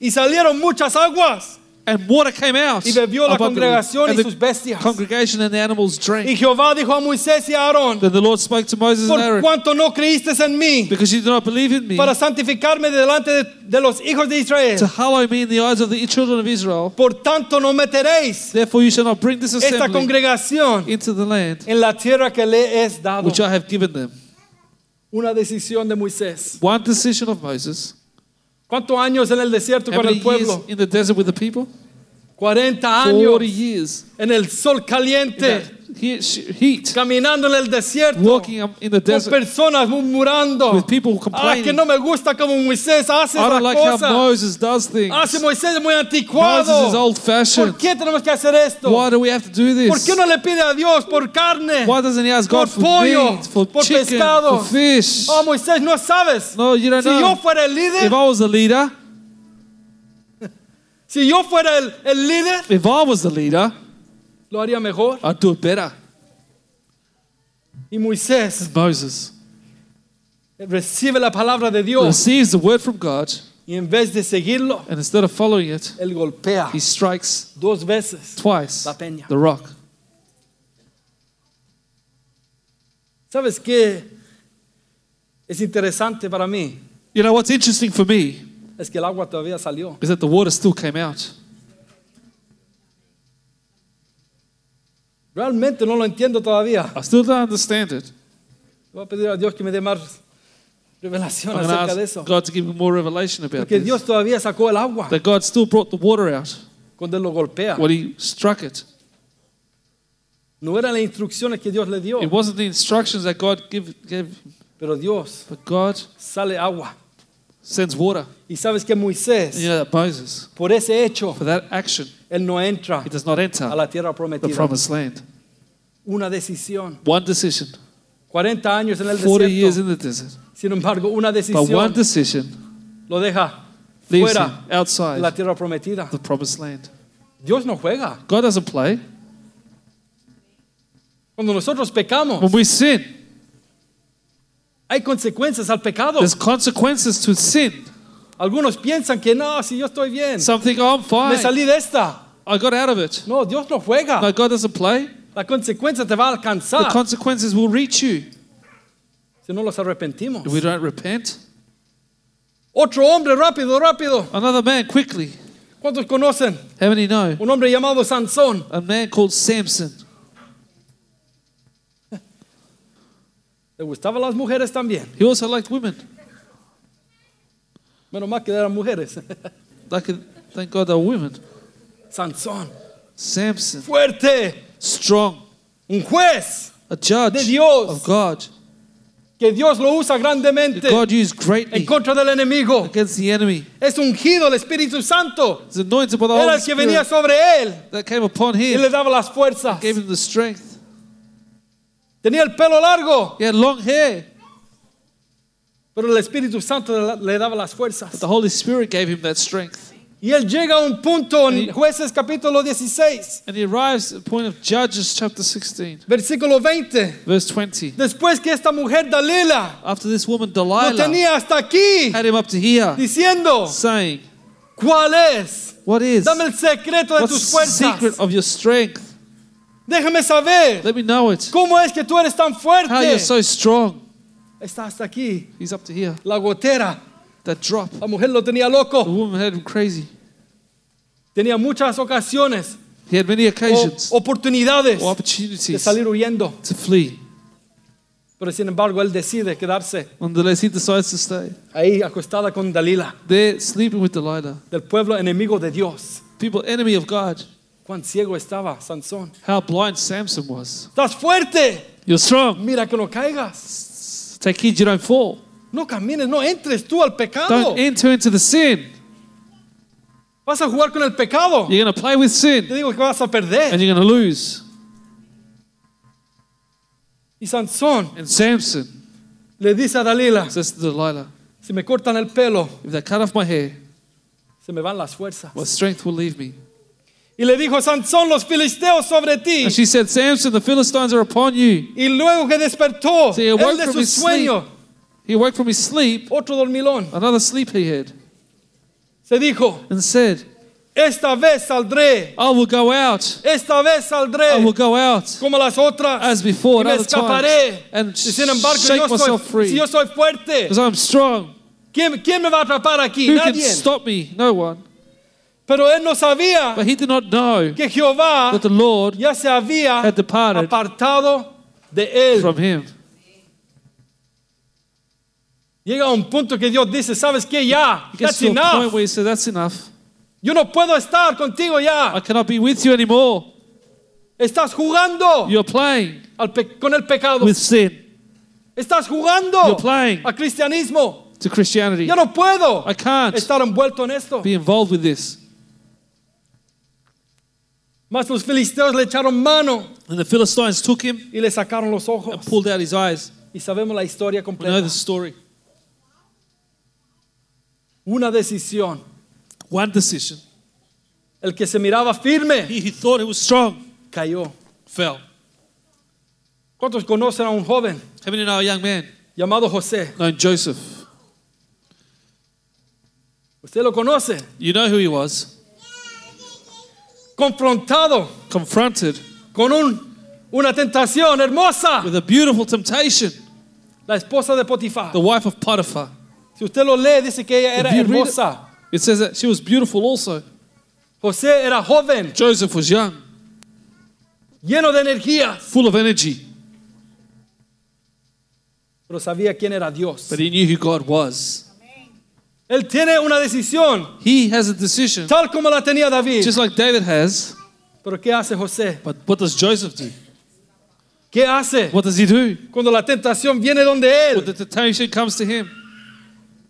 [SPEAKER 2] Y salieron muchas aguas.
[SPEAKER 3] And water came out.
[SPEAKER 2] Y bebió la
[SPEAKER 3] abundantly.
[SPEAKER 2] congregación
[SPEAKER 3] and
[SPEAKER 2] y
[SPEAKER 3] the
[SPEAKER 2] sus bestias.
[SPEAKER 3] congregation and the animals
[SPEAKER 2] Y
[SPEAKER 3] drank.
[SPEAKER 2] Jehová dijo a Moisés y a Aarón,
[SPEAKER 3] Then the Lord spoke to Moses and
[SPEAKER 2] por
[SPEAKER 3] Aaron,
[SPEAKER 2] cuanto no creíste en mí
[SPEAKER 3] Because you do not believe in me,
[SPEAKER 2] para santificarme delante de, de los hijos de Israel,
[SPEAKER 3] to hallow me in the eyes of the children of Israel,
[SPEAKER 2] por tanto no meteréis
[SPEAKER 3] therefore you shall not bring this
[SPEAKER 2] esta
[SPEAKER 3] assembly
[SPEAKER 2] congregación
[SPEAKER 3] into the land
[SPEAKER 2] en la tierra que le es dado.
[SPEAKER 3] which I have given them.
[SPEAKER 2] Una decisión de Moisés.
[SPEAKER 3] One decision of Moses.
[SPEAKER 2] ¿Cuántos años en el desierto
[SPEAKER 3] How
[SPEAKER 2] con
[SPEAKER 3] many
[SPEAKER 2] el
[SPEAKER 3] years
[SPEAKER 2] pueblo?
[SPEAKER 3] in the desert with the people?
[SPEAKER 2] 40 años
[SPEAKER 3] 40 years.
[SPEAKER 2] en el sol caliente,
[SPEAKER 3] That he- sh- Heat.
[SPEAKER 2] caminando en el desierto,
[SPEAKER 3] Walking up in the
[SPEAKER 2] con
[SPEAKER 3] desert.
[SPEAKER 2] personas murmurando.
[SPEAKER 3] With people
[SPEAKER 2] Ah,
[SPEAKER 3] complaining.
[SPEAKER 2] que no me gusta como Moisés hace
[SPEAKER 3] I
[SPEAKER 2] las
[SPEAKER 3] don't like how
[SPEAKER 2] cosas.
[SPEAKER 3] Moses does things.
[SPEAKER 2] Ah, si Moisés es muy
[SPEAKER 3] Moses is
[SPEAKER 2] anticuado.
[SPEAKER 3] old fashioned.
[SPEAKER 2] ¿Por qué tenemos que hacer esto?
[SPEAKER 3] Why do we have to do
[SPEAKER 2] ¿Por
[SPEAKER 3] this?
[SPEAKER 2] qué no le pide a Dios por carne?
[SPEAKER 3] Why doesn't he ask
[SPEAKER 2] Por
[SPEAKER 3] God for
[SPEAKER 2] pollo,
[SPEAKER 3] meat, for
[SPEAKER 2] por
[SPEAKER 3] chicken,
[SPEAKER 2] pescado.
[SPEAKER 3] for fish?
[SPEAKER 2] Oh, Moisés, no sabes.
[SPEAKER 3] No, you don't
[SPEAKER 2] si yo
[SPEAKER 3] know.
[SPEAKER 2] fuera el
[SPEAKER 3] If
[SPEAKER 2] líder,
[SPEAKER 3] I was the leader,
[SPEAKER 2] si yo fuera el, el líder,
[SPEAKER 3] if I was the leader,
[SPEAKER 2] lo haría mejor.
[SPEAKER 3] I'd do it better.
[SPEAKER 2] Y Moisés
[SPEAKER 3] Moses
[SPEAKER 2] recibe la palabra de Dios
[SPEAKER 3] receives the word from God,
[SPEAKER 2] y en vez de seguirlo,
[SPEAKER 3] and instead of following it,
[SPEAKER 2] él golpea
[SPEAKER 3] he strikes
[SPEAKER 2] dos veces.
[SPEAKER 3] twice
[SPEAKER 2] La peña.
[SPEAKER 3] the rock.
[SPEAKER 2] ¿Sabes qué? Es interesante para mí.
[SPEAKER 3] You know what's interesting for me
[SPEAKER 2] Es que el agua todavía salió.
[SPEAKER 3] is that the water still came out.
[SPEAKER 2] Realmente no lo entiendo todavía.
[SPEAKER 3] I still don't understand it.
[SPEAKER 2] Voy a pedir a Dios que me dé más revelación
[SPEAKER 3] I'm going to
[SPEAKER 2] acerca
[SPEAKER 3] ask
[SPEAKER 2] de eso.
[SPEAKER 3] God to give me more revelation about
[SPEAKER 2] Porque
[SPEAKER 3] this.
[SPEAKER 2] Dios todavía sacó el agua
[SPEAKER 3] That God still brought the water out
[SPEAKER 2] cuando él lo golpea.
[SPEAKER 3] when he struck it.
[SPEAKER 2] No eran las instrucciones que Dios le dio,
[SPEAKER 3] It wasn't the instructions that God give, gave,
[SPEAKER 2] pero Dios
[SPEAKER 3] but God
[SPEAKER 2] sale agua.
[SPEAKER 3] sends water.
[SPEAKER 2] Y sabes que
[SPEAKER 3] And you
[SPEAKER 2] Moisés,
[SPEAKER 3] know that Moses,
[SPEAKER 2] por ese hecho,
[SPEAKER 3] for that action,
[SPEAKER 2] él no entra
[SPEAKER 3] he does not enter
[SPEAKER 2] a la tierra
[SPEAKER 3] the
[SPEAKER 2] prometida.
[SPEAKER 3] promised land.
[SPEAKER 2] Una decisión.
[SPEAKER 3] One decision.
[SPEAKER 2] 40 años en el
[SPEAKER 3] 40 years
[SPEAKER 2] desierto.
[SPEAKER 3] in the desert.
[SPEAKER 2] Sin embargo, una
[SPEAKER 3] But one
[SPEAKER 2] decisión
[SPEAKER 3] decision
[SPEAKER 2] lo deja
[SPEAKER 3] leaves
[SPEAKER 2] fuera
[SPEAKER 3] him
[SPEAKER 2] de la
[SPEAKER 3] outside
[SPEAKER 2] tierra prometida.
[SPEAKER 3] the promised land.
[SPEAKER 2] Dios no juega.
[SPEAKER 3] God doesn't play.
[SPEAKER 2] Cuando nosotros pecamos,
[SPEAKER 3] When we sin,
[SPEAKER 2] hay consecuencias al pecado.
[SPEAKER 3] there's consequences to sin.
[SPEAKER 2] Algunos piensan que no, si yo estoy bien,
[SPEAKER 3] Some think, oh, I'm
[SPEAKER 2] me
[SPEAKER 3] fine.
[SPEAKER 2] salí de esta.
[SPEAKER 3] I got out of it.
[SPEAKER 2] No, Dios no juega.
[SPEAKER 3] No, God doesn't play.
[SPEAKER 2] La consecuencia te va a
[SPEAKER 3] The
[SPEAKER 2] alcanzar
[SPEAKER 3] consequences will reach you
[SPEAKER 2] si no los arrepentimos.
[SPEAKER 3] if we don't repent.
[SPEAKER 2] Otro hombre, rápido, rápido.
[SPEAKER 3] Another man, quickly.
[SPEAKER 2] ¿Cuántos conocen?
[SPEAKER 3] How many know?
[SPEAKER 2] Un hombre llamado Sansón.
[SPEAKER 3] A man called Samson.
[SPEAKER 2] Le gustaban las mujeres también.
[SPEAKER 3] He also liked women.
[SPEAKER 2] Menos mal que eran mujeres.
[SPEAKER 3] Like, thank God they're women.
[SPEAKER 2] Sansón,
[SPEAKER 3] Samson,
[SPEAKER 2] fuerte,
[SPEAKER 3] strong,
[SPEAKER 2] un juez
[SPEAKER 3] a judge
[SPEAKER 2] De Dios.
[SPEAKER 3] of God.
[SPEAKER 2] que Dios lo usa grandemente
[SPEAKER 3] God used
[SPEAKER 2] en
[SPEAKER 3] greatly
[SPEAKER 2] contra del enemigo.
[SPEAKER 3] against the enemy.
[SPEAKER 2] Es ungido el Espíritu Santo.
[SPEAKER 3] He's anointed by the
[SPEAKER 2] Era
[SPEAKER 3] Holy
[SPEAKER 2] el que venía
[SPEAKER 3] Spirit
[SPEAKER 2] sobre él
[SPEAKER 3] that came upon
[SPEAKER 2] y
[SPEAKER 3] him,
[SPEAKER 2] le daba las fuerzas.
[SPEAKER 3] gave him the strength.
[SPEAKER 2] Tenía el pelo largo,
[SPEAKER 3] He had long hair,
[SPEAKER 2] pero el Espíritu Santo le- le daba las fuerzas.
[SPEAKER 3] but the Holy Spirit gave him that strength.
[SPEAKER 2] Y él llega a un punto en jueces capítulo 16,
[SPEAKER 3] And he arrives at the point of Judges chapter 16,
[SPEAKER 2] versículo 20.
[SPEAKER 3] verse 20.
[SPEAKER 2] Después que esta mujer Dalila
[SPEAKER 3] After this woman,
[SPEAKER 2] lo
[SPEAKER 3] Delilah,
[SPEAKER 2] tenía hasta aquí,
[SPEAKER 3] had him up to here,
[SPEAKER 2] diciendo,
[SPEAKER 3] saying,
[SPEAKER 2] ¿cuál es?
[SPEAKER 3] What is?
[SPEAKER 2] Dame el secreto de tus
[SPEAKER 3] What's the secret
[SPEAKER 2] fuerzas.
[SPEAKER 3] of your strength?
[SPEAKER 2] Déjame saber
[SPEAKER 3] Let me know it.
[SPEAKER 2] cómo es que tú eres tan
[SPEAKER 3] How you're
[SPEAKER 2] fuerte.
[SPEAKER 3] so strong.
[SPEAKER 2] Está hasta aquí,
[SPEAKER 3] He's up to here.
[SPEAKER 2] la gotera.
[SPEAKER 3] That drop.
[SPEAKER 2] La mujer lo tenía
[SPEAKER 3] The
[SPEAKER 2] loco.
[SPEAKER 3] woman had him crazy.
[SPEAKER 2] Tenía muchas ocasiones,
[SPEAKER 3] He had many
[SPEAKER 2] o-
[SPEAKER 3] occasions
[SPEAKER 2] oportunidades
[SPEAKER 3] or
[SPEAKER 2] de
[SPEAKER 3] opportunities to
[SPEAKER 2] salir huyendo.
[SPEAKER 3] flee.
[SPEAKER 2] Pero sin embargo, él decide quedarse
[SPEAKER 3] Nonetheless, he decides to stay.
[SPEAKER 2] ahí acostada con Dalila,
[SPEAKER 3] They're sleeping with Delilah,
[SPEAKER 2] del pueblo enemigo de Dios.
[SPEAKER 3] people enemy of God.
[SPEAKER 2] Cuán ciego estaba Sansón.
[SPEAKER 3] How blind Samson was.
[SPEAKER 2] Estás fuerte.
[SPEAKER 3] You're strong.
[SPEAKER 2] Mira que no caigas.
[SPEAKER 3] Take heed you don't fall.
[SPEAKER 2] No camines, no entres tú al pecado.
[SPEAKER 3] Don't enter into the sin.
[SPEAKER 2] Vas a jugar con el pecado.
[SPEAKER 3] You're going to play with
[SPEAKER 2] Te
[SPEAKER 3] sin
[SPEAKER 2] digo que vas a perder.
[SPEAKER 3] and you're going to lose.
[SPEAKER 2] Y Sansón
[SPEAKER 3] And Samson
[SPEAKER 2] le dice a Dalila,
[SPEAKER 3] says to Delilah,
[SPEAKER 2] si me cortan el pelo,
[SPEAKER 3] If they cut off my hair,
[SPEAKER 2] se me van las fuerzas.
[SPEAKER 3] my strength will leave me.
[SPEAKER 2] Y le dijo, Sansón, los filisteos sobre ti.
[SPEAKER 3] And she said, Samson, the Philistines are upon you.
[SPEAKER 2] Y luego que despertó,
[SPEAKER 3] See, he woke
[SPEAKER 2] él de
[SPEAKER 3] from
[SPEAKER 2] su
[SPEAKER 3] his
[SPEAKER 2] sueño,
[SPEAKER 3] He awoke from his sleep,
[SPEAKER 2] otro dormilón,
[SPEAKER 3] another sleep he had,
[SPEAKER 2] se dijo,
[SPEAKER 3] and said,
[SPEAKER 2] esta vez saldré,
[SPEAKER 3] I will go out.
[SPEAKER 2] esta vez
[SPEAKER 3] I will
[SPEAKER 2] saldré
[SPEAKER 3] go out
[SPEAKER 2] como las
[SPEAKER 3] as
[SPEAKER 2] otras y
[SPEAKER 3] before
[SPEAKER 2] me
[SPEAKER 3] another time.
[SPEAKER 2] escaparé.
[SPEAKER 3] And
[SPEAKER 2] Y sin embargo,
[SPEAKER 3] shake
[SPEAKER 2] yo soy,
[SPEAKER 3] myself free.
[SPEAKER 2] si yo soy fuerte,
[SPEAKER 3] Because I'm strong.
[SPEAKER 2] ¿quién, quién me va a atrapar aquí?
[SPEAKER 3] Who can
[SPEAKER 2] Nadie.
[SPEAKER 3] stop me? No one.
[SPEAKER 2] Pero él no sabía
[SPEAKER 3] But he did not know
[SPEAKER 2] que Jehová
[SPEAKER 3] that the Lord
[SPEAKER 2] ya se había
[SPEAKER 3] had departed
[SPEAKER 2] apartado de él.
[SPEAKER 3] from him.
[SPEAKER 2] Llega un punto que Dios dice, ¿sabes qué? Ya,
[SPEAKER 3] He
[SPEAKER 2] that's
[SPEAKER 3] gets to a point
[SPEAKER 2] enough.
[SPEAKER 3] where he said, That's enough.
[SPEAKER 2] Yo no puedo estar contigo
[SPEAKER 3] I
[SPEAKER 2] ya.
[SPEAKER 3] cannot be with you anymore.
[SPEAKER 2] Estás jugando
[SPEAKER 3] You're playing
[SPEAKER 2] al pe- con el pecado.
[SPEAKER 3] with sin,
[SPEAKER 2] Estás jugando
[SPEAKER 3] You're playing.
[SPEAKER 2] a cristianismo.
[SPEAKER 3] to Christianity.
[SPEAKER 2] Yo no puedo
[SPEAKER 3] I can't
[SPEAKER 2] estar envuelto en esto.
[SPEAKER 3] be involved with this.
[SPEAKER 2] Mas los filisteos le echaron mano
[SPEAKER 3] And the Philistines took him
[SPEAKER 2] y le sacaron los ojos.
[SPEAKER 3] and pulled out his eyes.
[SPEAKER 2] Y sabemos la historia
[SPEAKER 3] We know
[SPEAKER 2] completa.
[SPEAKER 3] the story.
[SPEAKER 2] Una decisión.
[SPEAKER 3] One decision.
[SPEAKER 2] El que se miraba firme
[SPEAKER 3] He who thought he was strong
[SPEAKER 2] cayó.
[SPEAKER 3] fell.
[SPEAKER 2] ¿Cuántos conocen a un joven
[SPEAKER 3] How many know a young man
[SPEAKER 2] llamado José?
[SPEAKER 3] known Joseph?
[SPEAKER 2] Usted lo conoce.
[SPEAKER 3] You know who he was.
[SPEAKER 2] Confrontado
[SPEAKER 3] Confronted
[SPEAKER 2] con un- una tentación hermosa.
[SPEAKER 3] with a beautiful temptation,
[SPEAKER 2] La esposa de Potifar.
[SPEAKER 3] the wife of Potiphar.
[SPEAKER 2] Si usted lo lee, dice que ella era
[SPEAKER 3] If you read it-
[SPEAKER 2] hermosa.
[SPEAKER 3] It says that she was beautiful also.
[SPEAKER 2] José era joven,
[SPEAKER 3] Joseph was young,
[SPEAKER 2] lleno de energías,
[SPEAKER 3] full of energy,
[SPEAKER 2] pero sabía quién era Dios.
[SPEAKER 3] but he knew who God was.
[SPEAKER 2] Él tiene una decisión,
[SPEAKER 3] He has a decision,
[SPEAKER 2] tal como la tenía David.
[SPEAKER 3] just like David has.
[SPEAKER 2] Pero ¿qué hace José?
[SPEAKER 3] But what does Joseph do?
[SPEAKER 2] ¿Qué hace
[SPEAKER 3] What does he do?
[SPEAKER 2] cuando la tentación viene donde él?
[SPEAKER 3] When the temptation comes to him,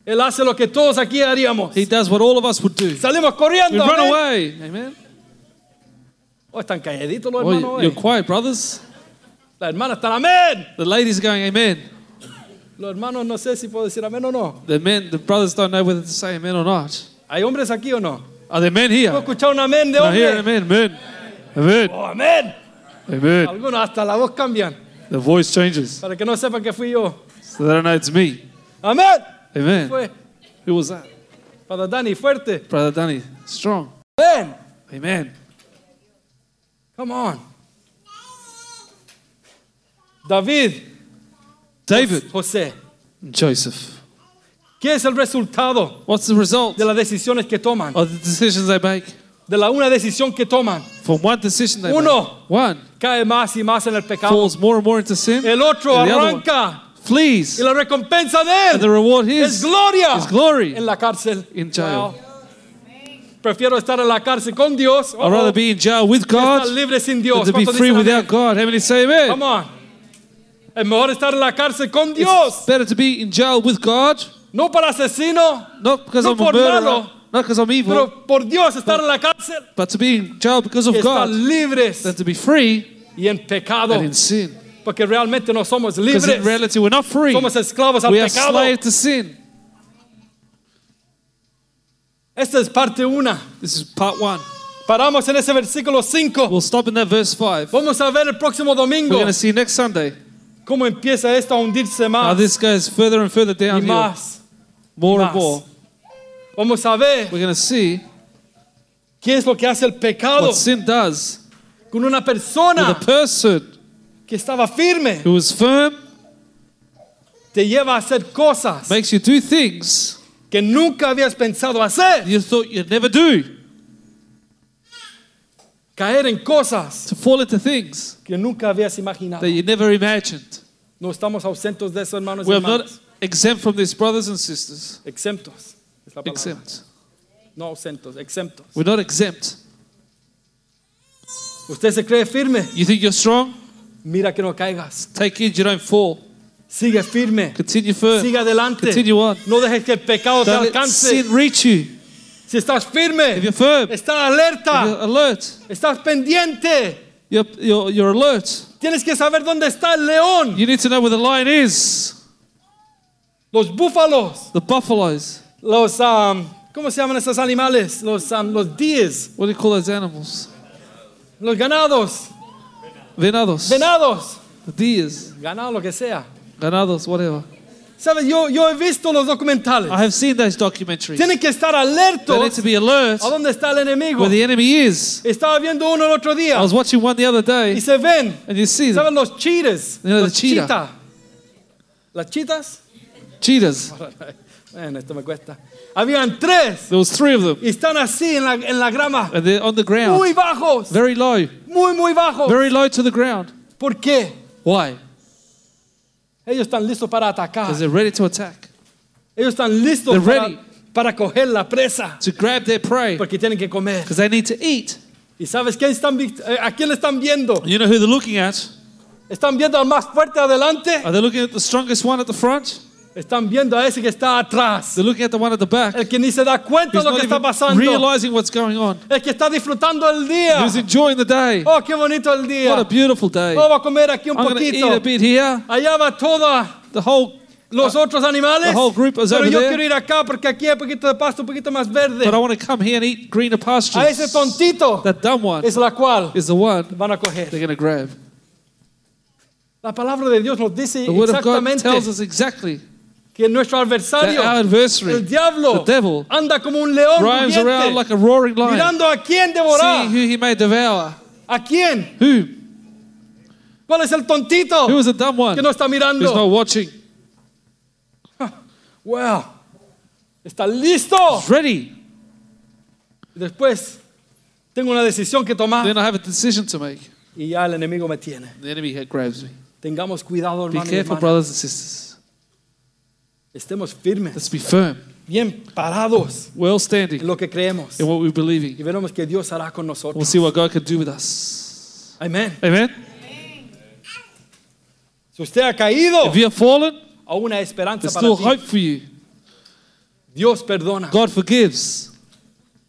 [SPEAKER 2] Él hace lo que todos aquí haríamos.
[SPEAKER 3] he does what all of us would do.
[SPEAKER 2] Salimos
[SPEAKER 3] We
[SPEAKER 2] corriendo.
[SPEAKER 3] run
[SPEAKER 2] amén.
[SPEAKER 3] away. Amen.
[SPEAKER 2] Oh, están calladitos los
[SPEAKER 3] Oh,
[SPEAKER 2] hermanos.
[SPEAKER 3] you-
[SPEAKER 2] hoy.
[SPEAKER 3] you're quiet, brothers.
[SPEAKER 2] Las hermanas están amén.
[SPEAKER 3] The ladies are going, Amen.
[SPEAKER 2] Los hermanos no sé si puedo decir amén o no.
[SPEAKER 3] The men, the brothers don't know whether to say amen or not.
[SPEAKER 2] ¿Hay hombres aquí o no?
[SPEAKER 3] Are there men
[SPEAKER 2] ¿Puedo
[SPEAKER 3] here?
[SPEAKER 2] escuchar un amén de
[SPEAKER 3] Can I hear an
[SPEAKER 2] hombre?
[SPEAKER 3] amen? Amen. Amen.
[SPEAKER 2] Oh, amén.
[SPEAKER 3] Amen.
[SPEAKER 2] Algunos hasta la voz cambian
[SPEAKER 3] The voice changes
[SPEAKER 2] para que no sepan que fui yo.
[SPEAKER 3] so they don't know it's me.
[SPEAKER 2] Amén.
[SPEAKER 3] Amen.
[SPEAKER 2] Fue
[SPEAKER 3] Who was that?
[SPEAKER 2] para Dani, fuerte.
[SPEAKER 3] Brother Danny. Strong.
[SPEAKER 2] Amén.
[SPEAKER 3] Amen.
[SPEAKER 2] Come on. David,
[SPEAKER 3] David
[SPEAKER 2] José.
[SPEAKER 3] and Joseph.
[SPEAKER 2] ¿Qué es el resultado
[SPEAKER 3] What's the result
[SPEAKER 2] de las decisiones que toman?
[SPEAKER 3] of the decisions they make?
[SPEAKER 2] De la una decisión que toman.
[SPEAKER 3] From one decision they
[SPEAKER 2] Uno.
[SPEAKER 3] make, one
[SPEAKER 2] Cae más y más en el pecado.
[SPEAKER 3] falls more and more into sin.
[SPEAKER 2] El otro
[SPEAKER 3] and the other
[SPEAKER 2] arranca.
[SPEAKER 3] one flees.
[SPEAKER 2] Y la recompensa de
[SPEAKER 3] And the
[SPEAKER 2] él
[SPEAKER 3] reward
[SPEAKER 2] es
[SPEAKER 3] is
[SPEAKER 2] gloria
[SPEAKER 3] is glory.
[SPEAKER 2] en la cárcel.
[SPEAKER 3] In jail.
[SPEAKER 2] Wow. Prefiero estar en la cárcel con Dios. o
[SPEAKER 3] I'd rather be in jail with
[SPEAKER 2] estar
[SPEAKER 3] God
[SPEAKER 2] libre sin
[SPEAKER 3] than
[SPEAKER 2] Dios.
[SPEAKER 3] to be
[SPEAKER 2] ¿Cuántos
[SPEAKER 3] free
[SPEAKER 2] dicen amén?
[SPEAKER 3] without God. How many say amen?
[SPEAKER 2] Come on. Es mejor estar en la cárcel con
[SPEAKER 3] It's
[SPEAKER 2] Dios.
[SPEAKER 3] better to be in jail with God,
[SPEAKER 2] No para asesino,
[SPEAKER 3] not because
[SPEAKER 2] No
[SPEAKER 3] I'm a
[SPEAKER 2] por
[SPEAKER 3] murderer,
[SPEAKER 2] malo.
[SPEAKER 3] not because I'm evil,
[SPEAKER 2] pero por Dios estar en la cárcel.
[SPEAKER 3] but to be in jail because of
[SPEAKER 2] Estar
[SPEAKER 3] God,
[SPEAKER 2] libres
[SPEAKER 3] than to be free
[SPEAKER 2] y en pecado.
[SPEAKER 3] and in sin.
[SPEAKER 2] Porque realmente no somos
[SPEAKER 3] Because in
[SPEAKER 2] libres.
[SPEAKER 3] reality, we're not free.
[SPEAKER 2] Somos esclavos al
[SPEAKER 3] We are
[SPEAKER 2] pecado.
[SPEAKER 3] slaves to sin.
[SPEAKER 2] Esta es parte una.
[SPEAKER 3] This is part one.
[SPEAKER 2] Paramos en ese versículo 5.
[SPEAKER 3] We'll stop in that verse five. We're
[SPEAKER 2] Vamos a ver el próximo domingo
[SPEAKER 3] going to see next Sunday
[SPEAKER 2] cómo empieza esto a hundirse
[SPEAKER 3] how
[SPEAKER 2] más
[SPEAKER 3] this goes further and further
[SPEAKER 2] y
[SPEAKER 3] downhill,
[SPEAKER 2] más.
[SPEAKER 3] more
[SPEAKER 2] más.
[SPEAKER 3] and more.
[SPEAKER 2] Vamos a ver
[SPEAKER 3] We're going to see
[SPEAKER 2] qué es lo que hace el pecado
[SPEAKER 3] what sin does
[SPEAKER 2] con una
[SPEAKER 3] with
[SPEAKER 2] persona
[SPEAKER 3] a person
[SPEAKER 2] que estaba firme.
[SPEAKER 3] who is firm,
[SPEAKER 2] Te lleva a hacer cosas
[SPEAKER 3] makes you do things
[SPEAKER 2] que nunca habías pensado hacer.
[SPEAKER 3] you thought you'd never do,
[SPEAKER 2] Caer en cosas
[SPEAKER 3] to fall into things
[SPEAKER 2] que nunca habías imaginado.
[SPEAKER 3] that you never imagined.
[SPEAKER 2] No estamos ausentes de eso, hermanos y
[SPEAKER 3] We are not
[SPEAKER 2] hermanas.
[SPEAKER 3] exempt from this, brothers and sisters.
[SPEAKER 2] Exentos. Es la palabra.
[SPEAKER 3] Exempt.
[SPEAKER 2] No ausentos, exentos.
[SPEAKER 3] We're not exempt.
[SPEAKER 2] Usted se cree firme.
[SPEAKER 3] You think you're strong?
[SPEAKER 2] Mira que no caigas.
[SPEAKER 3] Take it, you don't fall.
[SPEAKER 2] Sigue firme.
[SPEAKER 3] Continue firm.
[SPEAKER 2] Sigue adelante.
[SPEAKER 3] Continue on.
[SPEAKER 2] No dejes que el pecado te
[SPEAKER 3] Don't let
[SPEAKER 2] alcance.
[SPEAKER 3] sin reach you.
[SPEAKER 2] Si estás
[SPEAKER 3] If
[SPEAKER 2] firme,
[SPEAKER 3] you're firm, if
[SPEAKER 2] estás alerta,
[SPEAKER 3] you're alert,
[SPEAKER 2] estás pendiente.
[SPEAKER 3] you're, you're, you're alert.
[SPEAKER 2] Tienes que saber dónde está el león,
[SPEAKER 3] You need to know where the lion is,
[SPEAKER 2] los búfalos,
[SPEAKER 3] the buffaloes.
[SPEAKER 2] los um, ¿cómo se llaman esos animales? Los um, los díes,
[SPEAKER 3] What do you call those animals?
[SPEAKER 2] los ganados,
[SPEAKER 3] Venados.
[SPEAKER 2] venados,
[SPEAKER 3] The deers.
[SPEAKER 2] ganado lo que sea.
[SPEAKER 3] Ganados, whatever.
[SPEAKER 2] Sabes, yo yo he visto los documentales.
[SPEAKER 3] I have seen those documentaries.
[SPEAKER 2] Tienen que estar
[SPEAKER 3] They
[SPEAKER 2] alertos
[SPEAKER 3] need to be alert
[SPEAKER 2] a dónde está el enemigo.
[SPEAKER 3] where the enemy is.
[SPEAKER 2] Estaba viendo uno el otro
[SPEAKER 3] I
[SPEAKER 2] día
[SPEAKER 3] was watching one the other
[SPEAKER 2] y
[SPEAKER 3] day,
[SPEAKER 2] se ven
[SPEAKER 3] and you see them.
[SPEAKER 2] ¿Saben los cheetahs?
[SPEAKER 3] You know, the
[SPEAKER 2] los
[SPEAKER 3] cheetah.
[SPEAKER 2] cheetah. ¿Las chitas?
[SPEAKER 3] cheetahs.
[SPEAKER 2] Bueno, esto me cuesta. Habían tres
[SPEAKER 3] There was three of them,
[SPEAKER 2] y están así en la, en la grama.
[SPEAKER 3] and they're on the ground,
[SPEAKER 2] Muy bajos.
[SPEAKER 3] very low,
[SPEAKER 2] Muy, muy bajos.
[SPEAKER 3] very low to the ground.
[SPEAKER 2] ¿Por qué?
[SPEAKER 3] Why?
[SPEAKER 2] Ellos están listos para atacar.
[SPEAKER 3] Because they're ready to attack,
[SPEAKER 2] Ellos están listos
[SPEAKER 3] They're
[SPEAKER 2] para,
[SPEAKER 3] ready.
[SPEAKER 2] para coger la presa.
[SPEAKER 3] to grab their prey,
[SPEAKER 2] Porque tienen que comer.
[SPEAKER 3] because they need to eat.
[SPEAKER 2] ¿Y sabes qué están, vi- eh, a quién están viendo?
[SPEAKER 3] You know who they're looking at?
[SPEAKER 2] ¿Están viendo al más fuerte adelante?
[SPEAKER 3] Are they looking at the strongest one at the front?
[SPEAKER 2] Están viendo a ese que está atrás.
[SPEAKER 3] They're looking at the one at the back,
[SPEAKER 2] El que ni se da cuenta
[SPEAKER 3] who's
[SPEAKER 2] de lo que está
[SPEAKER 3] not even
[SPEAKER 2] pasando.
[SPEAKER 3] realizing what's going on,
[SPEAKER 2] El que está disfrutando el día.
[SPEAKER 3] who's enjoying the day.
[SPEAKER 2] Oh, qué bonito el día.
[SPEAKER 3] What a beautiful day.
[SPEAKER 2] Oh,
[SPEAKER 3] I'm
[SPEAKER 2] va a comer aquí un
[SPEAKER 3] going to eat
[SPEAKER 2] poquito.
[SPEAKER 3] a bit here.
[SPEAKER 2] Allá va toda
[SPEAKER 3] The whole,
[SPEAKER 2] los otros animales.
[SPEAKER 3] Uh, the whole group is
[SPEAKER 2] Pero
[SPEAKER 3] over
[SPEAKER 2] yo
[SPEAKER 3] there.
[SPEAKER 2] quiero ir acá porque aquí hay un poquito de pasto, un poquito más verde.
[SPEAKER 3] but I want to come here and eat greener pastures.
[SPEAKER 2] A ese tontito
[SPEAKER 3] That dumb one
[SPEAKER 2] es la cual
[SPEAKER 3] is the one
[SPEAKER 2] van a
[SPEAKER 3] they're
[SPEAKER 2] coger.
[SPEAKER 3] going to grab.
[SPEAKER 2] La palabra de Dios nos dice
[SPEAKER 3] The Word of God
[SPEAKER 2] exactamente
[SPEAKER 3] tells us exactly
[SPEAKER 2] que nuestro
[SPEAKER 3] that
[SPEAKER 2] adversario,
[SPEAKER 3] our adversary,
[SPEAKER 2] el diablo,
[SPEAKER 3] the devil,
[SPEAKER 2] anda como un león
[SPEAKER 3] drives around
[SPEAKER 2] rugiente,
[SPEAKER 3] like a roaring lion,
[SPEAKER 2] mirando a quién
[SPEAKER 3] seeing
[SPEAKER 2] devorar.
[SPEAKER 3] who he may devour.
[SPEAKER 2] ¿A quién?
[SPEAKER 3] Who?
[SPEAKER 2] ¿Cuál es el tontito
[SPEAKER 3] Who is the dumb one
[SPEAKER 2] que no está
[SPEAKER 3] who's not
[SPEAKER 2] mirando?
[SPEAKER 3] watching?
[SPEAKER 2] Wow. Está listo.
[SPEAKER 3] He's ready.
[SPEAKER 2] Después tengo una decisión que tomar
[SPEAKER 3] Then I have a decision to make.
[SPEAKER 2] y ya el enemigo me tiene.
[SPEAKER 3] The enemy here grabs me.
[SPEAKER 2] Tengamos cuidado,
[SPEAKER 3] Be
[SPEAKER 2] hermano. y
[SPEAKER 3] careful,
[SPEAKER 2] hermana.
[SPEAKER 3] brothers and sisters.
[SPEAKER 2] Estemos firmes,
[SPEAKER 3] Let's be firm,
[SPEAKER 2] bien parados
[SPEAKER 3] well
[SPEAKER 2] en
[SPEAKER 3] standing
[SPEAKER 2] lo que creemos.
[SPEAKER 3] in what we believe in.
[SPEAKER 2] Y veremos que Dios hará con
[SPEAKER 3] We'll
[SPEAKER 2] nosotros.
[SPEAKER 3] see what God can do with us.
[SPEAKER 2] Amén.
[SPEAKER 3] Amen.
[SPEAKER 2] Si usted ha caído,
[SPEAKER 3] If you have fallen,
[SPEAKER 2] aún una esperanza
[SPEAKER 3] there's
[SPEAKER 2] para
[SPEAKER 3] still
[SPEAKER 2] ti.
[SPEAKER 3] hope for you.
[SPEAKER 2] Dios perdona.
[SPEAKER 3] God forgives.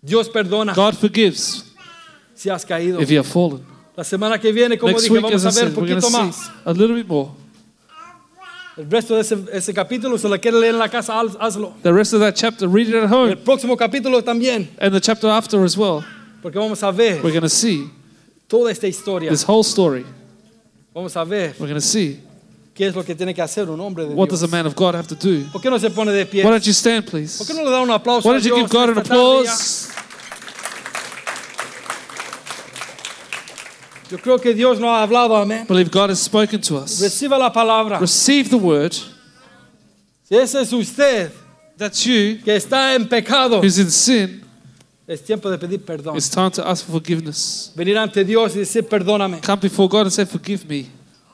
[SPEAKER 2] Dios perdona
[SPEAKER 3] God forgives
[SPEAKER 2] si has caído.
[SPEAKER 3] if you have fallen.
[SPEAKER 2] La semana que viene, como
[SPEAKER 3] Next
[SPEAKER 2] dije,
[SPEAKER 3] week, as
[SPEAKER 2] vamos
[SPEAKER 3] I
[SPEAKER 2] a ver un
[SPEAKER 3] said, we're going to
[SPEAKER 2] poquito
[SPEAKER 3] see
[SPEAKER 2] más.
[SPEAKER 3] a little bit more.
[SPEAKER 2] El resto de ese, ese capítulo, si lo quiere leer en la casa, haz- hazlo.
[SPEAKER 3] The rest of that chapter, read it
[SPEAKER 2] Y El
[SPEAKER 3] at home,
[SPEAKER 2] próximo capítulo también,
[SPEAKER 3] and the chapter after as well.
[SPEAKER 2] porque vamos a ver
[SPEAKER 3] We're going to see
[SPEAKER 2] toda esta historia.
[SPEAKER 3] This whole story,
[SPEAKER 2] Vamos a ver
[SPEAKER 3] we're going to see
[SPEAKER 2] qué es lo que tiene que hacer un hombre de
[SPEAKER 3] what does a
[SPEAKER 2] Dios.
[SPEAKER 3] man of God have to do.
[SPEAKER 2] ¿Por qué no se pone de pie?
[SPEAKER 3] Why don't you stand,
[SPEAKER 2] ¿Por
[SPEAKER 3] please?
[SPEAKER 2] qué no le da un aplauso
[SPEAKER 3] Why
[SPEAKER 2] a
[SPEAKER 3] don't you
[SPEAKER 2] Dios
[SPEAKER 3] give God an
[SPEAKER 2] esta tarde ya?
[SPEAKER 3] applause?
[SPEAKER 2] Yo creo que Dios nos ha hablado, amén.
[SPEAKER 3] Believe God has spoken to us.
[SPEAKER 2] Reciba la palabra.
[SPEAKER 3] Receive the word.
[SPEAKER 2] Si ese es usted
[SPEAKER 3] That's you
[SPEAKER 2] que está en pecado,
[SPEAKER 3] who's in sin.
[SPEAKER 2] es tiempo de pedir perdón.
[SPEAKER 3] It's time to ask for forgiveness.
[SPEAKER 2] Venir ante Dios y decir perdóname.
[SPEAKER 3] Come before God and say, Forgive me.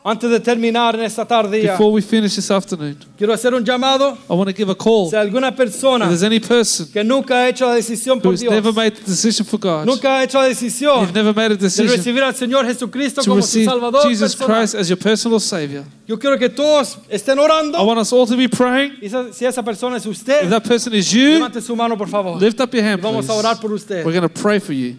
[SPEAKER 2] Antes de terminar en esta tarde, ya,
[SPEAKER 3] Before we finish this afternoon,
[SPEAKER 2] quiero hacer un llamado.
[SPEAKER 3] I want to give a call.
[SPEAKER 2] Si
[SPEAKER 3] If
[SPEAKER 2] alguna persona
[SPEAKER 3] there's any person
[SPEAKER 2] que nunca ha hecho la decisión por
[SPEAKER 3] who's
[SPEAKER 2] Dios,
[SPEAKER 3] never made the decision for God,
[SPEAKER 2] nunca ha hecho la decisión
[SPEAKER 3] you've never made a
[SPEAKER 2] de
[SPEAKER 3] decision
[SPEAKER 2] recibir al Señor Jesucristo
[SPEAKER 3] to
[SPEAKER 2] como su
[SPEAKER 3] receive
[SPEAKER 2] Salvador
[SPEAKER 3] Jesus
[SPEAKER 2] personal.
[SPEAKER 3] Christ as your personal Savior,
[SPEAKER 2] Yo quiero que todos estén
[SPEAKER 3] I
[SPEAKER 2] orando.
[SPEAKER 3] want us all to be praying.
[SPEAKER 2] Y esa- si esa persona es
[SPEAKER 3] If
[SPEAKER 2] usted,
[SPEAKER 3] that person is you,
[SPEAKER 2] levante su mano, por favor.
[SPEAKER 3] lift up your hand.
[SPEAKER 2] Vamos
[SPEAKER 3] Please.
[SPEAKER 2] a orar por
[SPEAKER 3] We're
[SPEAKER 2] usted.
[SPEAKER 3] going to pray for you.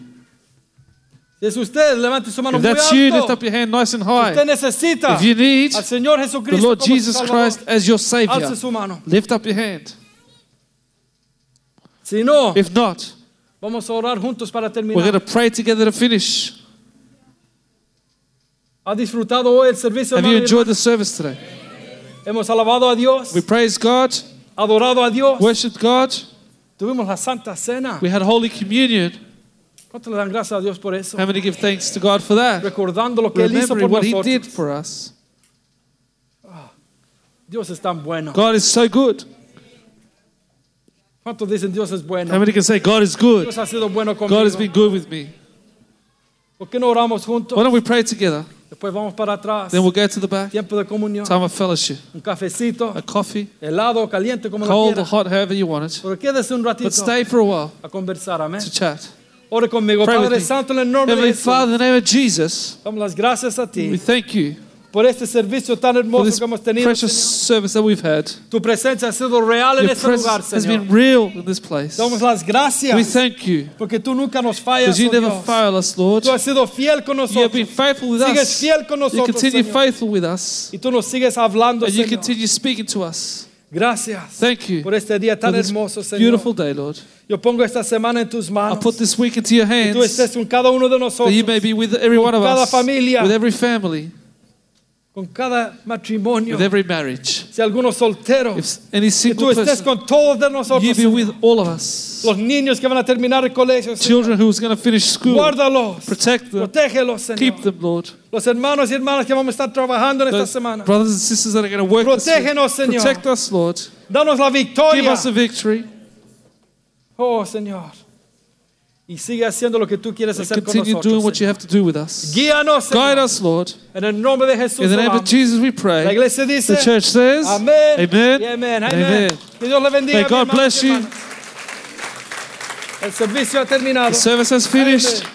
[SPEAKER 2] Si es usted, levante su mano
[SPEAKER 3] If
[SPEAKER 2] muy
[SPEAKER 3] that's you, lift
[SPEAKER 2] alto.
[SPEAKER 3] up your hand nice and
[SPEAKER 2] Usted
[SPEAKER 3] high.
[SPEAKER 2] necesita
[SPEAKER 3] If you need
[SPEAKER 2] al Señor
[SPEAKER 3] the
[SPEAKER 2] Jesucristo
[SPEAKER 3] Lord
[SPEAKER 2] como su
[SPEAKER 3] Jesus
[SPEAKER 2] Salvador.
[SPEAKER 3] Christ as your
[SPEAKER 2] Alce
[SPEAKER 3] Savior,
[SPEAKER 2] su mano.
[SPEAKER 3] lift up your hand.
[SPEAKER 2] Si no,
[SPEAKER 3] If not,
[SPEAKER 2] vamos a orar juntos para
[SPEAKER 3] we're going
[SPEAKER 2] terminar.
[SPEAKER 3] to pray together to finish.
[SPEAKER 2] ¿Ha disfrutado hoy el servicio?
[SPEAKER 3] Have you
[SPEAKER 2] hermano y
[SPEAKER 3] enjoyed the service today?
[SPEAKER 2] hermana? Hemos alabado a Dios,
[SPEAKER 3] We praise God,
[SPEAKER 2] adorado a Dios,
[SPEAKER 3] worship God.
[SPEAKER 2] tuvimos la Santa Cena.
[SPEAKER 3] We had Holy Communion.
[SPEAKER 2] ¿Cuánto le dan gracias a Dios por eso?
[SPEAKER 3] How many give thanks to God for that?
[SPEAKER 2] Recordando lo que Él hizo
[SPEAKER 3] Remembering
[SPEAKER 2] por
[SPEAKER 3] what He did
[SPEAKER 2] nosotros.
[SPEAKER 3] for us.
[SPEAKER 2] Dios es tan bueno.
[SPEAKER 3] God is so good.
[SPEAKER 2] ¿Cuántos dicen Dios es
[SPEAKER 3] How
[SPEAKER 2] bueno?
[SPEAKER 3] many can say God is good?
[SPEAKER 2] Dios ha sido bueno
[SPEAKER 3] God has
[SPEAKER 2] conmigo.
[SPEAKER 3] been good with me.
[SPEAKER 2] ¿Por qué no oramos
[SPEAKER 3] Why
[SPEAKER 2] juntos?
[SPEAKER 3] don't we pray together?
[SPEAKER 2] Después vamos para atrás.
[SPEAKER 3] Then we'll go to the back.
[SPEAKER 2] Tiempo de comunión.
[SPEAKER 3] Time of fellowship.
[SPEAKER 2] Un cafecito,
[SPEAKER 3] A coffee,
[SPEAKER 2] helado, caliente, como lo
[SPEAKER 3] cold
[SPEAKER 2] quiera.
[SPEAKER 3] or hot, however you want it.
[SPEAKER 2] Pero quédese un ratito
[SPEAKER 3] But stay for a while
[SPEAKER 2] a conversar, amén.
[SPEAKER 3] to chat.
[SPEAKER 2] Ore conmigo,
[SPEAKER 3] Pray with
[SPEAKER 2] Padre
[SPEAKER 3] me.
[SPEAKER 2] Santo, en el nombre de
[SPEAKER 3] Heavenly
[SPEAKER 2] Jesús.
[SPEAKER 3] Father, in the name of Jesus,
[SPEAKER 2] Damos las gracias a
[SPEAKER 3] we
[SPEAKER 2] ti
[SPEAKER 3] thank you
[SPEAKER 2] por este servicio tan
[SPEAKER 3] for
[SPEAKER 2] hermoso
[SPEAKER 3] this
[SPEAKER 2] que hemos tenido.
[SPEAKER 3] precious
[SPEAKER 2] Señor.
[SPEAKER 3] service that we've had.
[SPEAKER 2] Tu presencia ha sido real en
[SPEAKER 3] Your
[SPEAKER 2] este lugar,
[SPEAKER 3] presence has
[SPEAKER 2] Señor.
[SPEAKER 3] been real in this place.
[SPEAKER 2] Damos
[SPEAKER 3] We
[SPEAKER 2] las gracias
[SPEAKER 3] thank you
[SPEAKER 2] porque tú nunca nos fallas,
[SPEAKER 3] because you
[SPEAKER 2] oh
[SPEAKER 3] never
[SPEAKER 2] Dios.
[SPEAKER 3] fail us, Lord.
[SPEAKER 2] Tú has sido fiel con
[SPEAKER 3] You have been
[SPEAKER 2] nosotros
[SPEAKER 3] faithful with
[SPEAKER 2] Sigues
[SPEAKER 3] us.
[SPEAKER 2] fiel con
[SPEAKER 3] You
[SPEAKER 2] nosotros,
[SPEAKER 3] continue
[SPEAKER 2] Señor.
[SPEAKER 3] faithful with us.
[SPEAKER 2] y tú nos sigues hablando,
[SPEAKER 3] And you
[SPEAKER 2] Señor.
[SPEAKER 3] continue speaking to us.
[SPEAKER 2] Gracias
[SPEAKER 3] Thank you
[SPEAKER 2] por este día
[SPEAKER 3] for
[SPEAKER 2] tan
[SPEAKER 3] this
[SPEAKER 2] hermoso, Señor.
[SPEAKER 3] beautiful day, Lord.
[SPEAKER 2] Yo pongo esta semana en tus
[SPEAKER 3] I
[SPEAKER 2] manos.
[SPEAKER 3] put this week into your
[SPEAKER 2] Tú
[SPEAKER 3] hands
[SPEAKER 2] estés con cada uno de
[SPEAKER 3] that you
[SPEAKER 2] nosotros,
[SPEAKER 3] may be with every one of
[SPEAKER 2] cada
[SPEAKER 3] us,
[SPEAKER 2] familia.
[SPEAKER 3] with every family,
[SPEAKER 2] con cada matrimonio.
[SPEAKER 3] with every marriage.
[SPEAKER 2] Si alguno soltero,
[SPEAKER 3] If any
[SPEAKER 2] que tú
[SPEAKER 3] single
[SPEAKER 2] estés
[SPEAKER 3] person,
[SPEAKER 2] con todos de
[SPEAKER 3] you
[SPEAKER 2] nosotros.
[SPEAKER 3] be with all of us.
[SPEAKER 2] Los niños que van a terminar el colegio, Señor.
[SPEAKER 3] Children who's going to finish school,
[SPEAKER 2] Guárdalos.
[SPEAKER 3] protect them,
[SPEAKER 2] Protégelos, Señor.
[SPEAKER 3] keep them, Lord.
[SPEAKER 2] Los hermanos y hermanas que vamos a estar trabajando en esta
[SPEAKER 3] Those
[SPEAKER 2] semana.
[SPEAKER 3] brothers and sisters that are going to work this week,
[SPEAKER 2] Protégenos, Señor.
[SPEAKER 3] protect us, Lord.
[SPEAKER 2] Danos la
[SPEAKER 3] Give
[SPEAKER 2] victoria.
[SPEAKER 3] us a victory.
[SPEAKER 2] Oh, Señor. Y sigue haciendo lo que tú quieres hacer con
[SPEAKER 3] Continue doing
[SPEAKER 2] nosotros.
[SPEAKER 3] what you
[SPEAKER 2] Señor.
[SPEAKER 3] have to do with us.
[SPEAKER 2] Guíanos, Señor.
[SPEAKER 3] Guide us, Lord.
[SPEAKER 2] En el nombre de Jesús.
[SPEAKER 3] In the name of
[SPEAKER 2] oramos.
[SPEAKER 3] Jesus, we pray.
[SPEAKER 2] La iglesia dice.
[SPEAKER 3] The church says,
[SPEAKER 2] Amén.
[SPEAKER 3] Amen.
[SPEAKER 2] y amén. Amén.
[SPEAKER 3] Amen.
[SPEAKER 2] Que Dios le bendiga.
[SPEAKER 3] May
[SPEAKER 2] mis
[SPEAKER 3] God
[SPEAKER 2] hermanos y
[SPEAKER 3] bless you.
[SPEAKER 2] hermanas. El servicio ha terminado.
[SPEAKER 3] The service has finished.
[SPEAKER 2] Amen.